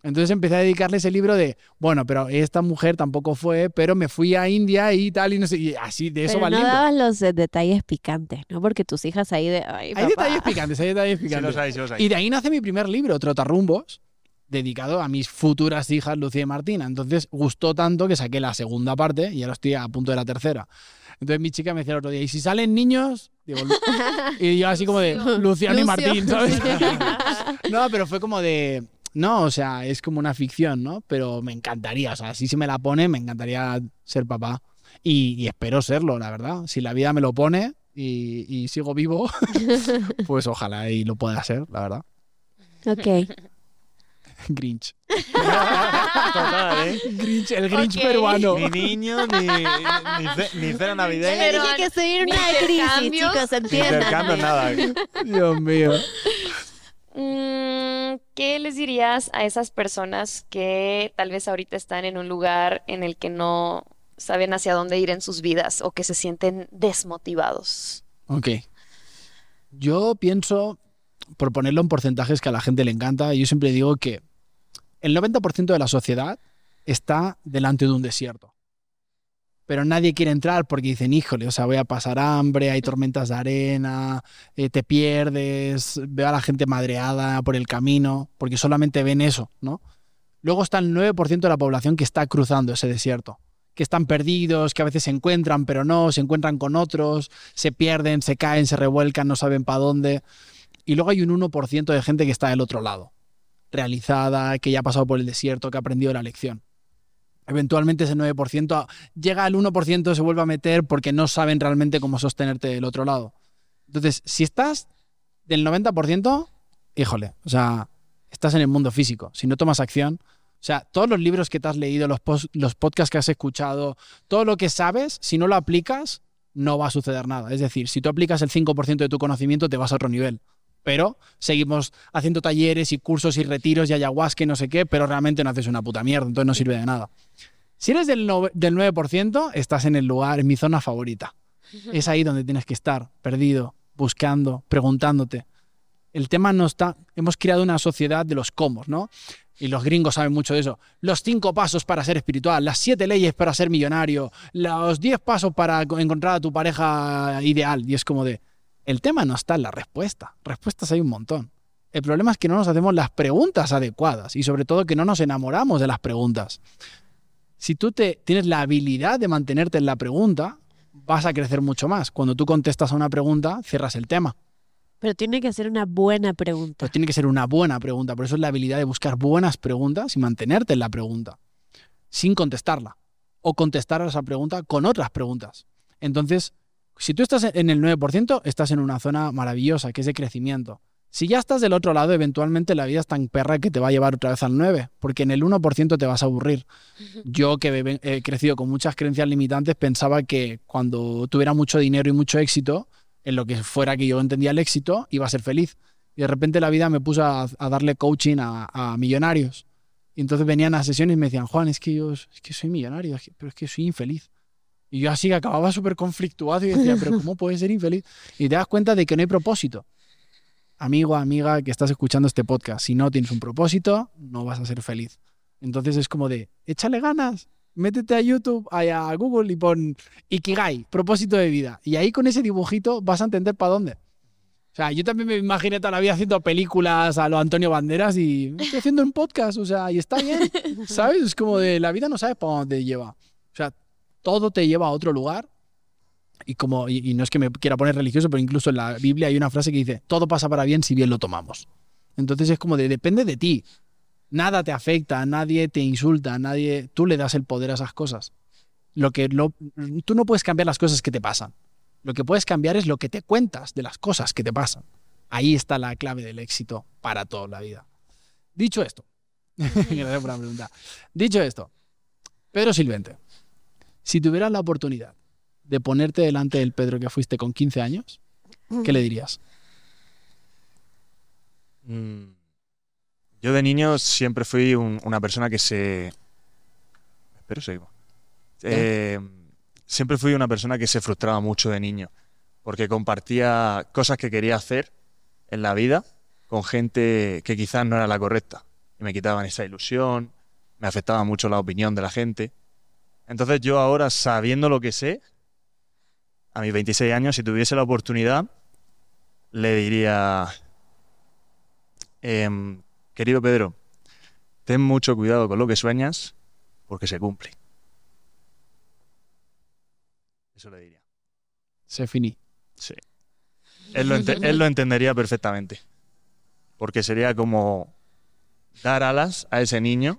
Speaker 4: Entonces empecé a dedicarle ese libro de, bueno, pero esta mujer tampoco fue, pero me fui a India y tal, y no sé, y así, de eso
Speaker 6: Pero
Speaker 4: va
Speaker 6: no
Speaker 4: lindo.
Speaker 6: dabas los eh, detalles picantes, ¿no? Porque tus hijas ahí de. Ay,
Speaker 4: Hay
Speaker 6: papá.
Speaker 4: detalles picantes, hay detalles
Speaker 7: Sí,
Speaker 4: picantes.
Speaker 7: los hay, sí los hay.
Speaker 4: Y de ahí nace mi primer libro, Trotarrumbos, dedicado a mis futuras hijas Lucía y Martina. Entonces gustó tanto que saqué la segunda parte y ahora estoy a punto de la tercera. Entonces mi chica me decía el otro día, ¿y si salen niños? Digo, "Lu-". y yo así como de, Luciano y
Speaker 6: Lucio.
Speaker 4: Martín, ¿sabes? no, pero fue como de, no, o sea, es como una ficción, ¿no? Pero me encantaría, o sea, si se me la pone, me encantaría ser papá. Y, y espero serlo, la verdad. Si la vida me lo pone y, y sigo vivo, pues ojalá y lo pueda ser, la verdad.
Speaker 6: Ok.
Speaker 4: Grinch.
Speaker 7: Total, ¿eh?
Speaker 4: Grinch, el Grinch
Speaker 5: Ok.
Speaker 4: peruano.
Speaker 7: Ni niño, ni, ni, ce- ni cena
Speaker 6: Ya
Speaker 7: navideña,
Speaker 6: le
Speaker 5: Pero
Speaker 6: dije que soy
Speaker 5: ni
Speaker 6: una crisis,
Speaker 5: intercambios,
Speaker 6: chicos,
Speaker 7: ni
Speaker 6: entiendan.
Speaker 7: intercambio, nada.
Speaker 4: Dios mío.
Speaker 5: Mm, ¿Qué les dirías a esas personas que tal vez ahorita están en un lugar en el que no saben hacia dónde ir en sus vidas o que se sienten desmotivados?
Speaker 4: Ok. Yo pienso, por ponerlo en porcentajes que a la gente le encanta, yo siempre digo que el 90% de la sociedad está delante de un desierto. Pero nadie quiere entrar porque dicen, híjole, o sea, voy a pasar hambre, hay tormentas de arena, eh, te pierdes, veo a la gente madreada por el camino, porque solamente ven eso, ¿no? Luego está el 9% de la población que está cruzando ese desierto, que están perdidos, que a veces se encuentran, pero no, se encuentran con otros, se pierden, se caen, se revuelcan, no saben para dónde. Y luego hay un 1% de gente que está del otro lado, realizada, que ya ha pasado por el desierto, que ha aprendido la lección. Eventualmente ese 9% llega al 1%, se vuelve a meter porque no saben realmente cómo sostenerte del otro lado. Entonces, si estás del 90%, híjole, o sea, estás en el mundo físico. Si no tomas acción, o sea, todos los libros que te has leído, los, pos- los podcasts que has escuchado, todo lo que sabes, si no lo aplicas, no va a suceder nada. Es decir, si tú aplicas el 5% de tu conocimiento, te vas a otro nivel. Pero seguimos haciendo talleres y cursos y retiros y ayahuasca y no sé qué, pero realmente no haces una puta mierda, entonces no sirve de nada. Si eres del, no- del 9%, estás en el lugar, en mi zona favorita. Es ahí donde tienes que estar, perdido, buscando, preguntándote. El tema no está. Hemos creado una sociedad de los cómo, ¿no? Y los gringos saben mucho de eso. Los cinco pasos para ser espiritual, las siete leyes para ser millonario, los diez pasos para co- encontrar a tu pareja ideal. Y es como de. El tema no está en la respuesta. Respuestas hay un montón. El problema es que no nos hacemos las preguntas adecuadas y sobre todo que no nos enamoramos de las preguntas. Si tú te, tienes la habilidad de mantenerte en la pregunta, vas a crecer mucho más. Cuando tú contestas a una pregunta, cierras el tema.
Speaker 6: Pero tiene que ser una buena pregunta.
Speaker 4: Pues tiene que ser una buena pregunta. Por eso es la habilidad de buscar buenas preguntas y mantenerte en la pregunta, sin contestarla. O contestar a esa pregunta con otras preguntas. Entonces, si tú estás en el 9%, estás en una zona maravillosa, que es de crecimiento. Si ya estás del otro lado, eventualmente la vida es tan perra que te va a llevar otra vez al 9%, porque en el 1% te vas a aburrir. Yo que he- he crecido con muchas creencias limitantes, pensaba que cuando tuviera mucho dinero y mucho éxito, en lo que fuera que yo entendía el éxito, iba a ser feliz. Y de repente la vida me puso a, a darle coaching a, a millonarios. Y entonces venían a sesiones y me decían, Juan, es que yo es que soy millonario, es que- pero es que soy infeliz. Y yo así que acababa súper conflictuado y decía, pero ¿cómo puedes ser infeliz? Y te das cuenta de que no hay propósito. Amigo, amiga que estás escuchando este podcast, si no tienes un propósito, no vas a ser feliz. Entonces es como de, échale ganas, métete a YouTube, a, a Google y pon Ikigai, propósito de vida. Y ahí con ese dibujito vas a entender para dónde. O sea, yo también me imaginé toda la vida haciendo películas a lo Antonio Banderas y estoy haciendo un podcast, o sea, y está bien, ¿sabes? Es como de la vida no sabes para dónde te lleva. O sea, todo te lleva a otro lugar y como y, y no es que me quiera poner religioso, pero incluso en la Biblia hay una frase que dice, todo pasa para bien si bien lo tomamos. Entonces es como de, depende de ti. Nada te afecta, nadie te insulta, nadie, tú le das el poder a esas cosas. Lo que lo- tú no puedes cambiar las cosas que te pasan. Lo que puedes cambiar es lo que te cuentas de las cosas que te pasan. Ahí está la clave del éxito para toda la vida. Dicho esto, gracias por la pregunta. Dicho esto, Pedro Silvente, si tuvieras la oportunidad de ponerte delante del Pedro que fuiste con 15 años, ¿qué le dirías?
Speaker 7: Mm. Yo de niño siempre fui un- una persona que se. Espero seguimos. Eh, siempre fui una persona que se frustraba mucho de niño. Porque compartía cosas que quería hacer en la vida con gente que quizás no era la correcta. Y me quitaban esa ilusión, me afectaba mucho la opinión de la gente. Entonces yo ahora, sabiendo lo que sé, a mis 26 años, si tuviese la oportunidad, le diría, Em, querido Pedro, ten mucho cuidado con lo que sueñas, porque se cumple. Eso le diría.
Speaker 4: Se finí.
Speaker 7: Sí. Él lo, ente- él lo entendería perfectamente. Porque sería como dar alas a ese niño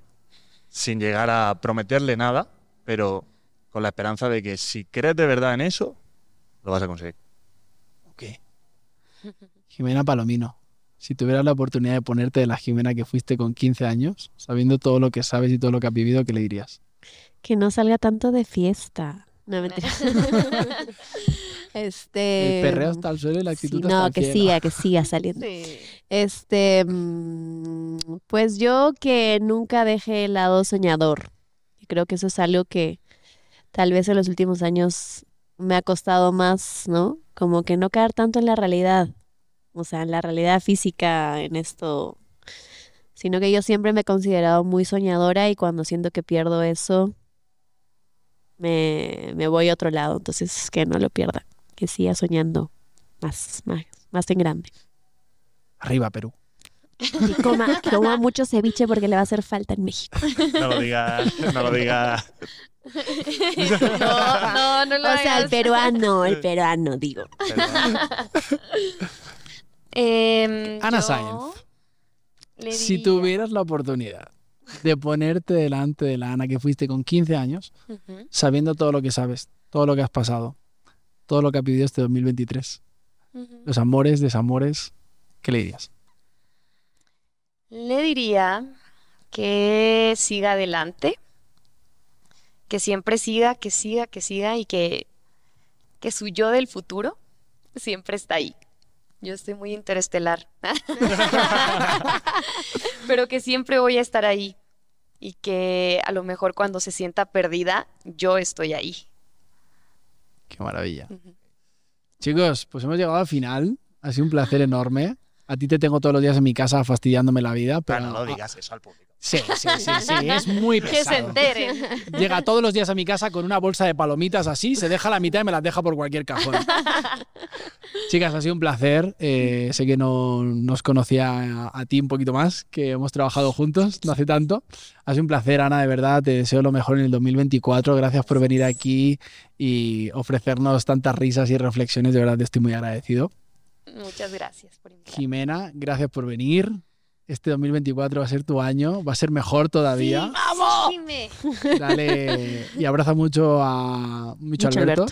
Speaker 7: sin llegar a prometerle nada, pero con la esperanza de que si crees de verdad en eso, lo vas a conseguir.
Speaker 4: Ok. Jimena Palomino, si tuvieras la oportunidad de ponerte de la Jimena que fuiste con 15 años, sabiendo todo lo que sabes y todo lo que has vivido, ¿qué le dirías?
Speaker 6: Que no salga tanto de fiesta. No, mentira. Este,
Speaker 8: Este.
Speaker 4: El perreo está al suelo y la actitud
Speaker 6: Eh, Sí, eh.
Speaker 4: está
Speaker 6: no,
Speaker 4: al
Speaker 6: que
Speaker 4: cielo.
Speaker 6: siga, que siga saliendo. Este, mm, pues yo que nunca dejé el lado soñador. Y creo que eso es algo que tal vez en los últimos años me ha costado más, ¿no? Como que no caer tanto en la realidad, o sea, en la realidad física, en esto, sino que yo siempre me he considerado muy soñadora y cuando siento que pierdo eso, me, me voy a otro lado. Entonces, que no lo pierda, que siga soñando más, más, más en grande.
Speaker 4: Arriba, Perú.
Speaker 6: Y coma, coma mucho ceviche porque le va a hacer falta en México.
Speaker 7: No lo digas, no lo digas.
Speaker 5: No, no, no
Speaker 6: O
Speaker 5: lo
Speaker 6: sea, el
Speaker 5: hagas.
Speaker 6: peruano, el peruano, digo.
Speaker 5: Em,
Speaker 4: Ana
Speaker 5: yo
Speaker 4: Sáenz,
Speaker 5: le
Speaker 4: si
Speaker 5: diría-
Speaker 4: tuvieras la oportunidad de ponerte delante de la Ana que fuiste con 15 años,
Speaker 5: Ujú.
Speaker 4: sabiendo todo lo que sabes, todo lo que has pasado, todo lo que has vivido este 2023,
Speaker 5: Ujú.
Speaker 4: los amores, desamores, ¿qué le dirías?
Speaker 5: Le diría que siga adelante, que siempre siga, que siga, que siga y que, que su yo del futuro siempre está ahí. Yo estoy muy interestelar, pero que siempre voy a estar ahí y que a lo mejor cuando se sienta perdida, yo estoy ahí.
Speaker 4: Qué maravilla.
Speaker 5: Ujú.
Speaker 4: Chicos, pues hemos llegado al final. Ha sido un placer enorme. A ti te tengo todos los días en mi casa fastidiándome la vida, pero...
Speaker 7: Ah, no lo digas eso al público.
Speaker 4: Sí, sí, sí, sí, es muy
Speaker 5: Que se
Speaker 4: pesado.
Speaker 5: enteren.
Speaker 4: Llega todos los días a mi casa con una bolsa de palomitas así, se deja la mitad y me las deja por cualquier cajón. Chicas, ha sido un placer. Eh, sé que no nos conocía a, a ti un poquito más, que hemos trabajado juntos no hace tanto. Ha sido un placer, Ana, de verdad. Te deseo lo mejor en el 2024. Gracias por venir aquí y ofrecernos tantas risas y reflexiones. De verdad, te estoy muy agradecido.
Speaker 5: Muchas gracias por invitarme.
Speaker 4: Jimena, gracias por venir. Este 2024 va a ser tu año, va a ser mejor todavía.
Speaker 5: ¡Vamos! Jime.
Speaker 4: Dale y abraza mucho a mucho
Speaker 6: Mucho
Speaker 4: Alberto.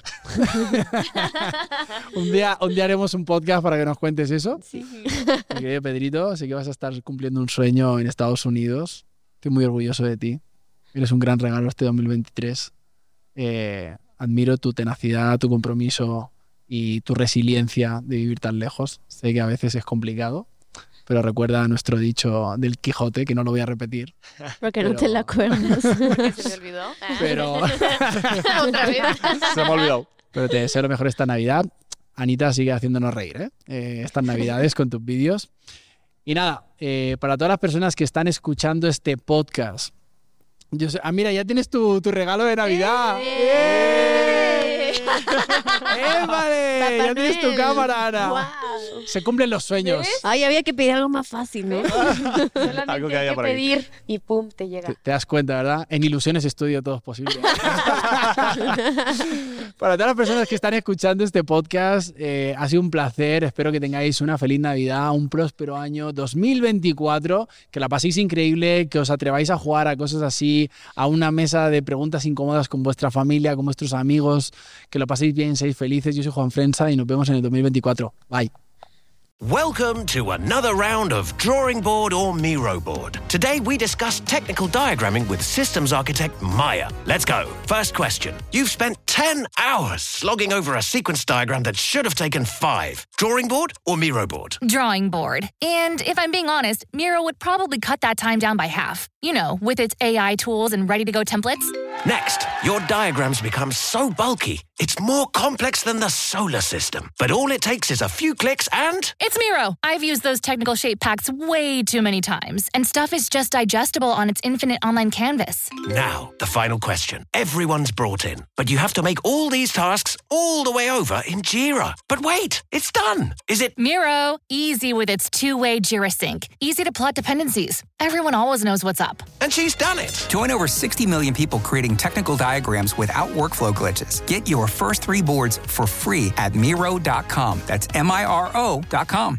Speaker 4: un, día, un día haremos un podcast para que nos cuentes eso. Mi querido Pedrito, sé que vas a estar cumpliendo un sueño en Estados Unidos. Estoy muy orgulloso de ti. Eres un gran regalo este 2023. Eh, admiro tu tenacidad, tu compromiso y tu resiliencia de vivir tan lejos. Sé que a veces es complicado, pero recuerda nuestro dicho del Quijote, que no lo voy a repetir.
Speaker 6: Porque no te
Speaker 4: Pero-
Speaker 6: la acuerdas.
Speaker 5: ¿Qué se me olvidó? Ah.
Speaker 4: Pero...
Speaker 5: Otra vez.
Speaker 7: Se me ha olvidado.
Speaker 4: Pero te deseo lo mejor esta Navidad. Anita sigue haciéndonos reír, ¿eh? Eh, estas Navidades con tus vídeos. Y nada, eh, para todas las personas que están escuchando este podcast. Yo sé- ah, mira, ya tienes tu, tu regalo de Navidad. ¡Eh! ¡Eh, vale! Ya tienes tu cámara, Ana. Se cumplen los sueños.
Speaker 6: Ay, había que pedir algo más fácil, ¿no?
Speaker 5: Solamente
Speaker 7: Algo que
Speaker 5: hay
Speaker 7: haya
Speaker 5: que
Speaker 7: por ahí.
Speaker 5: pedir y pum, te llega.
Speaker 4: Te, te das cuenta, ¿verdad? En ilusiones estudio todo es posible. Para todas las personas que están escuchando este podcast, eh, ha sido un placer. Espero que tengáis una feliz Navidad, un próspero año 2024, que la paséis increíble, que os atreváis a jugar a cosas así, a una mesa de preguntas incómodas con vuestra familia, con vuestros amigos, que lo paséis bien, seáis felices. Yo soy Juan Frenza y nos vemos en el 2024. Bye.
Speaker 1: Welcome to another round of Drawing Board or Miro Board. Today we discuss technical diagramming with systems architect Maya. Let's go. First question. You've spent 10 hours slogging over a sequence diagram that should have taken 5. Drawing Board or Miro Board?
Speaker 3: Drawing board. And if I'm being honest, Miro would probably cut that time down by half. You know, with its AI tools and ready to go templates.
Speaker 1: Next, your diagrams become so bulky, it's more complex than the solar system. But all it takes is a few clicks and
Speaker 3: It's Miro. I've used those technical shape packs way too many times, and stuff is just digestible on its infinite online canvas.
Speaker 1: Now, the final question. Everyone's brought in, but you have to make all these tasks all the way over in Jira. But wait, it's done. Is it?
Speaker 3: Miro, easy with its two way Jira sync, easy to plot dependencies. Everyone always knows what's up.
Speaker 1: And she's done it.
Speaker 2: Join over 60 million people creating technical diagrams without workflow glitches. Get your first three boards for free at Miro.com. That's M I R O.com.